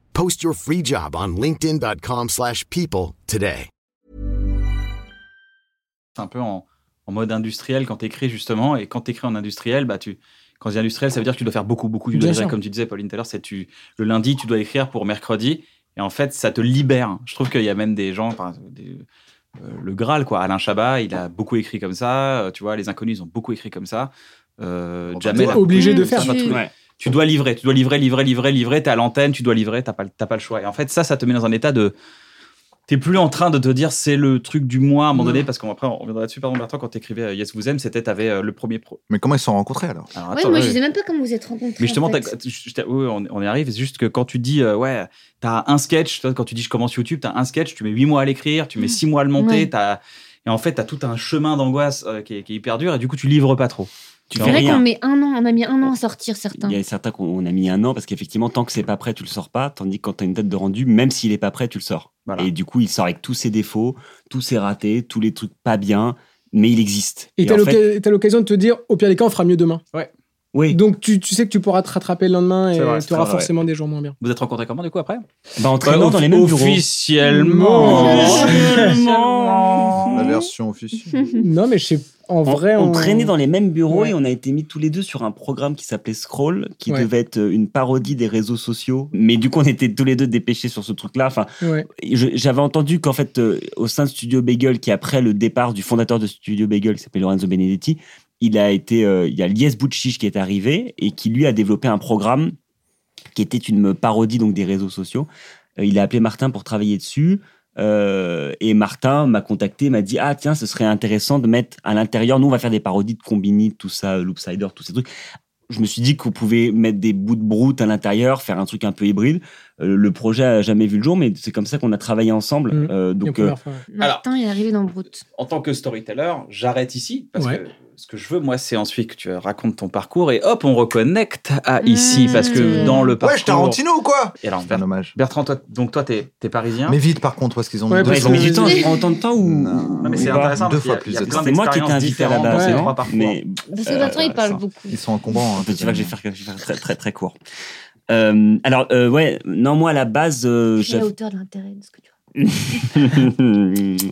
Post your free job on linkedin.com/people slash people today.
un peu en, en mode industriel quand t'écris justement. Et quand t'écris en industriel, bah tu quand tu dis industriel, ça veut dire que tu dois faire beaucoup, beaucoup. Tu dois
Bien
écrire,
sûr.
comme tu disais, Pauline, tout à l'heure, c'est tu le lundi, tu dois écrire pour mercredi. Et en fait, ça te libère. Je trouve qu'il y a même des gens, par- des- euh, le Graal, quoi. Alain Chabat, il a beaucoup écrit comme ça. Euh, Tu vois, les inconnus, ils ont beaucoup écrit comme ça. Euh,
Bon, bah,
Jamel
t'es
a-
obligé de
ça,
faire.
ça, tous les- tu dois livrer, tu dois livrer, livrer, livrer, livrer, t'es à l'antenne, tu dois livrer, t'as pas, le- t'as pas le choix. Et en fait, ça, ça te met dans un état de. T'es plus en train de te dire c'est le truc du mois à un moment donné, parce qu'après, on reviendra là-dessus. Pardon, Bertrand, quand t'écrivais euh, Yes, vous aime, c'était, t'avais euh, le premier pro.
Mais comment ils se sont rencontrés alors
Alors,
Ouais,
attends,
moi,
ouais.
je sais même pas comment vous êtes rencontrés.
Mais justement,
en fait.
t'as- je- je- ouais, on, on y arrive. C'est juste que quand tu dis, euh, ouais, t'as un sketch, toi, quand tu dis je commence YouTube, t'as un sketch, tu mets 8 mois à l'écrire, tu mets 6 mois à le monter,
Ouais.
t'as- Et en fait, t'as tout un chemin d'angoisse euh, qui, est- qui est hyper dur, et du coup, tu livres pas trop.
Tu
Non.
fais
C'est vrai qu'on
rien.
met un an, on a mis un an à sortir certains.
Il y a certains qu'on on a mis un an parce qu'effectivement, tant que c'est pas prêt, tu le sors pas. Tandis que quand tu as une date de rendu, même s'il est pas prêt, tu le sors.
Voilà.
Et du coup, il sort avec tous ses défauts, tous ses ratés, tous les trucs pas bien, mais il existe.
Et t'as
en fait,
l'oc- t'as l'occasion de te dire, au pire des cas, on fera mieux demain.
oui.
Donc, tu, tu sais que tu pourras te rattraper le lendemain et
C'est vrai, c'est
tu auras
vrai, ouais.
forcément des jours moins bien.
Vous êtes rencontrés comment, du coup, après
Bah, en traînant dans les mêmes bureaux.
Officiellement.
La version officielle.
non, mais je sais, en
On,
vrai.
on traînait dans les mêmes bureaux
Ouais.
et on a été mis tous les deux sur un programme qui s'appelait Scroll, qui
Ouais.
devait être une parodie des réseaux sociaux. Mais du coup, on était tous les deux dépêchés sur ce truc-là. Enfin,
Ouais.
Je- J'avais entendu qu'en fait, euh, au sein de Studio Bagel, qui après le départ du fondateur de Studio Bagel, qui s'appelle Lorenzo Benedetti, il a été, euh, il y a Lies Bouchiche qui est arrivé et qui lui a développé un programme qui était une parodie donc des réseaux sociaux. Euh, il a appelé Martin pour travailler dessus. euh, et Martin m'a contacté, m'a dit ah tiens ce serait intéressant de mettre à l'intérieur. Nous on va faire des parodies de Combini, tout ça, euh, Loopsider, tous ces trucs. Je me suis dit qu'on pouvait mettre des bouts de broute à l'intérieur, faire un truc un peu hybride. Euh, le projet a jamais vu le jour, mais c'est comme ça qu'on a travaillé ensemble.
Mhm.
Euh,
La
donc, euh,
première fois, ouais.
Martin est arrivé dans Brute.
en tant que storyteller, j'arrête ici parce
Ouais.
que ce que je veux, moi, c'est ensuite que tu euh, racontes ton parcours et hop, on reconnecte à ici parce que
Mmh.
dans le parcours.
Ouais, je Tarantino ou quoi
Et alors,
C'est un
Ber-
hommage.
Bertrand, toi, donc toi, t'es t'es parisien.
Mais vite, par contre, parce qu'ils ont mis
Ouais,
deux
parce
ouais, ils ont mis
que-
du temps, ils ont autant de temps ou.
Non,
Non, mais
ou
c'est
bah,
pas.
intéressant.
deux
parce qu'il y a-
fois plus
il y a
de
plein
temps.
C'est moi qui étais
d'expériences
invité à la
différentes
base.
dans
ouais.
les trois
hein.
parcours.
Mais
Parce que
Euh,
Bertrand, il parle
ça.
beaucoup.
Ils sont encombrants. hein,
En fait, tu
ces
vois que je vais
amis.
faire, je vais faire très, très très court. Euh, alors, euh, ouais, non, moi à la base, euh,
Je suis à la
j'avais-
hauteur de l'intérêt de ce que tu racontes.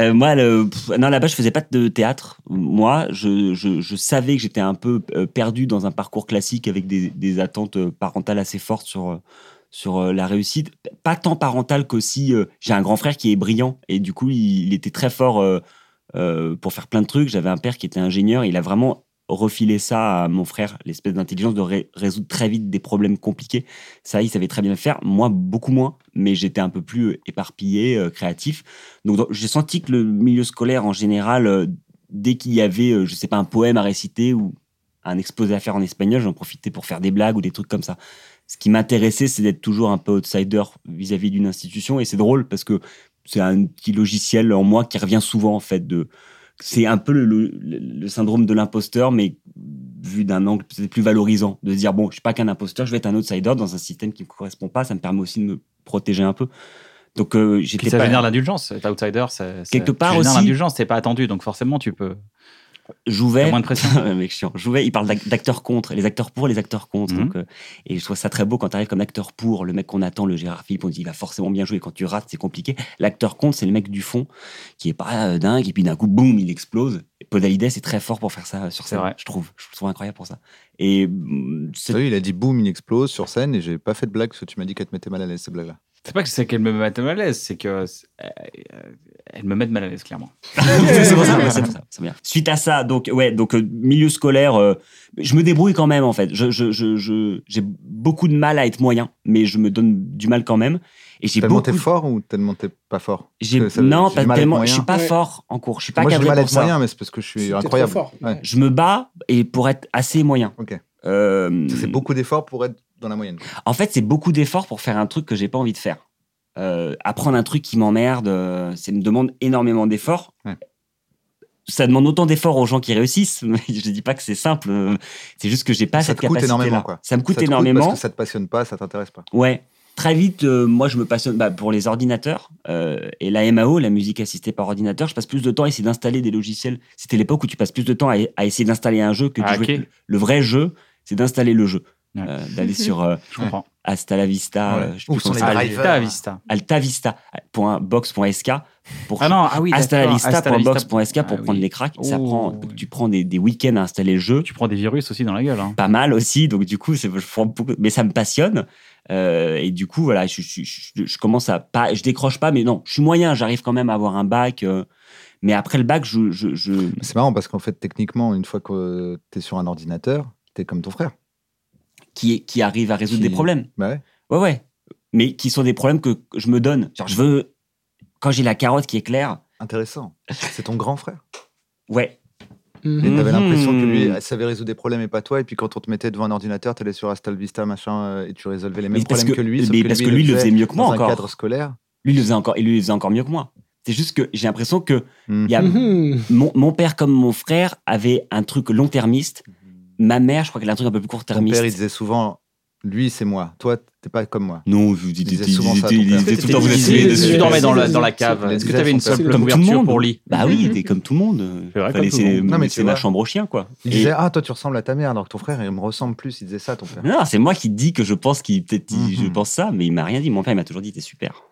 Euh, moi, le- pff, non, là-bas, je faisais pas de théâtre. Moi, je, je- je savais que j'étais un peu euh, perdu dans un parcours classique avec des, des attentes euh, parentales assez fortes sur, euh, sur euh, la réussite. Pas tant parentale qu'aussi, euh, j'ai un grand frère qui est brillant et du coup, il, il était très fort euh, euh, pour faire plein de trucs. J'avais un père qui était ingénieur. Il a vraiment refilé ça à mon frère, l'espèce d'intelligence de ré- résoudre très vite des problèmes compliqués. Ça, il savait très bien le faire. Moi, beaucoup moins, mais j'étais un peu plus euh, éparpillé, euh, créatif. Donc, dans- j'ai senti que le milieu scolaire, en général, euh, dès qu'il y avait, euh, je sais pas, un poème à réciter ou un exposé à faire en espagnol, j'en profitais pour faire des blagues ou des trucs comme ça. Ce qui m'intéressait, c'est d'être toujours un peu outsider vis-à-vis d'une institution. Et c'est drôle parce que c'est un petit logiciel en moi qui revient souvent, en fait, de. C'est un peu le, le- le syndrome de l'imposteur, mais vu d'un angle peut-être plus valorisant, de se dire bon, je suis pas qu'un imposteur, je vais être un outsider dans un système qui me correspond pas. Ça me permet aussi de me protéger un peu. Donc euh, j'étais
Puis ça
pas-
génère l'indulgence. Être outsider, ça, ça-
Quelque part
tu génères
aussi-
l'indulgence, c'est pas attendu, donc forcément tu peux.
Jouvet.
T'as moins de pression.
mec chiant. Jouvet, il parle d'ac- d'acteurs contre, les acteurs pour, les acteurs contre.
Mhm.
donc, euh, et je trouve ça très beau quand tu arrives comme acteur pour, le mec qu'on attend, le Gérard Philippe, on dit il va forcément bien jouer. Quand tu rates, c'est compliqué. L'acteur contre, c'est le mec du fond qui est pas euh, dingue, et puis d'un coup, boum, il explose. Et Podalides est très fort pour faire ça euh, sur scène, je trouve. Je le trouve incroyable pour ça. Et mm,
T'as vu, il a dit boum, il explose sur scène et j'ai pas fait de blague parce que tu m'as dit qu'elle te mettait mal à l'aise ces blagues-là.
C'est pas que c'est qu'elle me mette mal à l'aise, c'est que euh, elle me met mal à l'aise clairement.
c'est pour ça, ouais, c'est pour ça, c'est bien. Suite à ça, donc ouais, donc euh, milieu scolaire, euh, je me débrouille quand même en fait. Je je je je- j'ai beaucoup de mal à être moyen, mais je me donne du mal quand même. Et j'ai
Tellement
beaucoup.
t'es fort ou tellement t'es pas fort
J'ai-
Parce que ça-
non,
j'ai
pas
du mal à être
tellement.
moyen.
Je suis pas fort en cours. Je suis pas
Moi, j'ai du
cadré
mal à
pour
être
ça.
moyen, mais c'est parce que je suis incroyable. Ouais.
Je me bats et pour être assez moyen.
Ok.
c'est
beaucoup d'efforts pour être dans la moyenne.
En fait, c'est beaucoup d'efforts pour faire un truc que j'ai pas envie de faire. Euh, apprendre un truc qui m'emmerde, euh, ça me demande énormément d'efforts. Ça demande autant d'efforts aux gens qui réussissent. mais Je dis pas que c'est simple. euh, C'est juste que j'ai pas
Ça
cette
te coûte
capacité
énormément, quoi.
Ça me coûte
te
énormément.
parce que ça te passionne pas, ça t'intéresse pas.
Ouais. Très vite, euh, moi, je me passionne bah, pour les ordinateurs euh, et la MAO, la musique assistée par ordinateur. Je passe plus de temps à essayer d'installer des logiciels. C'était l'époque où tu passes plus de temps à, à essayer d'installer un jeu que de
Ah,
jouer.
ok.
Le vrai jeu, c'est d'installer le jeu. Euh, D'aller sur euh,
Je comprends.
Hasta la Vista.
Ouais.
euh, je sais
Où
plus
sont
comment
les
ça s'appelle.
drivers Alta Vista.
Alta Vista. point box point SK Pour
Ah non, ah oui,
Hasta la
d'accord.
Vista.
Hasta la
point
Vista.
box point SK pour
Ah
prendre
oui.
les cracks. Ça
Oh,
prend, Tu prends des, des week-ends à installer le jeu.
Tu prends des virus aussi dans la gueule. hein.
pas mal aussi. Donc, du coup, c'est- je prends beaucoup- mais ça me passionne. Euh, et du coup, voilà, je, je- je- je commence à pas, je décroche pas, mais non, je suis moyen, j'arrive quand même à avoir un bac. euh, mais après le bac, je. je, je...
C'est marrant parce qu'en fait, techniquement, une fois que tu es sur un ordinateur, tu es comme ton frère.
Qui, qui arrive à résoudre
Qui-
des problèmes.
Bah ouais.
Ouais, ouais. Mais qui sont des problèmes que que je me donne. Genre, je veux. Quand j'ai la carotte qui est claire.
Intéressant. C'est ton grand frère.
Ouais.
Et t'avais
Mhm.
l'impression que lui elle savait résoudre des problèmes et pas toi. Et puis quand on te mettait devant un ordinateur, t'allais sur Astal Vista, machin, euh, et tu résolvais les mêmes
Mais parce
problèmes que,
que-
lui. sauf
mais parce que lui, il le faisait mieux que moi
dans
encore.
un cadre scolaire.
Lui, il le faisait encore, il le faisait encore mieux que moi. C'est juste que j'ai l'impression que il
Hmm.
y a,
Mhm.
mon, mon père comme mon frère avait un truc long-termiste. Ma mère, je crois qu'elle a un truc un peu plus
Ton
court-termiste.
Mhm. père, il disait souvent, lui, c'est moi. Toi, t'es pas comme moi.
Non, vous
il
dites
disait souvent ça. à ton
il
père.
disait tout le temps vous laissez dessus.
Tu dormais dans la- dans la cave. Est-ce que t'avais une simple
Comme tout le
couverture
monde.
pour lit
Bah oui, t'es comme tout le monde.
vrai,
Fallait
comme tout le
laisser-
monde. Non, mais
laisser
tu
ma
vois.
chambre au chien, quoi.
Il
Et-
disait, ah, toi, tu ressembles à ta mère, alors que ton frère, il me ressemble plus. Il disait ça, ton frère.
Non, c'est moi qui dis que je pense qu'il peut-être il- je pense ça, mais il m'a rien dit. Mon père il m'a toujours dit t'es super.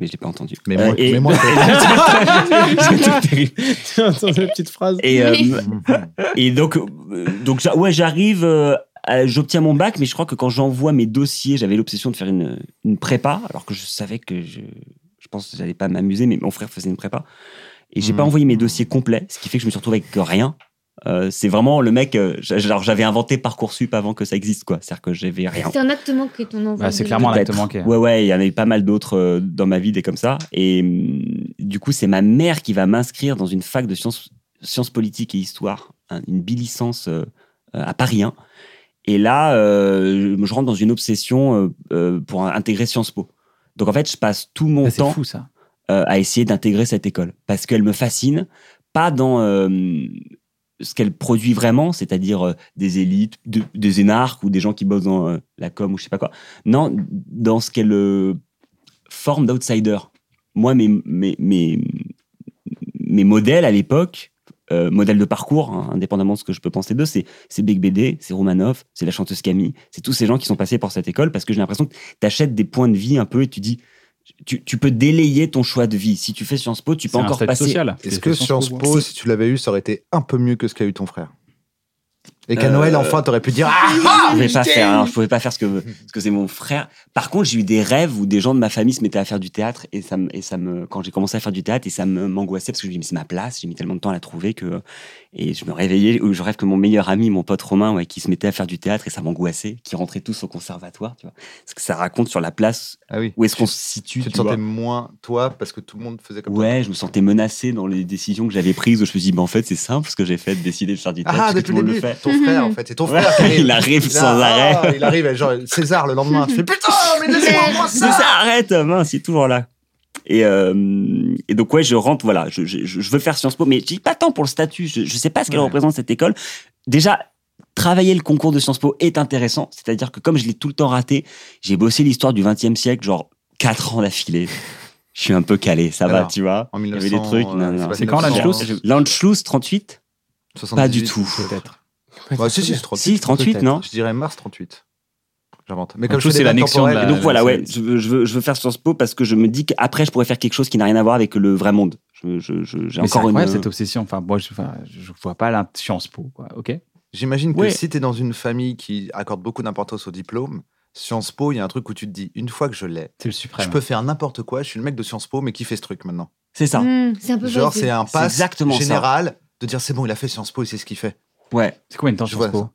Mais je l'ai pas entendu.
Mmh. Mais
Euh,
moi- mais moi, Attends, la petite phrase.
Et, euh,
Mmh.
et donc, euh, donc j'a- ouais, j'arrive, euh, à- j'obtiens mon bac, mais je crois que quand j'envoie mes dossiers, j'avais l'obsession de faire une, une prépa, alors que je savais que je, je pense que j'allais pas m'amuser, mais mon frère faisait une prépa. Et j'ai pas envoyé mes dossiers complets, ce qui fait que je me suis retrouvé avec rien. Euh, c'est vraiment le mec, euh, j'a- genre j'avais inventé Parcoursup avant que ça existe, quoi. C'est-à-dire que j'avais rien.
C'est un acte manqué ton envoi.
Bah, c'est
de-
clairement un acte
Peut-être.
manqué. Ouais, ouais, il y en a eu pas mal d'autres euh, dans ma vie, des comme ça. Et hum, du coup, c'est ma mère qui va m'inscrire dans une fac de sciences, sciences politiques et histoire, hein, une bilicence euh, euh, à Paris 1. Et là, euh, je- je rentre dans une obsession euh, euh, pour intégrer Sciences Po. Donc en fait, je passe tout mon temps
Ah, fou, ça.
euh, à essayer d'intégrer cette école parce qu'elle me fascine, pas dans euh, ce qu'elle produit vraiment, c'est-à-dire euh, des élites, de- des énarques ou des gens qui bossent dans euh, la com ou je sais pas quoi. Non, dans ce qu'elle euh, forme d'outsider. Moi, mes, mes, mes, mes modèles à l'époque, euh, modèles de parcours, hein, indépendamment de ce que je peux penser d'eux, c'est c'est Big BD, c'est Romanov, c'est la chanteuse Camille, c'est tous ces gens qui sont passés par cette école parce que j'ai l'impression que tu achètes des points de vie un peu et tu dis tu, tu peux délayer ton choix de vie. Si tu fais Sciences Po, tu peux
C'est un
encore
statut
passer.
social. Est-ce que Sciences Po, si tu l'avais eu, ça aurait été un peu mieux que ce qu'a eu ton frère Et qu'à
Euh,
Noël, enfin, t'aurais pu dire Ah, ah
je pouvais pas
j'étais-
faire. alors, je pouvais pas faire ce que ce que c'est mon frère. Par contre, j'ai eu des rêves où des gens de ma famille se mettaient à faire du théâtre et ça me et ça me quand j'ai commencé à faire du théâtre et ça me m'angoissait parce que je me dis mais c'est ma place. J'ai mis tellement de temps à la trouver que et je me réveillais où je rêve que mon meilleur ami, mon pote Romain, ouais, qui se mettait à faire du théâtre et ça m'angoissait, qui rentrait tous au conservatoire, tu vois. Ce que ça raconte sur la place. Où est-ce qu'on se situe
ah Tu te
tu vois.
sentais moins toi parce que tout le monde faisait comme toi.
Ouais, je me sentais menacé dans les décisions que j'avais prises où je me suis dit, bah, en fait, c'est simple ce que j'ai fait de décider de faire du théâtre.
Ah,
parce que
depuis
tout
le
monde
début.
fait.
Ton frère, en fait. C'est ton
Ouais,
frère. qui
il arrive
Il
sans
a- ah,
arrêt.
Il arrive, genre César le lendemain. Tu fais putain, mais laissez-moi moi
Mais ça
ça
arrête, mince, il est toujours là. Et, euh, et donc, ouais, je rentre, voilà, je, je- je veux faire Sciences Po, mais je dis pas tant pour le statut, je, je sais pas ce qu'elle
Ouais.
représente cette école. Déjà, travailler le concours de Sciences Po est intéressant, c'est-à-dire que comme je l'ai tout le temps raté, j'ai bossé l'histoire du 20e siècle, genre 4 ans d'affilée. Je suis un peu calé, ça va,
Alors,
tu vois.
en
Il y avait des
1900,
trucs.
euh,
non, non,
c'est
non.
pas C'est quand, 1900? l'Anschluss
L'Anschluss, 38 Pas du tout.
Peut-être. Ouais, Bah, si, si, c'est 38.
Si, 38,
peut-être.
non
Je dirais mars 38. J'invente. Mais
En
comme je
tout,
fais
c'est
des dates
l'annexion de
temporelles-
la-
Ah,
Donc voilà, ouais, je veux, je veux- je veux faire Sciences Po parce que je me dis qu'après, je pourrais faire quelque chose qui n'a rien à voir avec le vrai monde. Je- je- je- J'ai
Mais c'est
encore une.
incroyable cette obsession. Enfin, moi, je, enfin, je vois pas la Sciences Po, quoi. Ok.
J'imagine que
Ouais.
si t'es dans une famille qui accorde beaucoup d'importance au diplôme, Sciences Po, il y a un truc où tu te dis, une fois que je l'ai, je peux faire n'importe quoi, je suis le mec de Sciences Po, mais qui fait ce truc maintenant.
C'est ça.
Hmm, c'est un peu
Genre,
vague.
c'est un pass
exactement ça.
général de dire, c'est bon, il a fait Sciences Po, il sait ce qu'il fait.
Ouais.
C'est combien de temps
Je
Sciences
vois
Po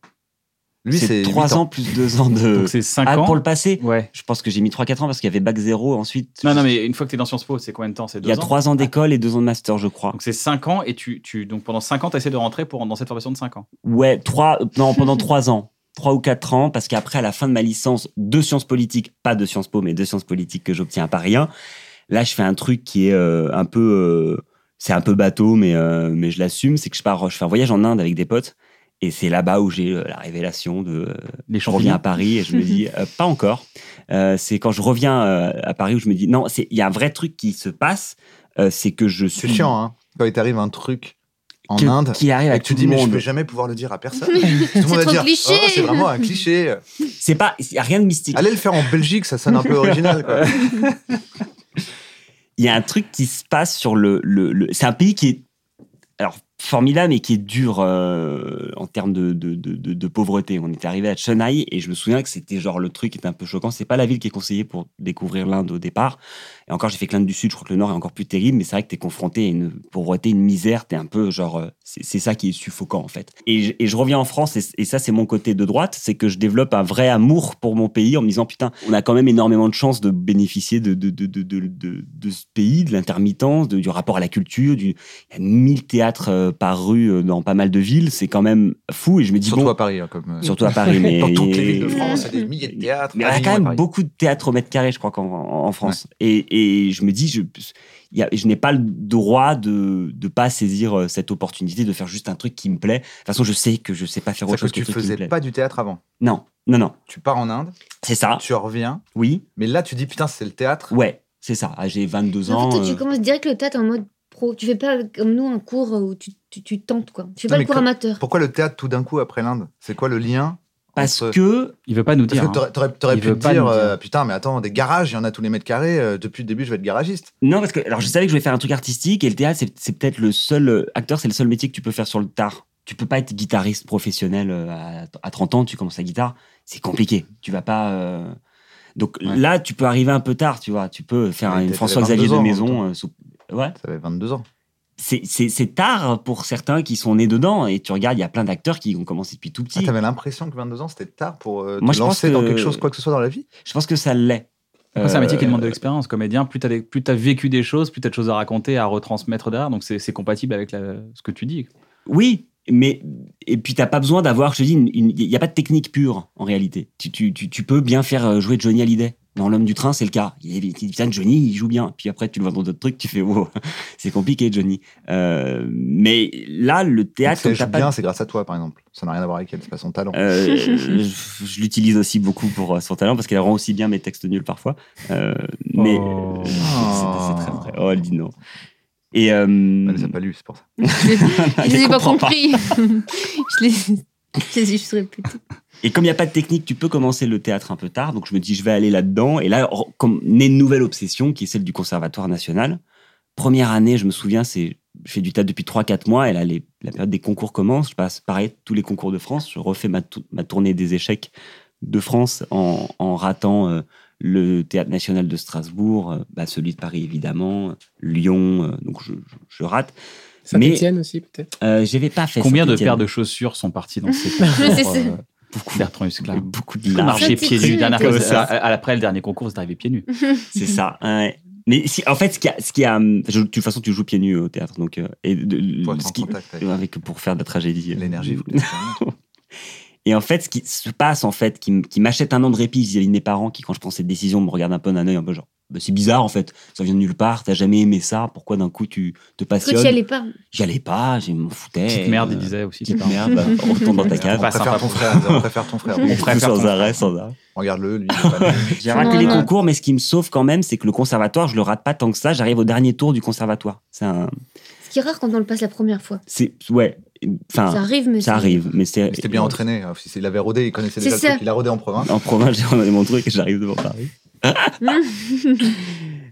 Lui, c'est huit
3 ans.
ans.
plus 2 ans de.
Donc c'est cinq
Ah,
ans.
Pour le passé
Ouais.
Je pense que j'ai mis 3-4 ans parce qu'il y avait bac 0 ensuite.
Non, non, mais une fois que tu es dans Sciences Po, c'est combien de temps C'est
Il y a 3 ans d'école et 2 ans de master, je crois.
Donc c'est 5 ans et tu, tu donc pendant 5 ans, tu essaies de rentrer pour dans cette formation de 5 ans.
Ouais, trois, non, pendant trois ans. Trois ou quatre ans, parce qu'après, à la fin de ma licence de sciences politiques, pas de Sciences Po, mais de sciences politiques que j'obtiens à Paris 1, là, je fais un truc qui est euh, un peu. euh, c'est un peu bateau, mais, euh, mais je l'assume. C'est que je pars, je fais un voyage en Inde avec des potes, et c'est là-bas où j'ai euh, la révélation de. euh,
Les
je reviens à Paris et je me dis, euh, pas encore. Euh, c'est quand je reviens euh, à Paris où je me dis, non, c'est- il y a un vrai truc qui se passe, euh, c'est que je suis.
C'est chiant, hein, quand il t'arrive un truc en
Que-
Inde
qui arrive à
et que tu
tout
dis,
le
mais je
monde.
vais jamais pouvoir le dire à personne. Tout le monde va
trop
dire,
cliché.
Oh, c'est vraiment un cliché.
C'est pas, il n'y a rien de mystique.
Allez le faire en Belgique, ça sonne un peu original. Quoi.
il y a un truc qui se passe sur le. le, le- c'est un pays qui est. Alors, formidable, mais qui est dur euh, en termes de, de, de- de- de pauvreté. On était arrivé à Chennai et je me souviens que c'était genre le truc qui était un peu choquant. C'est pas la ville qui est conseillée pour découvrir l'Inde au départ. Et encore, j'ai fait que l'Inde du Sud, je crois que le Nord est encore plus terrible, mais c'est vrai que t'es confronté à une pauvreté, une misère. T'es un peu genre. euh, C'est c'est ça qui est suffocant en fait. Et je, et je reviens en France et, c- et ça, c'est mon côté de droite, c'est que je développe un vrai amour pour mon pays en me disant putain, on a quand même énormément de chance de bénéficier de, de, de, de, de, de- de ce pays, de l'intermittence, de- du rapport à la culture. Du... Il y a 1000 théâtres euh, par rue euh, dans pas mal de villes, c'est quand même fou. Et je me dis
Surtout
bon.
à Paris. hein, comme, euh,
Surtout à Paris, mais.
Dans toutes les villes de France, il y a des milliers de théâtres.
Mais on a
Avignon et
quand même
Paris.
beaucoup de théâtre au mètre carré, je crois, qu'en- en, en France. Et, et je me dis, je, il y a- je n'ai pas le droit de ne pas saisir euh, cette opportunité de faire juste un truc qui me plaît. De toute façon, je sais que je ne sais pas faire autre
C'est-à-dire
chose
que tu
le truc qui
faisais
me plaît.
pas du théâtre avant.
Non, non, non.
Tu pars en Inde,
C'est ça.
tu reviens,
Oui.
mais là tu dis putain, c'est le théâtre.
Ouais, c'est ça. Ah, J'ai 22
Mais en
ans.
fait, toi,
euh,
tu commences direct le théâtre en mode pro. Tu fais pas comme nous un cours où tu, tu, tu tentes, quoi. Tu fais
Non,
pas
mais
le cours
co-
amateur.
Pourquoi le théâtre tout d'un coup après l'Inde C'est quoi le lien
Parce
entre-
que.
Il veut pas nous
Parce
hein.
dire. hein.
que t'aurais- t'aurais t'aurais
Il
pu
veut
te
pas
dire,
nous dire.
euh, putain, mais attends, des garages, il y en a tous les mètres carrés, euh, depuis le début je vais être garagiste.
Non, parce que alors je savais que je voulais faire un truc artistique et le théâtre, c'est- c'est peut-être le seul euh, acteur, c'est le seul métier que tu peux faire sur le tard. Tu peux pas être guitariste professionnel euh, à, à 30 ans, tu commences la guitare, c'est compliqué. Tu vas pas. euh, Donc là, tu peux arriver un peu tard, tu vois. Tu peux faire
Ouais,
une
t'avais 22
François-Xavier de
ans en
Maison.
même
euh, sous- Ouais.
Ça avait 22 ans.
C'est- C'est c'est tard pour certains qui sont nés dedans et tu regardes, il y a plein d'acteurs qui ont commencé depuis tout
Ah,
petit.
T'avais l'impression que 22 ans c'était tard pour euh,
Moi,
te
je pense
lancer dans
que-
quelque chose, quoi que ce soit dans la vie
je pense que ça l'est.
Après, c'est un métier qui
Euh,
demande de l'expérience. Comédien, plus t'as des- plus t'as vécu des choses, plus t'as de choses à raconter, à retransmettre d'art. Donc c'est c'est compatible avec la- ce que tu dis.
Oui, mais et puis t'as pas besoin d'avoir, je te dis, il n'y a pas de technique pure en réalité. Tu, tu, tu, tu peux bien faire euh, jouer Johnny Hallyday. Dans L'homme du train, c'est le cas. Il est il- putain, Johnny, il joue bien. Puis après, tu le vois dans d'autres trucs, tu fais wow, c'est compliqué Johnny. Euh, mais là, le
Donc,
théâtre,
si
comme
elle
t'as
joue
pas
bien, c'est grâce à toi par exemple. Ça n'a rien à voir avec elle, c'est pas son talent.
euh, je je l'utilise aussi beaucoup pour euh, son talent parce qu'elle rend aussi bien mes textes nuls parfois. Euh, mais
Oh.
c'est c'est très vrai. Oh, elle dit non. Et, euh, elle
les a pas lus, c'est pour ça.
Je les ai pas compris. Je les- Jésus, je serais petite.
Et comme il n'y a pas de technique, tu peux commencer le théâtre un peu tard. Donc je me dis, je vais aller là-dedans. Et là, re- comme naît une nouvelle obsession qui est celle du Conservatoire national. Première année, je me souviens, c'est je fais du théâtre depuis 3-4 mois. Et là, les- la période des concours commence. Je passe, pareil, tous les concours de France. Je refais ma, tou- ma tournée des échecs de France en, en ratant euh, le théâtre national de Strasbourg, euh, bah, celui de Paris, évidemment, euh, Lyon. euh, donc je, je- je rate. Mais
Saint-Étienne aussi, peut-être.
euh, j'avais pas fait
Combien de
Saint-Étienne.
paires de chaussures sont parties dans ces
Je sais
concours
ça.
euh, Beaucoup. Bertrand Huskla. Beaucoup
de larmes.
marché pieds
Comme
nus. Dernière
euh,
fois, euh,
ça. euh,
à- à- après le dernier concours, vous êtes arrivé pieds nus.
C'est ça. ouais. Mais si, en fait, ce qui a, ce qui a, hum, je- de toute façon, tu joues pieds nus au théâtre, donc euh, et de,
Pour être
ce
en
qui-
contact avec-
pour faire de la tragédie.
L'énergie, faut
Et en fait, ce qui se passe, en fait, qui, m- qui m'achète un an de répit vis-à-vis de mes parents, qui, quand je prends cette décision, me regardent un peu d'un œil, un peu genre, Bah, c'est bizarre, en fait, ça vient de nulle part, t'as jamais aimé ça, pourquoi d'un coup tu te
Parce
passionnes
que tu y allais pas.
J'y allais pas, je m'en foutais.
Petite merde,
euh,
il disait aussi.
Petite
tes parents.
merde, bah, retourne dans ta cave.
On préfère ton frère, on préfère ton frère.
On préfère
ton
sans
frère.
arrêt, sans arrêt.
Regarde-le, lui. il a pas de-
J'ai raté les concours, mais ce qui me sauve quand même, c'est que le conservatoire, je le rate pas tant que ça. J'arrive au dernier tour du conservatoire. C'est un,
Ce qui est rare quand on le passe la première fois.
c'est ouais, enfin,
Ça arrive, mais c'est-
Ah, ça arrive, mais c'est.
C'était bien entraîné. hein. Il avait rodé, il connaissait
C'est
déjà
ça.
le truc. Il a rodé en province.
En province, j'ai demandé mon truc et j'arrive devant Paris.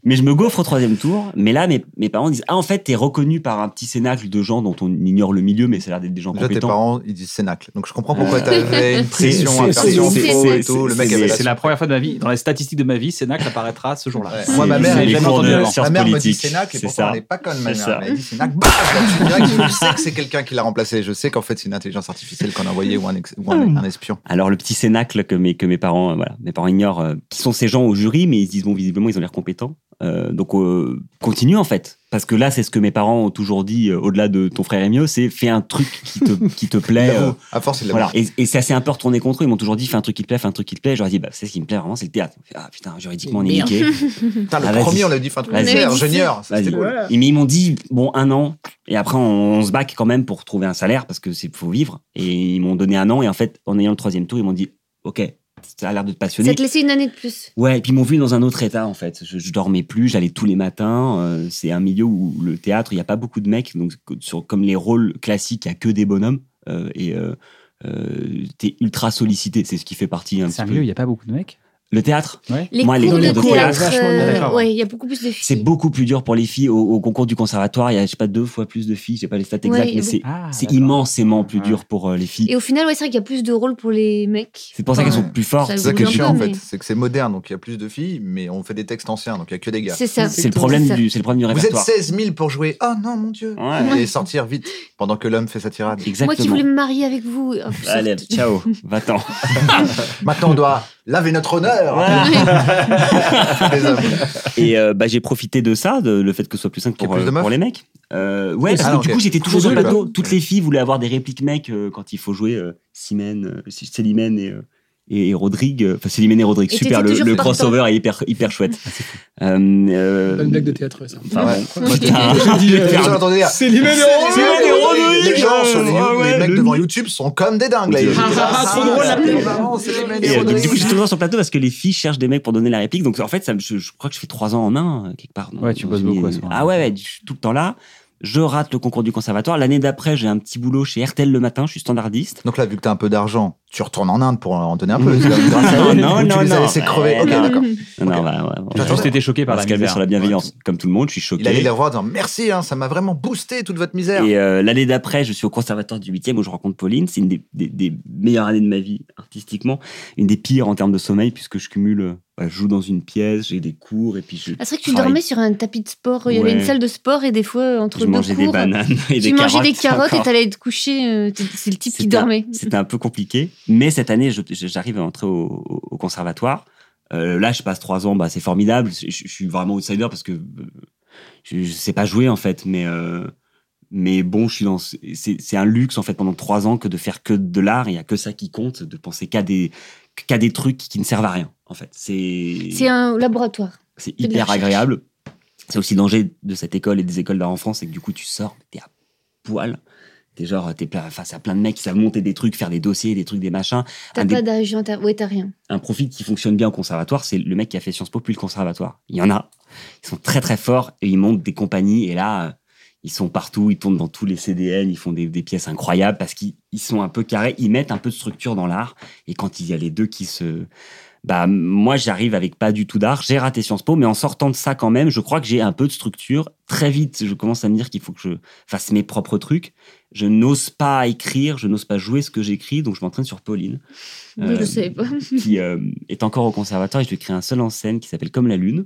Mais je me gaufre au troisième tour. Mais là, mes, mes parents disent Ah, en fait, t'es reconnu par un petit cénacle de gens dont on ignore le milieu, mais ça a l'air d'être des gens
Déjà, tes
compétents.
parents, ils disent Cénacle. Donc, je comprends pourquoi
Euh,
t'avais une
c'est-
pression
c'est-
à faire
c'est-
des
c'est-
infos et
c'est-
tout. Le mec
c'est-
avait la
C'est la première fois de ma vie. Dans les statistiques de ma vie, Cénacle apparaîtra ce jour-là.
Ouais. Moi, ma mère,
C'est
elle
les
m'a jamais
cours
entendu
de
la
sciences
science Ma mère me dit
politiques.
Sénac, et
C'est
pourtant
ça.
elle n'est pas conne, ma
C'est ça.
mère. Elle m'a dit Sénac, bam là-dessus, direct, Je sais que c'est quelqu'un qui l'a remplacé. Je sais qu'en fait, c'est une intelligence artificielle qu'on a envoyée ou un, ex- ou un- un espion.
Alors le petit cénacle que mes, que mes parents euh, voilà, mes parents ignorent euh, qui sont ces gens au jury mais ils se disent bon visiblement ils ont l'air compétents Euh, donc euh, continue en fait parce que là c'est ce que mes parents ont toujours dit euh, au-delà de ton frère est mieux c'est fais un truc qui te, qui te plaît
Bravo.
euh,
À force, il l'a
voilà et, et c'est assez un peu retourné contre eux ils m'ont toujours dit fais un truc qui te plaît fais un truc qui te plaît je leur ai dit bah c'est ce qui me plaît vraiment c'est le théâtre ah putain juridiquement on est
Merde.
niqué
Putain, le
Ah, vas-y.
premier, on l'a dit, fin de
Vas-y.
premier, ingénieur. ça, C'était
Vas-y.
cool.
Et mais ils m'ont dit, bon, un an, et après, on, on se bac quand même pour trouver un salaire parce que c'est faut vivre. Et ils m'ont donné un an, et en fait, en ayant le troisième tour, ils m'ont dit, ok, ça a l'air de te passionner.
Ça te laissait une année de plus.
Ouais, et puis ils m'ont vu dans un autre état en fait. Je, je dormais plus, j'allais tous les matins. euh, c'est un milieu où le théâtre, il n'y a pas beaucoup de mecs, donc co- sur, comme les rôles classiques, il n'y a que des bonhommes. euh, et euh, euh, t'es ultra sollicité, c'est ce qui fait partie un
C'est
petit
un
peu.
milieu, il n'y a pas beaucoup de mecs.
Le théâtre
Ouais.
Les
Moi, les
cours
cours de
de théâtre,
théâtre,
euh,
vachement.
ouais, il y a beaucoup plus de filles.
C'est beaucoup plus dur pour les filles. Au, au concours du conservatoire, il y a, je sais pas, deux fois plus de filles. J'ai pas les stats exactes,
Ouais,
mais
bon.
c'est
Ah,
c'est
d'accord.
immensément plus dur pour euh, les filles.
Et au final, ouais, c'est vrai qu'il y a plus de rôles pour les mecs.
C'est pour ça qu'elles
Enfin,
sont plus fortes.
ça
C'est ça qui est
évolue un peu,
chiant en
mais-
fait, c'est que c'est moderne, donc il y a plus de filles, mais on fait des textes anciens, donc il y a que des gars.
C'est ça.
C'est le problème
ça.
du, c'est le problème du
Vous êtes
répertoire.
16 000 pour jouer. Oh non, mon Dieu.
Ouais.
Et sortir vite pendant que l'homme fait sa tirade.
Moi qui
Exactement.
voulais me marier avec vous. oh, putain.
Allez, ciao, va-t'en.
Maintenant, on doit laver notre honneur. Les hommes.
Et euh, bah, j'ai profité de ça, de, le fait que ce soit plus simple
Qu'il y ait
pour,
plus
euh,
de meufs
pour les mecs. Euh, ouais, parce
Ah,
que
ok.
du coup, j'étais toujours
J'ai
sur le
eu peur.
plateau. Toutes les filles voulaient avoir des répliques mecs euh, quand il faut jouer euh, Simen, euh, Célimène et, euh, et, et Rodrigue. euh, Enfin, Célimène et Rodrigue,
Et
super. Le,
t'étais toujours
le
partant. Ah,
crossover est hyper, hyper chouette. Euh, euh,
Bonne blague de théâtre, ça.
enfin,
Ouais.
bon,
euh,
putain.
Les gens ah, l'entendaient dire,
C'est l'image
C'est les
de
Rodrigue.
Les gens sur les,
Ouais,
You- les
ouais,
mecs
le
devant
mythe.
YouTube sont comme des dingues. Là.
Ah,
Ils étaient
ah,
là,
ah,
ça,
trop drôle,
ça,
la
c'est
pub.
marrant, c'est les mecs
Et,
des
euh, donc, du coup, j'étais
Rodrigue.
toujours sur le plateau parce que les filles cherchent des mecs pour donner la réplique. Donc, en fait, ça, me- je, je crois que je fais trois ans en un, euh, quelque part. non
Ouais, tu bosses
Donc,
beaucoup
euh,
à ce moment-là.
Ah ouais, ouais, je suis tout le temps là. Je rate le concours du conservatoire. L'année d'après, j'ai un petit boulot chez RTL le matin. Je suis standardiste.
Donc là, vu que t'as un peu d'argent, tu retournes en Inde pour en donner un peu.
Non, non,
Tu
non,
les as
non.
laissés crever.
Ouais,
Ok,
Ah,
non.
d'accord.
Non, non, bah, ouais,
J'ai
ouais.
J'attends-
juste été choqué
On
par
va
la
se calmer
misère.
sur la bienveillance. Comme tout le monde, je suis choqué.
Il allait les revoir en disant merci, hein, ça m'a vraiment boosté toute votre misère.
Et euh, l'année d'après, je suis au conservatoire du 8e où je rencontre Pauline. C'est une des, des- des meilleures années de ma vie artistiquement, une des pires en termes de sommeil puisque je cumule, euh, bah, je joue dans une pièce, j'ai des cours et puis je.
Ah, c'est vrai que tu
travaille.
dormais sur un tapis de sport. Il y avait
Ouais.
une salle de sport et des fois, euh, entre
Je
deux
mangeais
cours,
des bananes et des
tu mangeais
carottes.
des carottes et
encore.
t'allais te coucher. euh, t'es- C'est le type qui
C'était un-
dormait.
C'était un peu compliqué, mais cette année, je- je- j'arrive à entrer au, au- au conservatoire. Euh, là, je passe trois ans, bah, c'est formidable. Je, je- je suis vraiment outsider parce que euh, je, je sais pas jouer en fait, mais euh, mais bon, je suis dans. ce- C'est c'est un luxe en fait pendant trois ans que de faire que de l'art. Il y a que ça qui compte, de penser qu'à des qu'à des trucs qui ne servent à rien en fait.
C'est un laboratoire.
C'est
de la
hyper
recherche.
agréable. C'est aussi le danger de cette école et des écoles d'art en France, c'est que du coup, tu sors, mais t'es à poil. T'es genre, t'es plein- face à plein de mecs qui savent monter des trucs, faire des dossiers, des trucs, des machins.
T'as
Un des-
pas d'argent, t'as ouais, t'as rien.
un profil qui fonctionne bien au conservatoire, c'est le mec qui a fait Sciences Po puis le conservatoire. Il y en a. Ils sont très très forts et ils montent des compagnies. Et là, euh, Ils sont partout, ils tournent dans tous les CDN, ils font des, des pièces incroyables parce qu'ils ils sont un peu carrés, ils mettent un peu de structure dans l'art. Et quand il y a les deux qui se... Bah, moi, j'arrive avec pas du tout d'art. J'ai raté Sciences Po, mais en sortant de ça quand même, je crois que j'ai un peu de structure. Très vite, je commence à me dire qu'il faut que je fasse mes propres trucs. Je n'ose pas écrire, je n'ose pas jouer ce que j'écris, donc je m'entraîne sur Pauline. Euh,
Oui, je sais pas.
qui euh, est encore au conservatoire et je lui crée un seul en scène qui s'appelle Comme la Lune,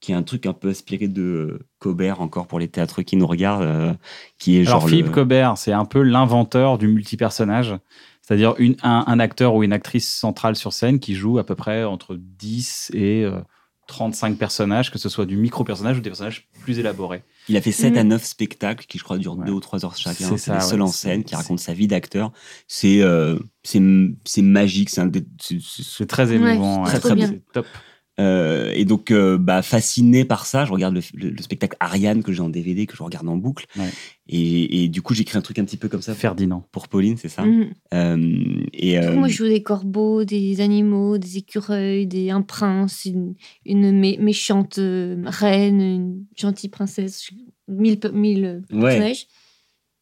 qui est un truc un peu aspiré de euh, Cobert encore pour les théâtres qui nous regardent, euh, qui est
Alors,
genre.
Philippe
le-
Cobert, c'est un peu l'inventeur du multipersonnage, c'est-à-dire une- un, un acteur ou une actrice centrale sur scène qui joue à peu près entre 10 et euh, 35 personnages, que ce soit du micro-personnage ou des personnages plus élaborés.
Il a fait 7
Mm.
à 9 spectacles qui, je crois, durent 2 ou 3 heures chacun.
C'est
C'est
ça,
le seul
ouais.
en scène qui raconte sa vie d'acteur. C'est euh, c'est c'est magique, c'est un des- c'est- c'est-
C'est très émouvant,
très,
ouais.
très
Trop bien.
beau.
top.
Euh, et donc, euh, bah, fasciné par ça, je regarde le, le- le spectacle Ariane que j'ai en DVD, que je regarde en boucle.
Ouais.
Et, et du coup, j'écris un truc un petit peu comme ça.
Ferdinand.
Pour Pauline, c'est ça.
Mhm.
Euh, et, euh,
Moi, je joue des corbeaux, des animaux, des écureuils, des, un prince, une, une mé- méchante euh, reine, une gentille princesse, je- mille, pe- mille euh,
Ouais.
personnages.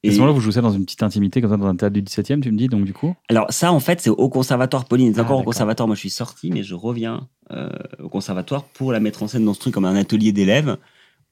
Et à ce moment-là, vous jouez ça dans une petite intimité, comme ça, dans un théâtre du 17 e tu me dis, donc du coup
Alors ça, en fait, c'est au conservatoire. Pauline
Ah,
est encore au conservatoire. Moi, je suis sorti, mais je reviens euh, au conservatoire pour la mettre en scène dans ce truc comme un atelier d'élèves.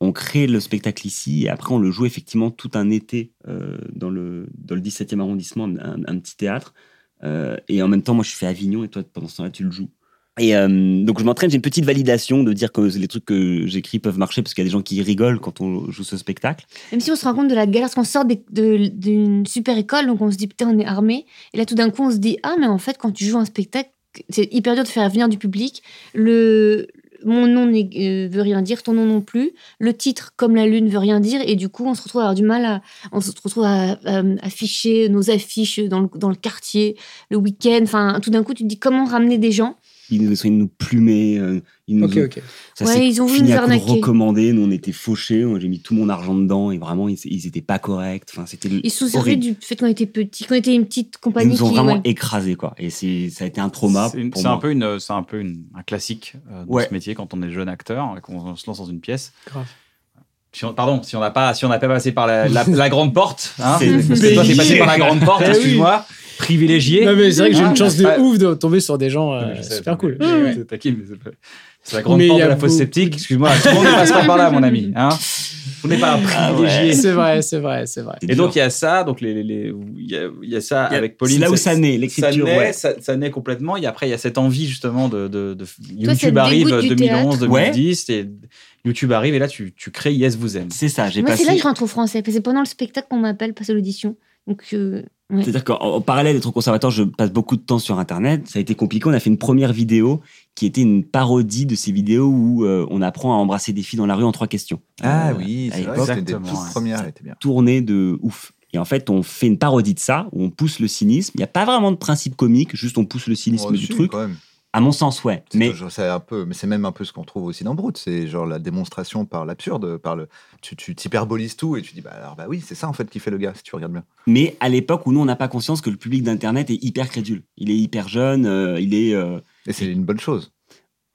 On crée le spectacle ici et après on le joue effectivement tout un été euh, dans, le, dans le 17e arrondissement, un, un petit théâtre. Euh, et en même temps, moi, je fais Avignon et toi, pendant ce temps-là, tu le joues. Et euh, donc, je m'entraîne, j'ai une petite validation de dire que les trucs que j'écris peuvent marcher parce qu'il y a des gens qui rigolent quand on joue ce spectacle.
Même si on se rend compte de la galère, parce qu'on sort des- de- d'une super école, donc on se dit putain, on est armé. Et là, tout d'un coup, on se dit ah, mais en fait, quand tu joues un spectacle, c'est hyper dur de faire venir du public. Le mon nom n'est- euh, veut rien dire, ton nom non plus. Le titre, comme la lune, veut rien dire. Et du coup, on se retrouve à avoir du mal à, on se retrouve à, à afficher nos affiches dans le, dans le quartier, le week-end. Enfin, tout d'un coup, tu te dis comment ramener des gens.
Ils nous essayent de nous plumer. euh, ils nous
Ok,
ont-
ok.
Ça
Ouais,
s'est
ils ont voulu
fini
nous
à coup de
arnaquer.
recommander. Nous, on était fauchés. Moi, J'ai mis tout mon argent dedans et vraiment, ils, ils étaient pas corrects. Enfin, c'était
Ils se sont servis
horrible.
du fait qu'on était petits, qu'on était une petite
Ils
compagnie
nous ont
qui.
vraiment
ouais.
écrasés, quoi. Et c'est- ça a été un trauma
C'est une-
pour
c'est un
moi.
peu une, euh, c'est un peu une- un classique euh, de
Ouais.
ce métier quand on est jeune acteur, et qu'on se lance dans une pièce.
Grave.
Si on- pardon, si on n'a pas, si on n'a pas passé par la, la- la grande porte, hein,
C'est-
parce que toi t'es passé par la grande porte,
Eh oui.
excuse-moi, privilégié.
Non, mais c'est vrai que j'ai
Ah,
une chance de
pas-
ouf de tomber sur des gens euh,
je sais,
super cool.
je- je- C'est taquine, mais c'est pas- c'est la grande
Mais
porte
il y
de
a
la fosse
beaucoup-
sceptique, excuse-moi, tout le monde ne passe pas par là, mon ami. hein. on n'est pas un
Ah
privilégié.
C'est vrai, c'est vrai, c'est vrai.
Et donc il y a ça, donc les, les- les- il y, a- il y a ça
Il y a-
avec Pauline.
c'est là où ça naît, l'écriture,
Ça naît,
ouais.
ça, ça naît complètement. Et après il y a cette envie justement de, de- de-
Toi, ça
YouTube
te
arrive
dégoûte du
2011,
théâtre. Ouais.
2010 et YouTube arrive et là tu, tu crées Yes vous aime.
C'est ça, j'ai
Moi,
passé.
c'est là que je rentre au français. parce que C'est pendant le spectacle qu'on m'appelle passer l'audition. Donc, euh, ouais.
C'est-à-dire qu'en en parallèle d'être au conservatoire, je passe beaucoup de temps sur Internet. Ça a été compliqué. On a fait une première vidéo qui était une parodie de ces vidéos où euh, on apprend à embrasser des filles dans la rue en trois questions.
Ah
Euh,
oui,
à
c'est vrai,
l'époque,
c'était des toutes premières, elle était bien.
tournée de ouf. Et en fait, on fait une parodie de ça, où on pousse le cynisme. Il n'y a pas vraiment de principe comique, juste on pousse le cynisme
Oh,
du
si,
truc.
quand même.
À mon sens, ouais.
C'est toujours- c'est un peu, mais c'est même un peu ce qu'on trouve aussi dans Brut. C'est genre la démonstration par l'absurde, par le, tu, tu t'hyperbolises tout et tu dis bah alors bah oui, c'est ça en fait qui fait le gars si tu regardes bien.
Mais à l'époque où nous, on n'a pas conscience que le public d'Internet est hyper crédule. Il est hyper jeune, euh, il est.
et c'est une bonne chose.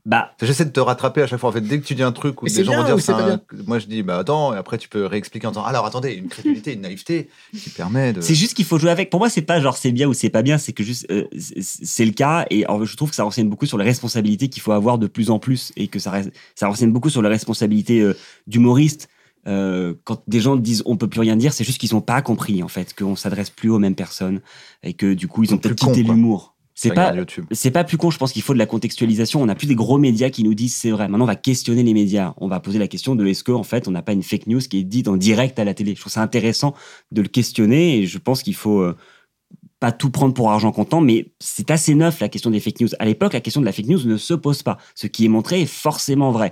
Bah,
j'essaie de te rattraper à chaque fois. En fait, dès que tu dis un truc où
Et
des
c'est
gens
bien
vont dire
ou
c'est
c'est pas
un- moi je dis bah attends, et après tu peux réexpliquer en disant alors attendez, une crédulité, une naïveté qui permet de.
C'est juste qu'il faut jouer avec. Pour moi, c'est pas genre c'est bien ou c'est pas bien, c'est que juste euh, c'est- c'est le cas. Et en- je trouve que ça renseigne beaucoup sur les responsabilités qu'il faut avoir de plus en plus et que ça, res- ça renseigne beaucoup sur les responsabilités euh, d'humoristes. Euh, quand des gens disent on peut plus rien dire, c'est juste qu'ils ont pas compris en fait qu'on s'adresse plus aux mêmes personnes et que du coup ils ont
Plus
peut-être quitté
con, quoi.
l'humour. C'est
Ça
pas
regarde YouTube.
c'est pas plus con. Je pense qu'il faut de la contextualisation. On n'a plus des gros médias qui nous disent c'est vrai. Maintenant, on va questionner les médias. On va poser la question de est-ce que en fait on n'a pas une fake news qui est dite en direct à la télé. Je trouve ça intéressant de le questionner et je pense qu'il faut euh, pas tout prendre pour argent comptant, mais c'est assez neuf la question des fake news. À l'époque, la question de la fake news ne se pose pas. Ce qui est montré est forcément vrai.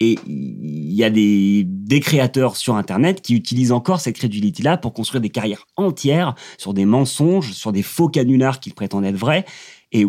Et il y a des, des créateurs sur Internet qui utilisent encore cette crédulité-là pour construire des carrières entières sur des mensonges, sur des faux canulars qu'ils prétendent être vrais. Et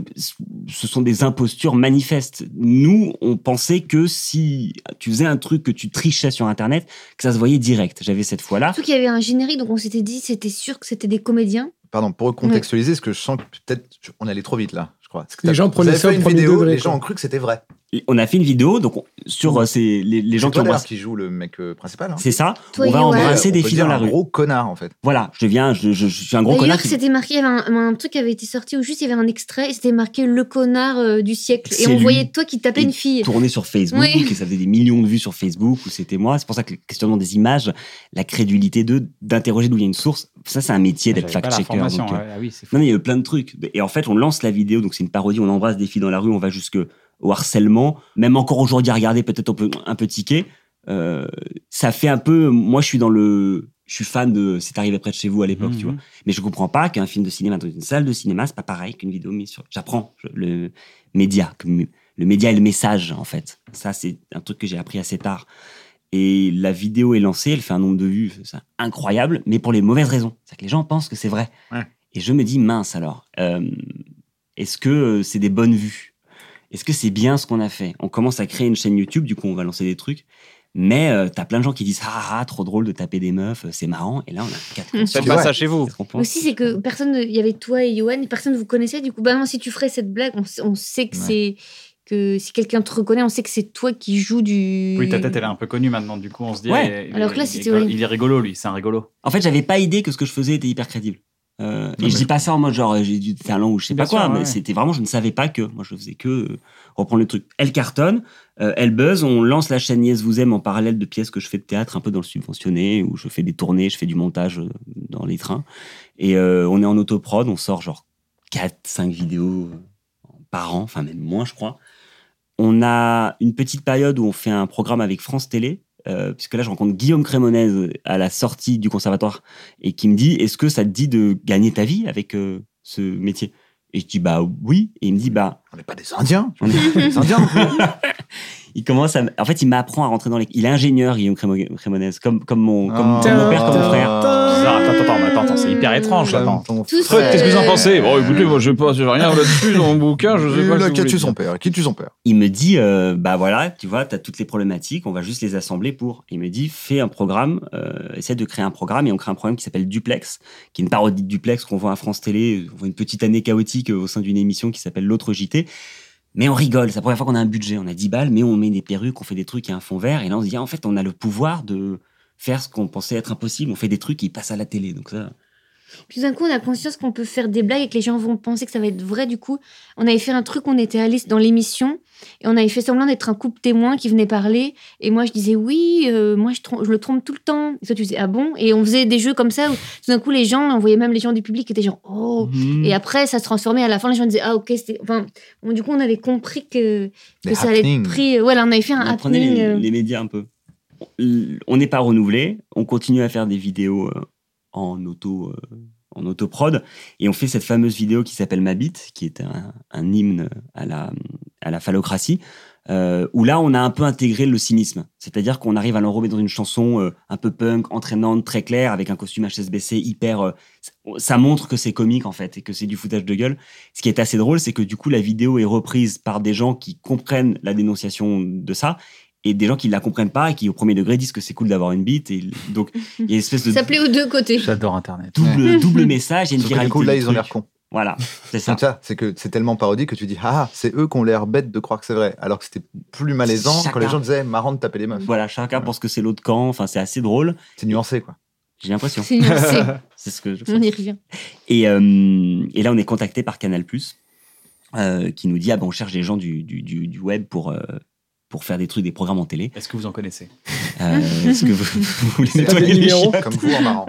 ce sont des impostures manifestes. Nous, on pensait que si tu faisais un truc, que tu trichais sur Internet, que ça se voyait direct. J'avais cette fois-là.
Surtout qu'il y avait un générique, donc on s'était dit, c'était sûr que c'était des comédiens.
Pardon, pour contextualiser, ce que je sens que peut-être on allait trop vite là, je crois. C'est que
Les
t'as-
gens
vous
prenaient
avez
ça
fait
au
une
premier
vidéo,
degré,
les
quoi.
gens ont cru que c'était vrai.
on a fait une vidéo donc on- sur euh, ces- les, les gens
C'est
qui
toi, d'ailleurs,
embrassent.
qui joue le mec euh, principal. hein.
C'est ça.
Toi,
on va
Yoann.
embrasser
On
des
peut
filles
dire
dans la
un
rue.
gros connard en fait.
Voilà, je deviens, je, je- je suis un gros
D'ailleurs,
connard. qui-
c'était marqué, il y avait un, un truc qui avait été sorti où juste il y avait un extrait et c'était marqué le connard euh, du siècle. Et
C'est
on
lui.
voyait toi qui tapais une fille.
tourné sur Facebook
Oui.
et ça faisait des millions de vues sur Facebook où c'était moi. C'est pour ça que le questionnement des images, la crédulité de d'interroger d'où il y a une source, ça c'est un métier d'être
Ah, J'avais pas
fact-checker.
l'information,
donc, euh,
ouais, ah oui, c'est fou.
non, mais il y a eu plein de trucs. Et en fait, on lance la vidéo, donc c'est une parodie, on embrasse des filles dans la rue, on va jusque au harcèlement. Même encore aujourd'hui à regarder, peut-être on peut un peu tiquer. Euh, ça fait un peu. Moi, je suis dans le. Je suis fan de C'est arrivé près de chez vous à l'époque,
Mhm.
tu vois. Mais je comprends pas qu'un film de cinéma dans une salle de cinéma, c'est pas pareil qu'une vidéo mise sur. J'apprends je- le média, que m- le média et le message en fait. Ça, c'est un truc que j'ai appris assez tard. Et la vidéo est lancée, elle fait un nombre de vues c'est incroyable, mais pour les mauvaises raisons. C'est que les gens pensent que c'est vrai. Et je me dis mince alors, euh, est-ce que euh, c'est des bonnes vues Est-ce que c'est bien ce qu'on a fait On commence à créer une chaîne YouTube, du coup on va lancer des trucs. Mais euh, t'as plein de gens qui disent ah, ah trop drôle de taper des meufs, euh, c'est marrant. Et là on a quatre.
Faites
consciences.
pas
Ouais.
ça
chez vous.
Qu'est-ce qu'on pense
Aussi, c'est que personne, ne- il y avait toi et Johan, et personne ne vous connaissait. Du coup, bah non, si tu ferais cette blague, on, s- on sait que
Ouais.
c'est que si quelqu'un te reconnaît, on sait que c'est toi qui joues du.
Oui, ta tête, elle est un peu connue maintenant. Du coup, on se dit.
Ouais.
eh,
Alors que là,
il-
c'était
il,
horrible.
il est rigolo, lui. C'est un rigolo.
En fait, j'avais pas idée que ce que je faisais était hyper crédible. Euh,
mais
et je
je-
dis pas ça en mode genre euh, j'ai du talent ou je sais
Bien
pas quoi,
sûr, ouais.
mais c'était vraiment, je ne savais pas que. Moi, je faisais que euh, reprendre le truc. Elle cartonne, euh, elle buzz, on lance la chaîne Yes Vous Aime en parallèle de pièces que je fais de théâtre un peu dans le subventionné, où je fais des tournées, je fais du montage euh, dans les trains. Et euh, on est en autoprod, on sort genre 4-5 vidéos euh, par an, enfin même moins, je crois. On a une petite période où on fait un programme avec France Télé, euh, puisque là, je rencontre Guillaume Crémonez à la sortie du conservatoire et qui me dit Est-ce que ça te dit de gagner ta vie avec euh, ce métier Et je dis Bah oui. Et il me dit Bah.
On n'est pas des Indiens.
On est
des Indiens. non plus.
il commence à. m- En fait, il m'apprend à rentrer dans les. Il est ingénieur, Guillaume Crémo- Crémonez, comme, comme, mon, comme,
Ah.
comme mon père, comme mon frère.
Bizarre, Attends, attends, attends, mais attends, attends, c'est hyper étrange. là, Attends.
Tous,
Fred, qu'est-ce que vous en
euh,
pensez
Oh,
Bon, écoutez, moi, je sais pas, j'ai rien là-dessus dans mon bouquin, je sais pas.
Là,
ce que
qui
vous
tue
voulez
son père Qui tue son père
il me dit euh, bah voilà tu vois tu as toutes les problématiques on va juste les assembler pour il me dit fais un programme euh, essaie de créer un programme et on crée un programme qui s'appelle Duplex qui est une parodie de Duplex qu'on voit à France Télé on voit une petite année chaotique euh, au sein d'une émission qui s'appelle l'autre JT mais on rigole c'est la première fois qu'on a un budget on a 10 balles mais on met des perruques on fait des trucs et un fond vert et là on se dit ah, en fait on a le pouvoir de faire ce qu'on pensait être impossible on fait des trucs qui passent à la télé donc ça
Puis tout d'un coup, on a conscience qu'on peut faire des blagues et que les gens vont penser que ça va être vrai. Du coup, on avait fait un truc, on était allés dans l'émission et on avait fait semblant d'être un couple témoin qui venait parler. Et moi, je disais oui, euh, moi, je, trom- je le trompe tout le temps. Et toi, tu disais ah bon Et on faisait des jeux comme ça où tout d'un coup, les gens, on voyait même les gens du public qui étaient genre oh. Et après, ça se transformait. À la fin, les gens disaient ah ok, c'était. Enfin, bon, du coup, on avait compris que,
Des
que ça allait être
happenings.
pris. Voilà, on avait fait un
on apprenait
happening.
les,
euh,
les médias un peu. On n'est pas renouvelé, on continue à faire des vidéos euh, en auto euh, en autoprod et on fait cette fameuse vidéo qui s'appelle Ma bite, qui est un, un hymne à la à la phallocratie. euh, où là, on a un peu intégré le cynisme. C'est-à-dire qu'on arrive à l'enrober dans une chanson euh, un peu punk, entraînante, très claire, avec un costume HSBC hyper. euh, ça montre que c'est comique, en fait, et que c'est du foutage de gueule. Ce qui est assez drôle, c'est que du coup, la vidéo est reprise par des gens qui comprennent la dénonciation de ça, et des gens qui ne la comprennent pas et qui au premier degré disent que c'est cool d'avoir une bite et donc il y a une espèce de
Ça plaît aux deux côtés.
J'adore Internet.
double, double message et une
Sauf que
viralité
du coup,
du
là, ils ont
truc.
l'air cons.
voilà c'est ça
C'est ça, c'est que c'est tellement parodique que tu dis ah c'est eux qui ont l'air bêtes de croire que c'est vrai, alors que c'était plus malaisant quand
Chacun.
les gens disaient marrant de taper les meufs.
voilà chacun pense que c'est l'autre camp enfin c'est assez drôle
C'est nuancé quoi.
j'ai l'impression
C'est nuancé.
c'est ce que je
Mhm.
on y revient.
Et, euh, et là, on est contacté par Canal euh, qui nous dit ah ben on cherche des gens du, du, du, du web pour euh, pour faire des trucs, des programmes en télé.
Est-ce que vous en connaissez
Euh,
Mhm.
Est-ce que vous, vous voulez
C'est pas
nettoyer
des
les
numéros
chiottes
comme vous en marrant.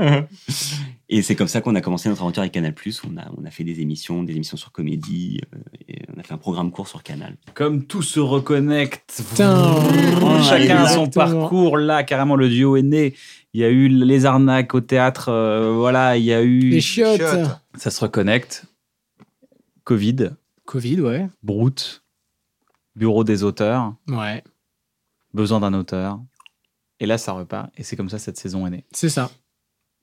Et c'est comme ça qu'on a commencé notre aventure avec Canal On a on a fait des émissions, des émissions sur comédie. euh, et on a fait un programme court sur Canal.
Comme tout se reconnecte,
Putain.
chacun a son
Exactement.
parcours. Là, carrément, le duo est né. Il y a eu les arnaques au théâtre. euh, voilà, il y a eu.
Les chiottes.
Chiottes.
Ça se reconnecte. Covid,
Covid, ouais.
Brute, Bureau des auteurs,
Ouais,
Besoin d'un auteur. Et là, ça repart. Et c'est comme ça cette saison est née.
c'est ça.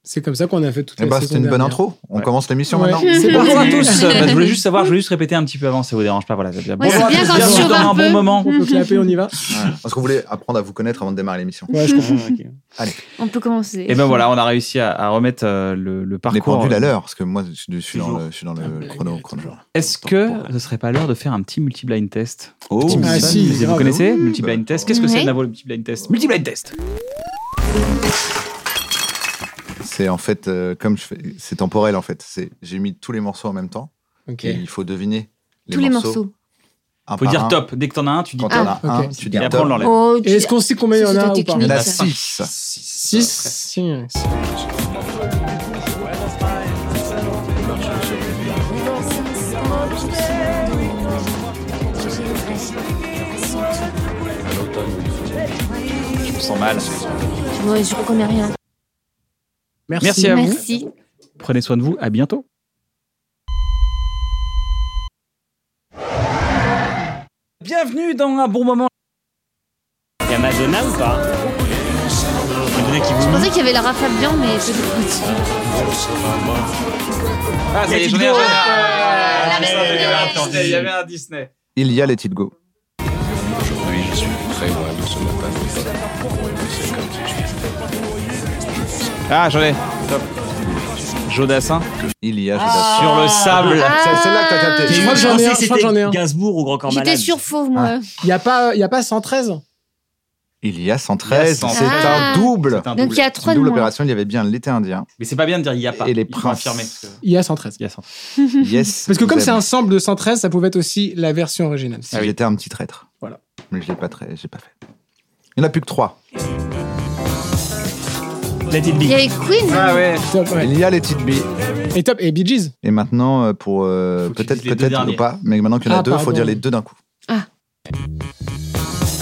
C'est comme ça qu'on a fait toute
Eh
la
ben,
saison
c'était une bonne
dernière.
intro. On commence l'émission
Ouais.
maintenant.
C'est
Bonjour à
parti.
tous. Bah, je voulais juste savoir, je voulais juste répéter un petit peu avant, ça vous dérange pas. Voilà, déjà. Bonjour
c'est
à
bien
tous,
quand
bienvenue
tu
dans
vas
un
un
bon
peu.
moment.
On peut clapper, on y va.
Parce qu'on voulait apprendre à vous connaître avant de démarrer l'émission.
Ouais, je comprends.
Allez,
On peut commencer.
Et ben voilà, on a réussi à, à remettre euh, le, le
les
parcours.
pendules à l'heure, parce que moi, je suis- je suis dans le, je suis dans le chrono. chrono.
Est-ce que ce serait pas l'heure de faire un petit multi-blind test
Oh.
Petit
Ah
blind
si,
test, Vous
grave.
connaissez
Oui.
Multi-blind test. Qu'est-ce que
Oui.
c'est, Navo, le multi-blind test Multi-blind test
C'est en fait, euh, comme je fais, c'est temporel en fait. C'est, j'ai mis tous les morceaux en même temps.
Ok.
Et il faut deviner les
Tous les morceaux.
un
Faut
par
dire
un.
top. Dès que t'en as un, tu dis
Quand
top.
t'en as
Ah,
un,
ok.
tu
Et
dis
après,
top.
on l'enlève.
Oh,
Et Est-ce qu'on sait combien il y en a ou pas
Il y en a
Six.
6.
6
Je me sens mal.
Ouais, je reconnais rien.
Merci.
Merci à vous.
Merci.
Prenez soin de vous. À bientôt. Bienvenue dans un bon moment.
Y'a Madonna ou pas Madonna qui
Je
vous
pensais qu'il y avait Lara Fabian, mais je le
Ah, ça y est, j'en ai un, j'en ai un. J'en ai un, j'en ai un. Ah, Eh, Il y avait un Disney.
Il y a les It Go.
Ah, j'en ai. hein. Top. Jodassin.
Il y a. Jodassin.
Sur le sable.
C'est celle-là que t'as
Ah.
capté.
Je crois que j'en ai un, je crois que j'en ai un.
Gainsbourg ou Grand Corps
J'étais
Malade
sur fauve, moi.
Il n'y a, pas- il y a pas 113
Il y a 113.
Il y a
C'est
113.
un double.
C'est un Ah,
Donc
double.
il y a
Une
trois de
double
moins.
opération. Il y avait bien l'été indien.
Mais c'est pas bien de dire il y a pas.
Et les
Il faut
princes.
affirmer, parce que-
Il y a 113.
Il y a ça.
Yes.
Parce que
vous
comme c'est
avez-
un sample de 113, ça pouvait être aussi la version originale.
Ah
Si j'étais un petit traître.
Voilà.
Mais je l'ai pas très, j'ai pas fait. Il n'y en a plus que trois.
Let it
Il y
be.
avait Queen.
Ah ouais.
Top, ouais.
Il y a les petites billes.
Et top, et Bee Gees.
Et maintenant, euh, pour euh,
Faut que tu
peut-être,
dises les deux
peut-être
derniers.
ou pas, mais maintenant qu'il y en a
Ah,
deux, il faut
pardon.
dire les deux d'un coup.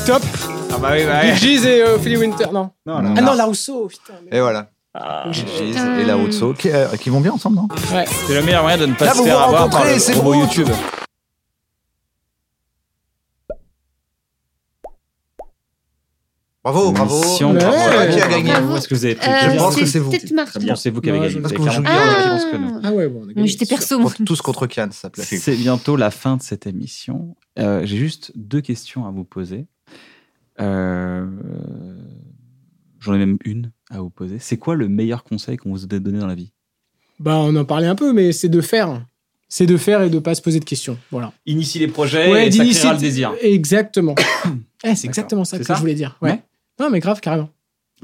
Top,
Ah bah oui, bah
Bee Gees et euh, Ophélie Winter. Non.
Non,
Ah non, la Rousseau, putain. mais-
Et voilà.
Ah.
Gilles et la Rousseau, qui, euh, qui vont bien ensemble, non
Ouais.
C'est le meilleur moyen de ne pas
Là,
se
vous
faire
vous
avoir par
rencontrez,
le
c'est
robot
bon.
YouTube.
Bravo, bravo.
Mission.
Ouais.
Bravo,
Ouais.
Qui a gagné
Bravo.
Est-ce que vous avez pris
Euh,
Je pense que c'est vous.
Peut-être Martin.
Très bien, c'est vous qui avez
Non,
gagné.
je-
Vous
parce
avez
que
41
vous jouez
je
Ah,
pense que non.
Ah ouais, bon, on a
Moi,
gagné.
j'étais perso. moi.
Contre- Tous contre Kian, ça plaît.
C'est bientôt la fin de cette émission. Euh, J'ai juste deux questions à vous poser. Euh, J'en ai même une à vous poser. C'est quoi le meilleur conseil qu'on vous a donné dans la vie
Bah, on en parlait un peu, mais c'est de faire. C'est de faire et de pas se poser de questions. Voilà.
Initie les projets et ça
d'initier-
créera le désir.
Exactement. Eh, c'est
D'accord.
exactement ça
C'est
que
ça
je voulais dire. Ouais.
Ouais.
Non, mais grave, carrément.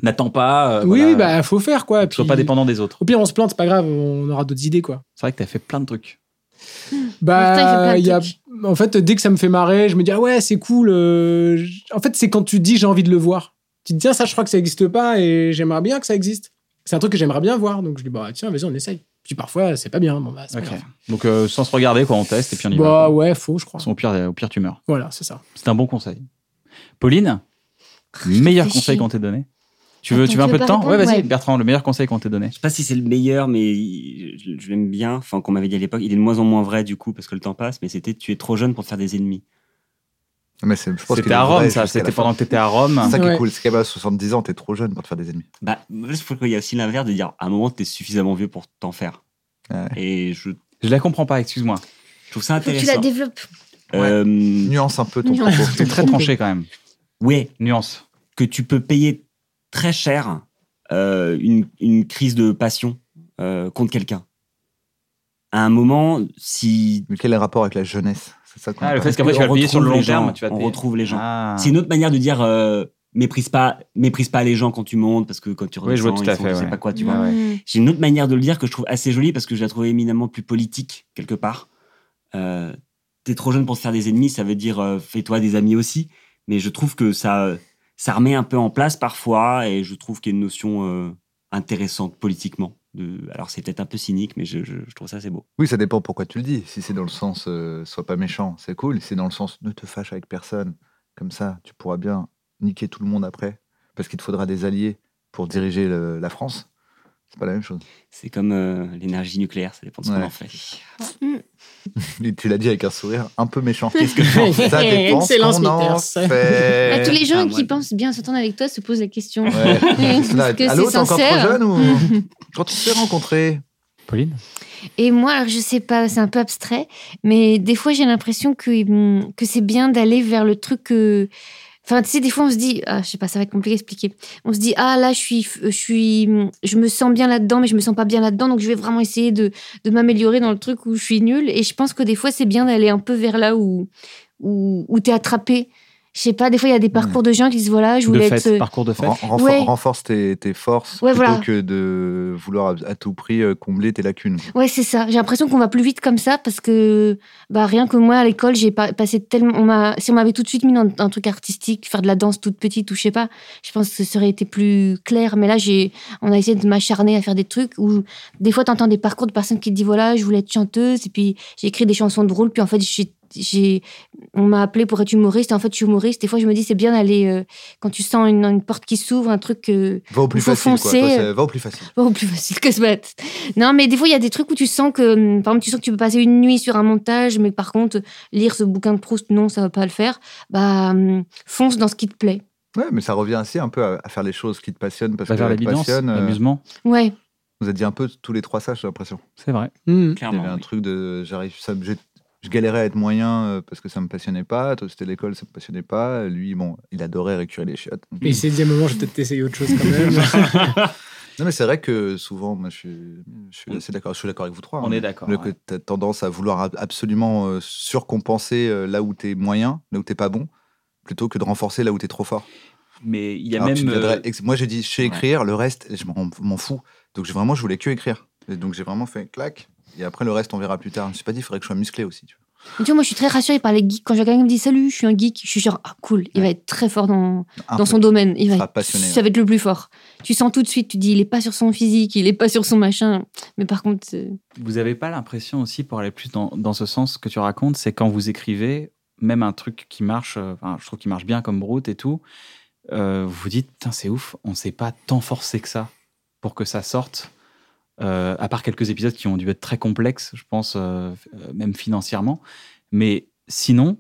N'attends pas. euh,
oui,
voilà,
oui, bah, faut faire, quoi.
ne
Puis,
Sois pas dépendant des autres.
Au pire, on se plante, c'est pas grave, on aura d'autres idées, quoi.
C'est vrai que tu as fait plein de trucs.
Bah,
Martin, il fait plein de
y a- en fait, dès que ça me fait marrer, je me dis, ah ouais, c'est cool. euh, j- En fait, c'est quand tu dis, j'ai envie de le voir. Tu te dis, tiens, ça, je crois que ça n'existe pas et j'aimerais bien que ça existe. C'est un truc que j'aimerais bien voir. Donc, je dis, bah, tiens, vas-y, on essaye. Puis parfois, c'est pas bien. Bon, bah, c'est pas
Ok.
grave.
Donc euh, sans se regarder, quoi, on teste et puis on y va.
Bah,
quoi.
ouais, faux, je crois.
Au pire, euh, au pire, tu meurs.
Voilà, c'est ça.
C'est un bon conseil. Pauline, meilleur conseil qu'on t'ait donné Tu veux,
Attends,
tu veux un
tu
peu
veux
de
pas
temps Ouais,
répondre
vas-y,
Ouais.
Bertrand, le meilleur conseil qu'on t'ait donné.
Je sais pas si c'est le meilleur, mais je, je l'aime bien. Enfin, qu'on m'avait dit à l'époque, il est de moins en moins vrai du coup parce que le temps passe. Mais c'était tu es trop jeune pour te faire des ennemis.
Mais c'est, je pense qu'il
C'était
est
à Rome,
vrai
ça.
jusqu'à la
C'était
fin.
pendant que t'étais à Rome.
C'est ça qui
Ouais.
est cool, c'est qu'à base, 70 ans, t'es trop jeune pour te faire des ennemis.
Bah, je trouve qu'il y a aussi l'inverse de dire à un moment t'es suffisamment vieux pour t'en faire.
Ouais.
Et je
Je la comprends pas, excuse-moi.
trouve ça
Faut que tu la
intéressant.
développes.
Euh,
Nuance un peu ton
Nuance.
propos.
C'était très tranché quand même.
ouais,
Nuance.
que tu peux payer très cher euh, une, une crise de passion euh, contre quelqu'un. À un moment, si
Mais quel est le rapport avec la jeunesse C'est ça qu'on
Ah, le
appelle.
fait qu'après tu
on
vas le payer sur le
retrouve
long
les
terme,
gens,
tu vas te
on
payer.
retrouve les gens.
Ah.
C'est une autre manière de dire euh, méprise pas, méprise pas les gens quand tu montes parce que quand tu
Oui, je vois
redescends,
tout à
ils sont-
fait,
je sais
ouais.
pas quoi, tu
Ouais,
vois.
ouais.
J'ai une autre manière de le dire que je trouve assez jolie parce que je la trouve éminemment plus politique quelque part. Euh, T'es trop jeune pour te faire des ennemis, ça veut dire euh, fais-toi des amis aussi. Mais je trouve que ça, ça remet un peu en place parfois et je trouve qu'il y a une notion euh, intéressante politiquement. De... Alors c'est peut-être un peu cynique, mais je, je- je trouve ça c'est beau.
Oui, ça dépend pourquoi tu le dis. Si c'est dans le sens euh, sois pas méchant, c'est cool. Si c'est dans le sens ne te fâche avec personne, comme ça, tu pourras bien niquer tout le monde après, parce qu'il te faudra des alliés pour diriger le- la France. C'est pas la même chose.
C'est comme euh, l'énergie nucléaire, ça dépend de ce
Ouais.
Mm.
qu'on en fait.
tu l'as dit avec un sourire un peu méchant. Qu'est-ce que
j'en fais
Ça dépend ce
Excellent,
qu'on en
Smithers.
fait.
Ah, tous les
Ah,
gens qui pensent bien s'entendre avec toi se posent la question.
Ouais.
Est-ce
Là,
que
Allô,
c'est
t'es encore trop
sincère
jeune ou quand tu t'es rencontré
Pauline
Et moi, alors, je sais pas, c'est un peu abstrait, mais des fois j'ai l'impression que, hum, que c'est bien d'aller vers le truc que. Enfin, tu sais, des fois on se dit, ah, je sais pas, ça va être compliqué à expliquer. On se dit, ah là, je suis, je suis, hum, je me sens bien là-dedans, mais je me sens pas bien là-dedans, donc je vais vraiment essayer de, de m'améliorer dans le truc où je suis nulle. Et je pense que des fois c'est bien d'aller un peu vers là où, où, où t'es attrapé. Je sais pas, des fois il y a des parcours de gens qui disent, voilà, je
De
voulais
fait,
être. euh,
parcours de fait.
Ren- renfor-
Ouais.
Renforce tes, tes forces
Ouais,
plutôt
voilà.
que de vouloir à, à tout prix euh, combler tes lacunes.
Ouais, c'est ça. J'ai l'impression qu'on va plus vite comme ça parce que bah, rien que moi à l'école, j'ai pas- passé tellement. On m'a- si on m'avait tout de suite mis dans un truc artistique, faire de la danse toute petite ou je sais pas, je pense que ça aurait été plus clair. Mais là, j'ai, on a essayé de m'acharner à faire des trucs où des fois, t'entends des parcours de personnes qui te disent voilà, je voulais être chanteuse et puis j'ai écrit des chansons drôles, puis en fait, j'ai. j'ai- on m'a appelé pour être humoriste et en fait je suis humoriste. Des fois je me dis c'est bien d'aller euh, quand tu sens une, une porte qui s'ouvre, un truc que
Va au plus
faut
facile. Quoi.
foncer.
Toi, c'est- va au plus facile.
Bon, plus facile que se battre. Non, mais des fois, il y a des trucs où tu sens que, hum, par exemple, tu sens que tu peux passer une nuit sur un montage, mais par contre, lire ce bouquin de Proust, non, ça va pas le faire. Bah, hum, fonce dans ce qui te plaît.
Ouais, mais ça revient aussi un peu à, à faire les choses qui te passionnent parce
Va
que
Bah, vers
elles te
l'évidence,
passionnent, euh,
l'amusement.
Ouais.
Vous avez dit un peu tous les trois ça, j'ai l'impression.
C'est vrai.
Hmm.
Il y avait un truc de j'arrive, ça, me- j'ai- je galérais à être moyen euh, parce que ça me passionnait pas. Toi, c'était l'école, ça me passionnait pas. Lui, bon, il adorait récurer les chiottes.
Mais il s'est dit à un moment, je vais peut-être essayer autre chose quand même.
Non, mais c'est vrai que souvent, moi, je suis, je suis assez d'accord. Je suis d'accord avec vous trois.
On est d'accord,
Mais Que
ouais.
tu as tendance à vouloir ab- absolument euh, surcompenser euh, là où tu es moyen, là où tu pas bon, plutôt que de renforcer là où tu es trop fort.
Mais il y a
Alors que Ah, tu
même.
deviendrais
euh,
ex- Moi, j'ai dit, je sais écrire, le reste, je m'en- m'en fous. Donc, j'ai- vraiment, je voulais que écrire. Et donc, j'ai vraiment fait clac. Et après, le reste, on verra plus tard. Je me suis pas dit, il faudrait que je sois musclé aussi. Tu vois.
Mais tu vois, moi, je suis très rassurée par les geeks. Quand quelqu'un me dit salut, je suis un geek, je suis genre, ah, cool, il va être très fort dans,
Un
dans
peu.
son domaine. Il va
sera
être-
passionné,
Ça va être le plus fort. Tu sens tout de suite, tu dis, il est pas sur son physique, il est pas sur son machin. Mais par contre, euh,
Vous n'avez pas l'impression aussi, pour aller plus dans, dans ce sens que tu racontes, c'est quand vous écrivez, même un truc qui marche, euh, enfin, je trouve qu'il marche bien comme Brout et tout, euh, vous vous dites, putain, c'est ouf, on ne s'est pas tant forcé que ça pour que ça sorte. Euh, à part quelques épisodes qui ont dû être très complexes, je pense, euh, euh, même financièrement. Mais sinon,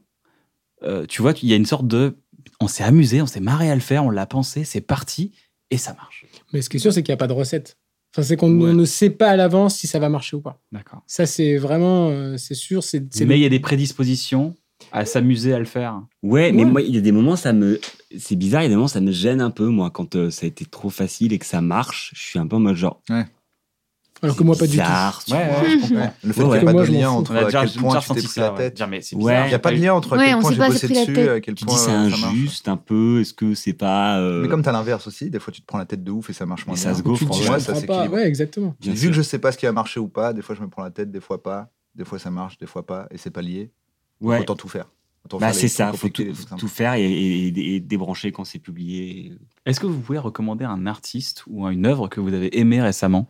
euh, tu vois, il y a une sorte de. On s'est amusé, on s'est marré à le faire, on l'a pensé, c'est parti, et ça marche.
Mais ce qui est sûr, c'est qu'il n'y a pas de recette. Enfin, c'est qu'on on ne sait pas à l'avance si ça va marcher ou pas.
D'accord.
Ça, c'est vraiment, euh, c'est sûr. C'est, c'est-
Mais il y a des prédispositions à s'amuser à le faire.
Ouais, mais
Ouais.
moi, il y a des moments, ça me. C'est bizarre, il y a des moments, ça me gêne un peu, moi, quand euh, ça a été trop facile et que ça marche. Je suis un peu en mode genre.
Alors que moi, pas du tout.
bizarre, tu
Ouais,
vois.
ouais, je comprends.
Le fait qu'il
Ouais,
n'y
ouais.
a pas
Moi,
de
je m'en
lien
fous.
entre
On a
à
déjà
quel
j'ai
point
déjà
tu t'es
ressenti
pris la
ça. ouais.
tête.
Dire, mais c'est
Ouais.
bizarre,
Il n'y
j'ai
a pas de
eu-
lien entre à
Ouais,
quel
on
point
s'est
j'ai
pas
bossé
pris la
dessus,
tête.
à quel
Tu
point
dis, c'est
euh,
un
ça marche.
juste, un peu. Est-ce que c'est pas. euh,
Mais comme t'as l'inverse aussi, des fois tu te prends la tête de ouf et ça marche moins
Et
bien.
ça se gaufre,
Tu te dis,
ouais.
ouais,
Je
ça
comprends pas.
s'équilibre.
Ouais, exactement.
bien
Vu
sûr.
que je sais pas ce qui a marché ou pas, des fois je me prends la tête, des fois pas, des fois ça marche, des fois pas, et c'est pas lié.
Ouais.
Autant tout faire. Autant
Bah,
faire les
c'est
trucs
ça, faut
compliqués,
tout,
les trucs simples.
tout faire et, et- et débrancher quand c'est publié.
Est-ce que vous pouvez recommander un artiste ou une œuvre que vous avez aimée récemment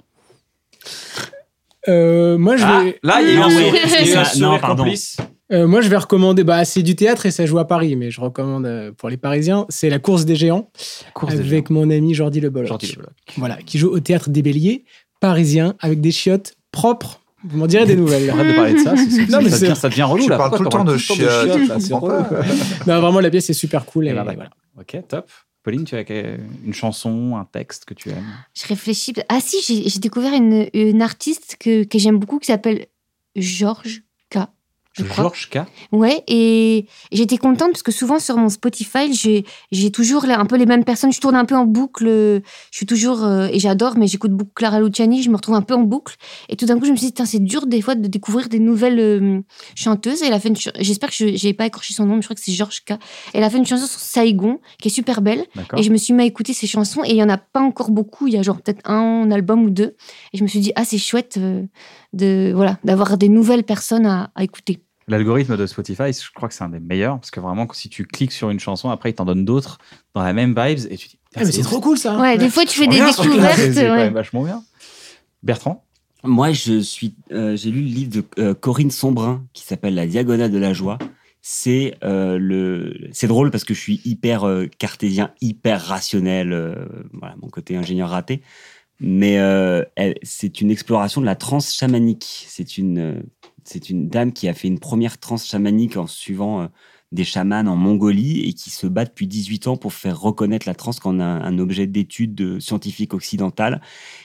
Euh, moi, je
Ah,
vais,
là, il y a eu un
Non,
sourire-
mais-
il y a eu un
ça-
sourire
non, pardon.
complice.
euh, moi, je vais recommander. Bah, c'est du théâtre et ça joue à Paris, mais je recommande euh, pour les Parisiens. C'est la course des géants
Course des
avec mon ami Jordi Le Bolloc.
Géants. Gentil, voilà.
Voilà, qui joue au théâtre des Béliers, parisien, avec des chiottes propres. Vous m'en direz des nouvelles.
Arrête de parler de ça, c'est- c'est-
Non, mais
ça,
c'est-
devient, ça devient relou
Tu
là.
parles
Pourquoi
tout le
t'en
temps de
parles
chiottes, là,
c'est
c'est relou.
Non, vraiment, la pièce est super cool.
Eh
Et,
ben, d'accord.
voilà.
Ok, top. Pauline, tu as que- une chanson, un texte que tu aimes
Je réfléchis. Ah si, j'ai j'ai découvert une, une artiste que, que j'aime beaucoup qui s'appelle Georges K. Je crois.
Georges K.
Ouais, et, et j'étais contente parce que souvent sur mon Spotify, j'ai j'ai toujours là, un peu les mêmes personnes. Je tourne un peu en boucle. euh, Je suis toujours, euh, et j'adore, mais j'écoute beaucoup Clara Luciani, je me retrouve un peu en boucle. Et tout d'un coup, je me suis dit, Tain, c'est dur des fois de découvrir des nouvelles euh, chanteuses. Et elle a fait une ch- j'espère que je j'ai pas écorché son nom, mais je crois que c'est Georges K. Elle a fait une chanson sur Saigon qui est super belle.
D'accord.
Et je me suis mis à écouter ses chansons et il y en a pas encore beaucoup. Il y a genre peut-être un album ou deux. Et je me suis dit ah c'est chouette euh, de voilà d'avoir des nouvelles personnes à, à écouter.
L'algorithme de Spotify, je crois que c'est un des meilleurs parce que vraiment, si tu cliques sur une chanson, après, il t'en donne d'autres dans la même vibes et tu dis.
Ah, mais c'est trop cool ça.
Ouais, des fois tu fais des
Bien, ce truc-là,
découvertes.
c'est- C'est quand
ouais.
même vachement bien. Bertrand
Moi, je suis, euh, j'ai lu le livre de euh, Corinne Sombrin qui s'appelle La Diagonale de la Joie. C'est euh, le, c'est drôle parce que je suis hyper euh, cartésien, hyper rationnel, euh, voilà mon côté ingénieur raté. Mais euh, elle- c'est une exploration de la transe chamanique. C'est une euh, C'est une dame qui a fait une première transe chamanique en suivant euh, des chamans en Mongolie et qui se bat depuis 18 ans pour faire reconnaître la transe comme un, un objet d'étude euh, scientifique occidentale.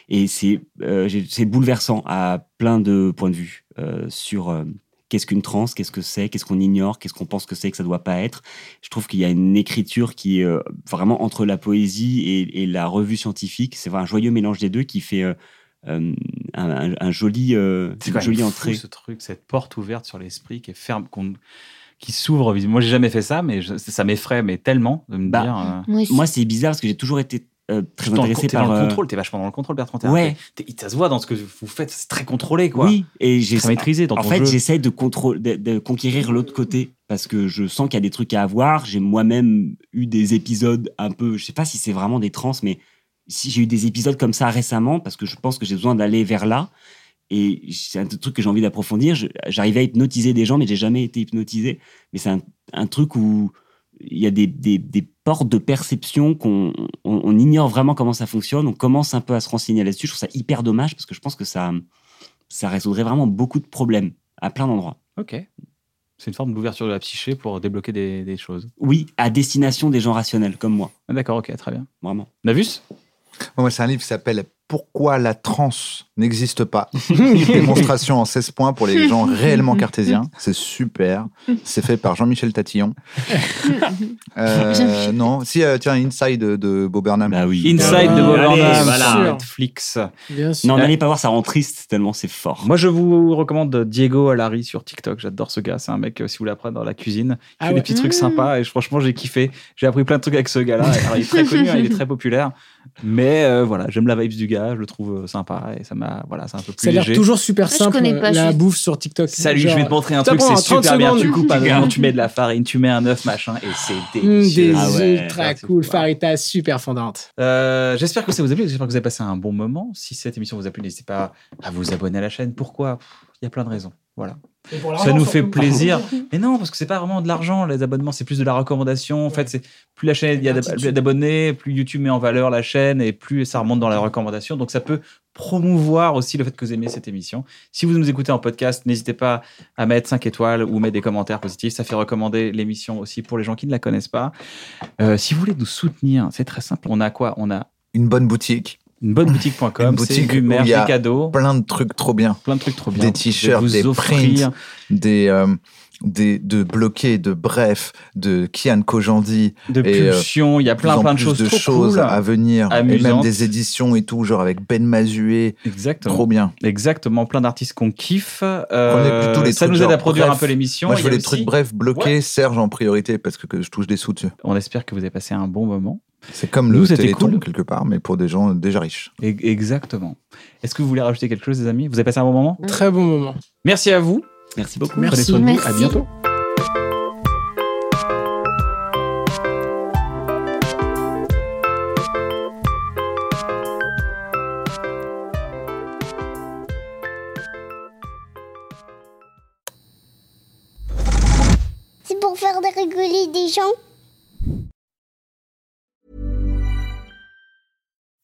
Et c'est euh, j'ai- c'est bouleversant à plein de points de vue euh, sur euh, qu'est-ce qu'une transe, qu'est-ce que c'est, qu'est-ce qu'on ignore, qu'est-ce qu'on pense que c'est, que ça doit pas être. Je trouve qu'il y a une écriture qui est euh, vraiment entre la poésie et, et la revue scientifique. C'est vraiment un joyeux mélange des deux qui fait euh, euh, un, un- un joli, euh,
C'est
une
quand même
jolie
fou,
entrée.
ce truc, cette porte ouverte sur l'esprit qui est ferme, qu'on- qui s'ouvre. visiblement. Moi, j'ai jamais fait ça, mais je- ça m'effraie, mais tellement de me
Bah,
dire. euh,
Moi, c'est- moi, c'est bizarre parce que j'ai toujours été euh, très
t'es dans le con-
intéressé
t'es
par
dans le
euh,
contrôle, t'es vachement dans le contrôle, Bertrand. T'es-
Ouais.
t'es- t'es- ça se voit dans ce que vous faites, c'est très contrôlé, quoi.
Oui, et j'ai
très maîtrisé dans
En
ton
fait,
jeu.
j'essaye de, contrôle- de, de conquérir l'autre côté parce que je sens qu'il y a des trucs à avoir. J'ai moi-même eu des épisodes un peu, je sais pas si c'est vraiment des trans, mais si j'ai eu des épisodes comme ça récemment parce que je pense que j'ai besoin d'aller vers là. Et c'est un truc que j'ai envie d'approfondir. Je- J'arrivais à hypnotiser des gens, mais j'ai jamais été hypnotisé. Mais c'est un, un truc où il y a des, des- des portes de perception qu'on on- on ignore vraiment comment ça fonctionne. On commence un peu à se renseigner là-dessus. Je trouve ça hyper dommage parce que je pense que ça, ça résoudrait vraiment beaucoup de problèmes à plein d'endroits.
Ok. C'est une forme d'ouverture de la psyché pour débloquer des, des choses.
Oui, à destination des gens rationnels comme moi.
Ah, D'accord, ok, très bien.
Vraiment.
Navus
Moi, c'est un livre qui s'appelle Pourquoi la transe n'existe pas. Une démonstration en 16 points pour les gens réellement cartésiens. C'est super. C'est fait par Jean-Michel Tatillon. Euh,
Jean-Michel.
non, si, euh, tiens, Inside de, de Bo Burnham.
Bah
Euh,
Inside de Bob
allez,
Burnham
voilà.
sur
Bien
Netflix.
Bien
Non, n'allez pas voir, ça rend triste tellement c'est fort.
Moi, je vous recommande Diego Alari sur TikTok. J'adore ce gars. C'est un mec, euh, si vous l'apprendre dans la cuisine, il
Ah
fait
ouais.
des petits trucs
Mmh.
sympas. Et je- franchement, j'ai kiffé. J'ai appris plein de trucs avec ce gars-là. Alors, il est très connu, hein, il est très populaire. Mais euh, voilà, j'aime la vibes du gars. Je le trouve euh, sympa. Et ça m'a. Voilà, c'est un peu plus
Ça a l'air
léger.
toujours super
Ça, Ah, je
simple, euh,
connais pas,
la
je-
bouffe sur TikTok.
Salut,
Genre,
je vais te montrer un
ça
truc,
prend
c'est
30
super bien.
secondes.
Tu coupes un oignon, tu mets de la farine, tu mets un œuf, machin, et c'est
Mm,
délicieux.
des
Ah ouais.
ultra cool faritas super fondantes.
Euh, j'espère que ça vous a plu, j'espère que vous avez passé un bon moment. Si cette émission vous a plu, n'hésitez pas à vous abonner à la chaîne. Pourquoi Pff, Il y a plein de raisons. Voilà. Ça nous fait plaisir. Mais non, parce que c'est pas vraiment de l'argent, les abonnements, c'est plus de la recommandation. En fait, c'est plus la chaîne, il y a d'ab-
Gratitude.
plus il y a d'abonnés, plus YouTube met en valeur la chaîne et plus ça remonte dans la recommandation. Donc ça peut promouvoir aussi le fait que vous aimez cette émission. Si vous nous écoutez en podcast, n'hésitez pas à mettre 5 étoiles ou mettre des commentaires positifs. Ça fait recommander l'émission aussi pour les gens qui ne la connaissent pas. Euh, si vous voulez nous soutenir, c'est très simple. On a quoi On a
Une bonne boutique.
une bonne boutique.com,
Une
c'est
boutique
du
où
merch,
il y a
des cadeaux,
plein de trucs trop bien.
plein de trucs trop bien.
Des
De
t-shirts,
vous
des
offrir.
prints, des, euh, des, de bloqués, de bref, de Kian Kojandi.
De
et, euh,
pulsions, il y a
de
plein,
plus en
plein de
plus
choses trop cool,
à venir. Et même
amusantes.
des éditions et tout, genre avec Ben Mazué.
Exactement.
Trop bien.
Exactement, plein d'artistes qu'on kiffe.
Prenez
Euh,
plutôt les
ça
trucs
nous aide à
genre
produire
bref.
un peu l'émission.
Moi, je
Il y
veux
a
les
aussi-
trucs brefs bloqués, Serge en priorité, parce que, que je touche des sous dessus.
On espère que vous avez passé un bon moment.
C'est comme
Nous,
le
c'était
Téléthon,
cool.
quelque part, mais pour des gens déjà riches.
E- Exactement. Est-ce que vous voulez rajouter quelque chose, les amis Vous avez passé un bon moment
Très bon moment.
Merci à vous.
Merci beaucoup.
Prenez soin de vous. À bientôt.
C'est pour faire de rigoler des gens.